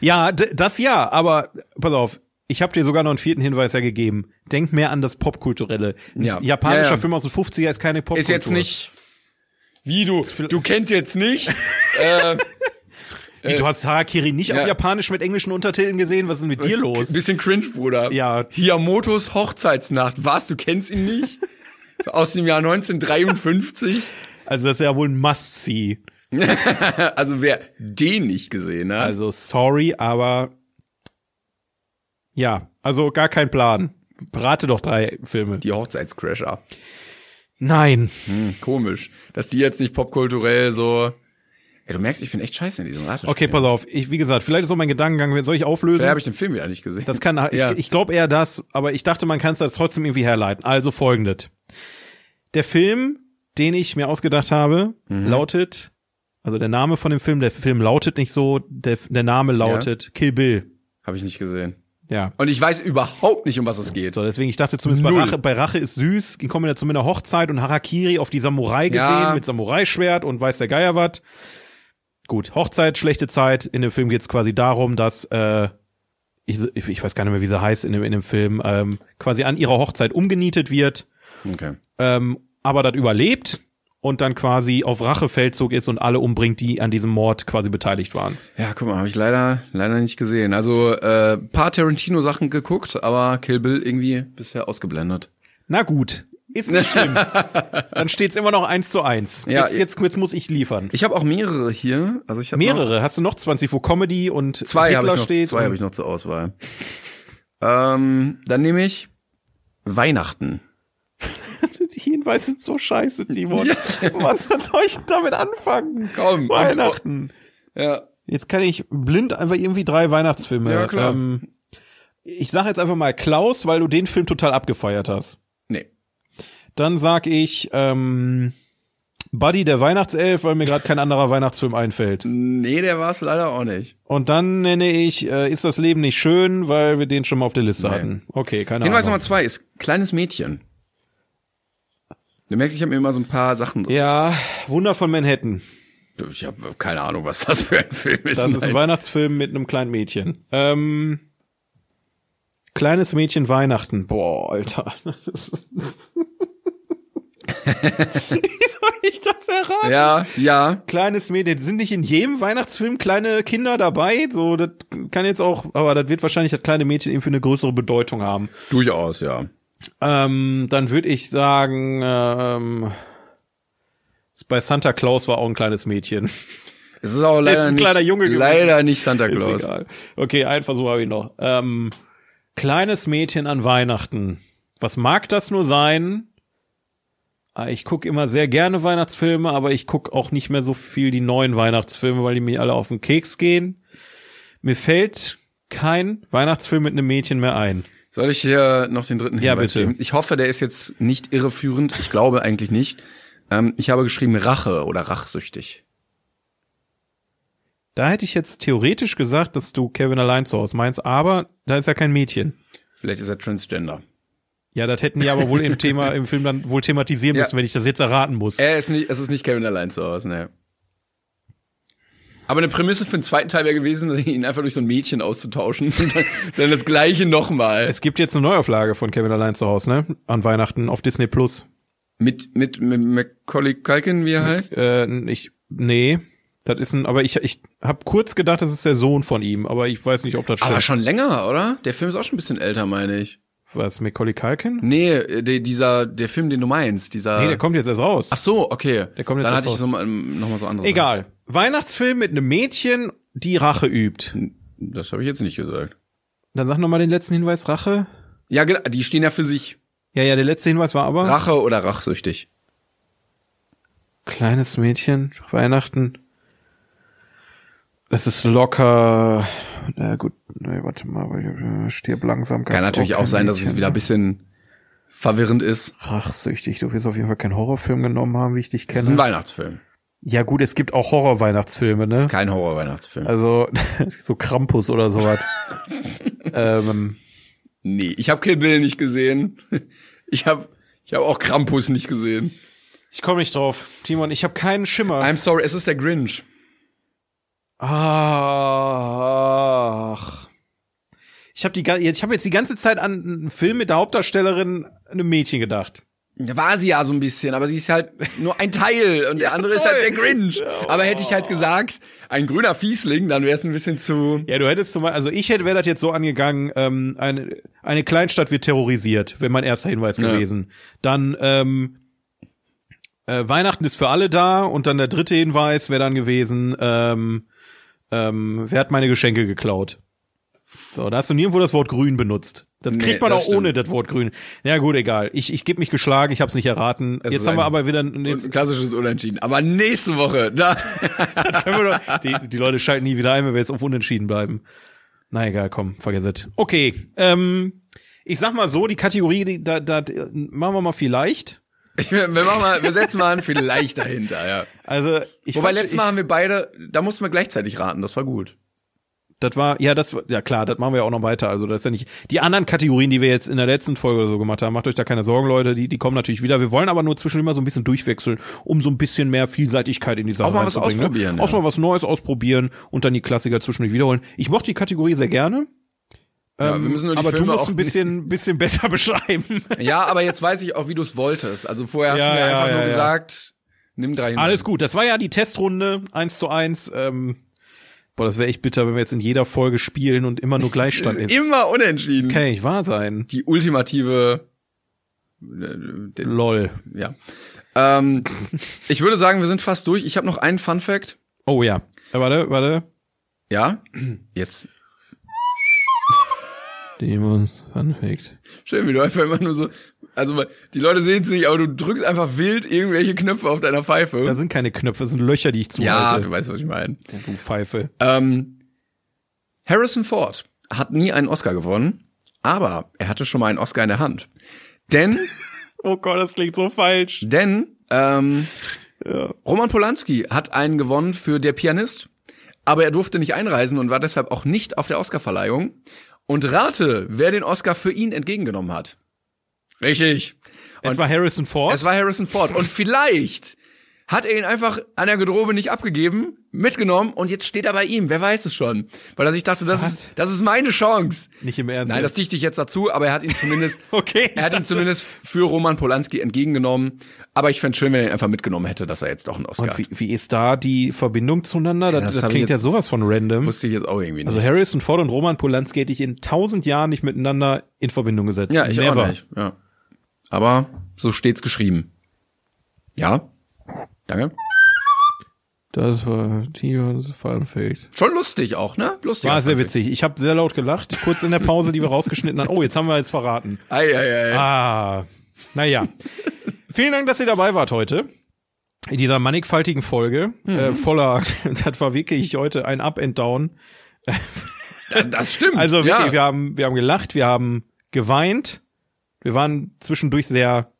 A: Ja, d- das ja, aber pass auf, ich habe dir sogar noch einen vierten Hinweis ja gegeben. Denk mehr an das Popkulturelle. Ein
B: Ja.
A: Japanischer
B: Ja, ja.
A: Film aus den 50er ist keine Popkultur.
B: Ist jetzt nicht. Wie du? Du kennst jetzt nicht.
A: Wie, du hast Harakiri nicht
B: äh, ja. Äh,
A: auf Japanisch mit englischen Untertiteln gesehen? Was ist denn mit dir los?
B: Bisschen cringe, Bruder.
A: Ja.
B: Hiamotos Hochzeitsnacht. Was? Du kennst ihn nicht? Aus dem Jahr 1953.
A: Also das ist ja wohl ein Must-See.
B: Also wer den nicht gesehen hat.
A: Also sorry, aber ja, also gar kein Plan. Rate doch drei Filme.
B: die Hochzeitscrasher.
A: Nein.
B: Hm, komisch. Dass die jetzt nicht popkulturell so. Ey, du merkst, ich bin echt scheiße in diesem Ratespiel.
A: Okay, pass auf. Ich, wie gesagt, vielleicht ist auch mein Gedankengang, soll ich auflösen?
B: Vielleicht habe ich den Film wieder nicht gesehen.
A: Das kann, ich,
B: ja.
A: ich glaube eher das, aber ich dachte, man kann es da trotzdem irgendwie herleiten. Also folgendes. Der Film, den ich mir ausgedacht habe, lautet, also der Name von dem Film, der Film lautet nicht so, der, der Name lautet Kill Bill.
B: Habe ich nicht gesehen.
A: Ja.
B: Und ich weiß überhaupt nicht, um was es geht.
A: So, deswegen, ich dachte zumindest bei
B: Null.
A: Rache, bei Rache ist süß, in Kombination mit einer Hochzeit und Harakiri auf die Samurai gesehen,
B: Ja.
A: mit Samurai-Schwert und weiß der Geier was. Gut, Hochzeit, schlechte Zeit. In dem Film geht's quasi darum, dass, äh, ich, ich ich weiß gar nicht mehr, wie sie heißt in dem, in dem Film, ähm, quasi an ihrer Hochzeit umgenietet wird,
B: Okay.
A: ähm, aber das überlebt und dann quasi auf Rachefeldzug ist und alle umbringt, die an diesem Mord quasi beteiligt waren.
B: Ja, guck mal, habe ich leider leider nicht gesehen. Also äh, paar Tarantino Sachen geguckt, aber Kill Bill irgendwie bisher ausgeblendet.
A: Na gut. Ist nicht schlimm. Dann steht's immer noch eins zu eins.
B: Ja,
A: jetzt, jetzt, jetzt muss ich liefern.
B: Ich habe auch mehrere hier, also ich habe
A: Mehrere. Hast du noch 20, wo Comedy und
B: zwei habe
A: Hitler
B: ich noch,
A: steht?
B: zwei habe ich noch zur Auswahl. ähm, dann nehme ich Weihnachten.
A: Die Hinweise sind so scheiße, Timon. Was soll ich denn damit anfangen?
B: Komm,
A: Weihnachten.
B: Ja,
A: Jetzt kann ich blind einfach irgendwie drei Weihnachtsfilme.
B: Ja, klar.
A: Ähm, ich sage jetzt einfach mal Klaus, weil du den Film total abgefeiert hast.
B: nee.
A: Dann sag ich ähm, Buddy der Weihnachtself, weil mir gerade kein anderer Weihnachtsfilm einfällt.
B: Nee, der war es leider auch nicht.
A: Und dann nenne ich äh, Ist das Leben nicht schön, weil wir den schon mal auf der Liste hatten. Okay, keine
B: Hinweis
A: Ahnung.
B: Nummer zwei ist kleines Mädchen. Du merkst, ich habe mir immer so ein paar Sachen.
A: ja, Wunder von Manhattan.
B: Ich habe keine Ahnung, was das für ein Film ist.
A: Das ist ein
B: Nein.
A: Weihnachtsfilm mit einem kleinen Mädchen. Ähm, kleines Mädchen Weihnachten. Boah, Alter. Das ist- Wie soll ich das erraten?
B: ja, ja.
A: Kleines Mädchen. Sind nicht in jedem Weihnachtsfilm kleine Kinder dabei? So, das kann jetzt auch, aber das wird wahrscheinlich das kleine Mädchen eben für eine größere Bedeutung haben.
B: Durchaus, ja.
A: Ähm, dann würde ich sagen, ähm, bei Santa Claus war auch ein kleines Mädchen.
B: Es ist auch leider
A: Ist ein
B: nicht,
A: kleiner Junge gewesen.
B: leider nicht Santa
A: Ist
B: Claus.
A: egal. Okay, einen Versuch habe ich noch. Ähm, kleines Mädchen an Weihnachten. Was mag das nur sein? Ah, Ich gucke immer sehr gerne Weihnachtsfilme, aber ich gucke auch nicht mehr so viel die neuen Weihnachtsfilme, weil die mir alle auf den Keks gehen. Mir fällt kein Weihnachtsfilm mit einem Mädchen mehr ein.
B: Soll ich hier noch den dritten
A: Ja,
B: Hinweis
A: bitte.
B: geben? Ich hoffe, der ist jetzt nicht irreführend. Ich glaube eigentlich nicht. Ähm, ich habe geschrieben Rache oder rachsüchtig.
A: Da hätte ich jetzt theoretisch gesagt, dass du Kevin allein zu Hause meinst, aber da ist ja kein Mädchen.
B: Vielleicht ist er Transgender.
A: Ja, das hätten die aber wohl im Thema, im Film dann wohl thematisieren
B: Ja.
A: müssen, wenn ich das jetzt erraten muss.
B: Er ist nicht, es ist nicht Kevin allein zu Hause, ne. Aber eine Prämisse für den zweiten Teil wäre gewesen, ihn einfach durch so ein Mädchen auszutauschen. dann, dann das gleiche nochmal.
A: Es gibt jetzt eine Neuauflage von Kevin allein zu Hause, ne? An Weihnachten auf Disney Plus.
B: Mit, mit, mit Macaulay Culkin, wie er heißt.
A: Äh, ich nee, das ist ein aber ich ich habe kurz gedacht, das ist der Sohn von ihm, aber ich weiß nicht, ob das
B: Aber
A: stimmt.
B: schon länger, oder? Der Film ist auch schon ein bisschen älter, meine ich.
A: Was Macaulay Culkin?
B: Nee, äh, der- dieser, der Film, den du meinst, dieser.
A: Nee, der kommt jetzt erst raus.
B: Ach so, okay.
A: Der kommt jetzt
B: Dann
A: erst
B: hatte ich
A: raus.
B: so mal, ähm, noch mal so andere.
A: Egal. Weihnachtsfilm mit einem Mädchen, die Rache übt.
B: Sachen. Das habe ich jetzt nicht gesagt.
A: Dann sag noch mal den letzten Hinweis Rache.
B: Ja, genau, die stehen ja für sich.
A: Ja, ja, der letzte Hinweis war aber
B: Rache oder rachsüchtig.
A: kleines Mädchen Weihnachten. Es ist locker. Na gut, nee, warte mal, weil ich äh, stirb langsam.
B: Kann natürlich auch sein, dass es wieder ein bisschen verwirrend ist.
A: rachsüchtig. Du wirst auf jeden Fall keinen Horrorfilm genommen haben, wie ich dich
B: Es ist ein
A: kenne.
B: Weihnachtsfilm.
A: Ja gut, es gibt auch Horror-Weihnachtsfilme, ne?
B: Es ist kein Horror-Weihnachtsfilm.
A: Also so Krampus oder sowas. ähm,
B: nee, ich habe Kill Bill nicht gesehen. Ich habe ich hab auch Krampus nicht gesehen.
A: ich komme nicht drauf, Timon. Ich habe keinen Schimmer.
B: I'm sorry, es ist der Grinch.
A: Ach. Ich habe hab jetzt die ganze Zeit an einen Film mit der Hauptdarstellerin, einem Mädchen gedacht.
B: Da war sie ja so ein bisschen, aber sie ist halt nur ein Teil und der andere ist halt der Grinch. Aber hätte ich halt gesagt, ein grüner Fiesling, dann wäre es ein bisschen zu.
A: Ja, du hättest zum Beispiel, also ich hätte wäre das jetzt so angegangen, ähm, eine, eine Kleinstadt wird terrorisiert, wäre mein erster Hinweis gewesen. Dann ähm, äh, Weihnachten ist für alle da und dann der dritte Hinweis wäre dann gewesen, ähm, ähm, wer hat meine Geschenke geklaut? So, da hast du nirgendwo das Wort grün benutzt. Das
B: Nee,
A: kriegt man
B: das
A: auch ohne
B: stimmt.
A: das Wort grün. Ja gut, egal. Ich, ich gebe mich geschlagen, ich habe es nicht erraten.
B: Es
A: jetzt
B: ist
A: haben wir
B: ein-
A: aber wieder
B: Ein
A: jetzt
B: klassisches Unentschieden. Aber nächste Woche, da.
A: können wir doch, die, die Leute schalten nie wieder ein, wenn wir jetzt auf Unentschieden bleiben. Na egal, komm, vergiss es. Okay, ähm, ich sag mal so, die Kategorie, die, da, da äh, machen wir mal vielleicht.
B: Ich, wir, wir, machen mal, wir setzen mal ein vielleicht dahinter, ja.
A: Also ich
B: Wobei
A: fand-
B: letztes Mal haben wir beide, da mussten wir gleichzeitig raten, das war gut.
A: ich, das war ja das war- ja klar, das machen wir ja auch noch weiter. Also das ist ja nicht die anderen Kategorien, die wir jetzt in der letzten Folge oder so gemacht haben. Macht euch da keine Sorgen, Leute, die die kommen natürlich wieder. Wir wollen aber nur zwischendurch mal so ein bisschen durchwechseln, um so ein bisschen mehr Vielseitigkeit in die Sache
B: Auch mal was
A: reinzubringen, ne?
B: ausprobieren,
A: Auch
B: ja.
A: mal was Neues ausprobieren und dann die Klassiker zwischendurch wiederholen. Ich mochte die Kategorie sehr gerne.
B: Ja,
A: Ähm,
B: wir müssen nur die
A: aber
B: Filme
A: du musst
B: auch
A: ein bisschen, bisschen besser beschreiben.
B: Ja, aber jetzt weiß ich auch, wie du es wolltest. Also vorher hast
A: Ja,
B: du mir
A: ja,
B: einfach
A: ja,
B: nur
A: ja.
B: gesagt, nimm drei hin.
A: Alles gut. Das war ja die Testrunde eins zu eins. Ähm, boah, das wäre echt bitter, wenn wir jetzt in jeder Folge spielen und immer nur Gleichstand ist.
B: Immer unentschieden.
A: Kann ja nicht wahr sein.
B: Die ultimative. äh, äh,
A: Lol.
B: Ja. Ähm, ich würde sagen, wir sind fast durch. Ich habe noch einen Fun Fact.
A: Oh ja. Äh, warte, warte.
B: Ja, jetzt.
A: Die uns anfängt.
B: Schön, wie du einfach immer nur so. Also weil die Leute sehen es nicht, aber du drückst einfach wild irgendwelche Knöpfe auf deiner
A: Da
B: Pfeife.
A: sind keine Knöpfe, das sind Löcher, die ich
B: Ja,
A: zuhalte.
B: du weißt, was ich meine.
A: Ja, du Pfeife.
B: Ähm, Harrison Ford hat nie einen Oscar gewonnen, aber er hatte schon mal einen Oscar in der Hand. Denn,
A: Oh Gott, das klingt so falsch.
B: denn ähm, Roman Polanski hat einen gewonnen für Der Pianist, aber er durfte nicht einreisen und war deshalb auch nicht auf der Oscarverleihung. Und rate, wer den Oscar für ihn entgegengenommen hat. Richtig.
A: Und war Harrison Ford?
B: Es war Harrison Ford. Und vielleicht hat er ihn einfach an der Garderobe nicht abgegeben, mitgenommen und jetzt steht er bei ihm. Wer weiß es schon? Weil er sich dachte, das,
A: Was?
B: ist, das ist meine Chance.
A: Nicht im Ernst
B: Nein, das
A: jetzt.
B: dichte ich jetzt dazu, aber er hat ihn zumindest,
A: Okay, ich
B: er hat ihn
A: dachte-
B: zumindest für Roman Polanski entgegengenommen. Aber ich fände schön, wenn er ihn einfach mitgenommen hätte, dass er jetzt doch einen Oscar
A: und
B: hat.
A: wie, wie ist da die Verbindung zueinander?
B: das
A: das das
B: hab ich
A: klingt ja
B: jetzt-
A: sowas von random.
B: Wusste ich jetzt auch irgendwie nicht.
A: Also Harrison Ford und Roman Polanski hätte ich in tausend Jahren nicht miteinander in Verbindung gesetzt.
B: ja, ich
A: Never.
B: auch nicht. Ja. Aber so steht's geschrieben. Ja. Danke.
A: Das war Tions Funfact.
B: Schon lustig auch, ne? Lustig.
A: War sehr witzig. Ich habe sehr laut gelacht, kurz in der Pause, die wir rausgeschnitten haben. Oh, jetzt haben wir es verraten.
B: Ei, ei, ei.
A: Ah, naja. Vielen Dank, dass ihr dabei wart heute. In dieser mannigfaltigen Folge. Äh,
B: Mhm.
A: voller, das war wirklich heute ein Up and Down.
B: Das stimmt.
A: Also wirklich,
B: ja.
A: wir haben, wir haben gelacht, wir haben geweint, wir waren zwischendurch sehr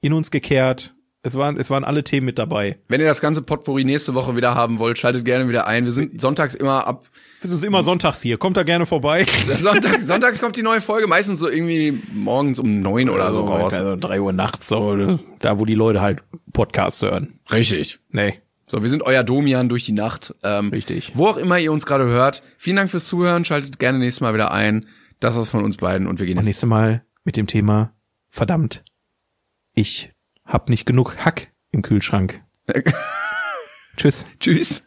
A: in uns gekehrt. Es waren, es waren alle Themen mit dabei.
B: Wenn ihr das ganze Potpourri nächste Woche wieder haben wollt, schaltet gerne wieder ein. Wir sind sonntags immer ab.
A: Wir sind immer sonntags hier. Kommt da gerne vorbei.
B: Sonntags, sonntags kommt die neue Folge, meistens so irgendwie morgens um neun oder so raus.
A: Also drei Uhr nachts, so, da wo die Leute halt Podcasts hören.
B: Richtig.
A: Nee.
B: So, wir sind euer Domian durch die Nacht. Ähm,
A: Richtig.
B: Wo auch immer ihr uns gerade hört. Vielen Dank fürs Zuhören. Schaltet gerne nächstes Mal wieder ein. Das war's von uns beiden und wir gehen jetzt.
A: Nächstes Mal mit dem Thema, verdammt, ich hab nicht genug Hack im Kühlschrank. Tschüss.
B: Tschüss.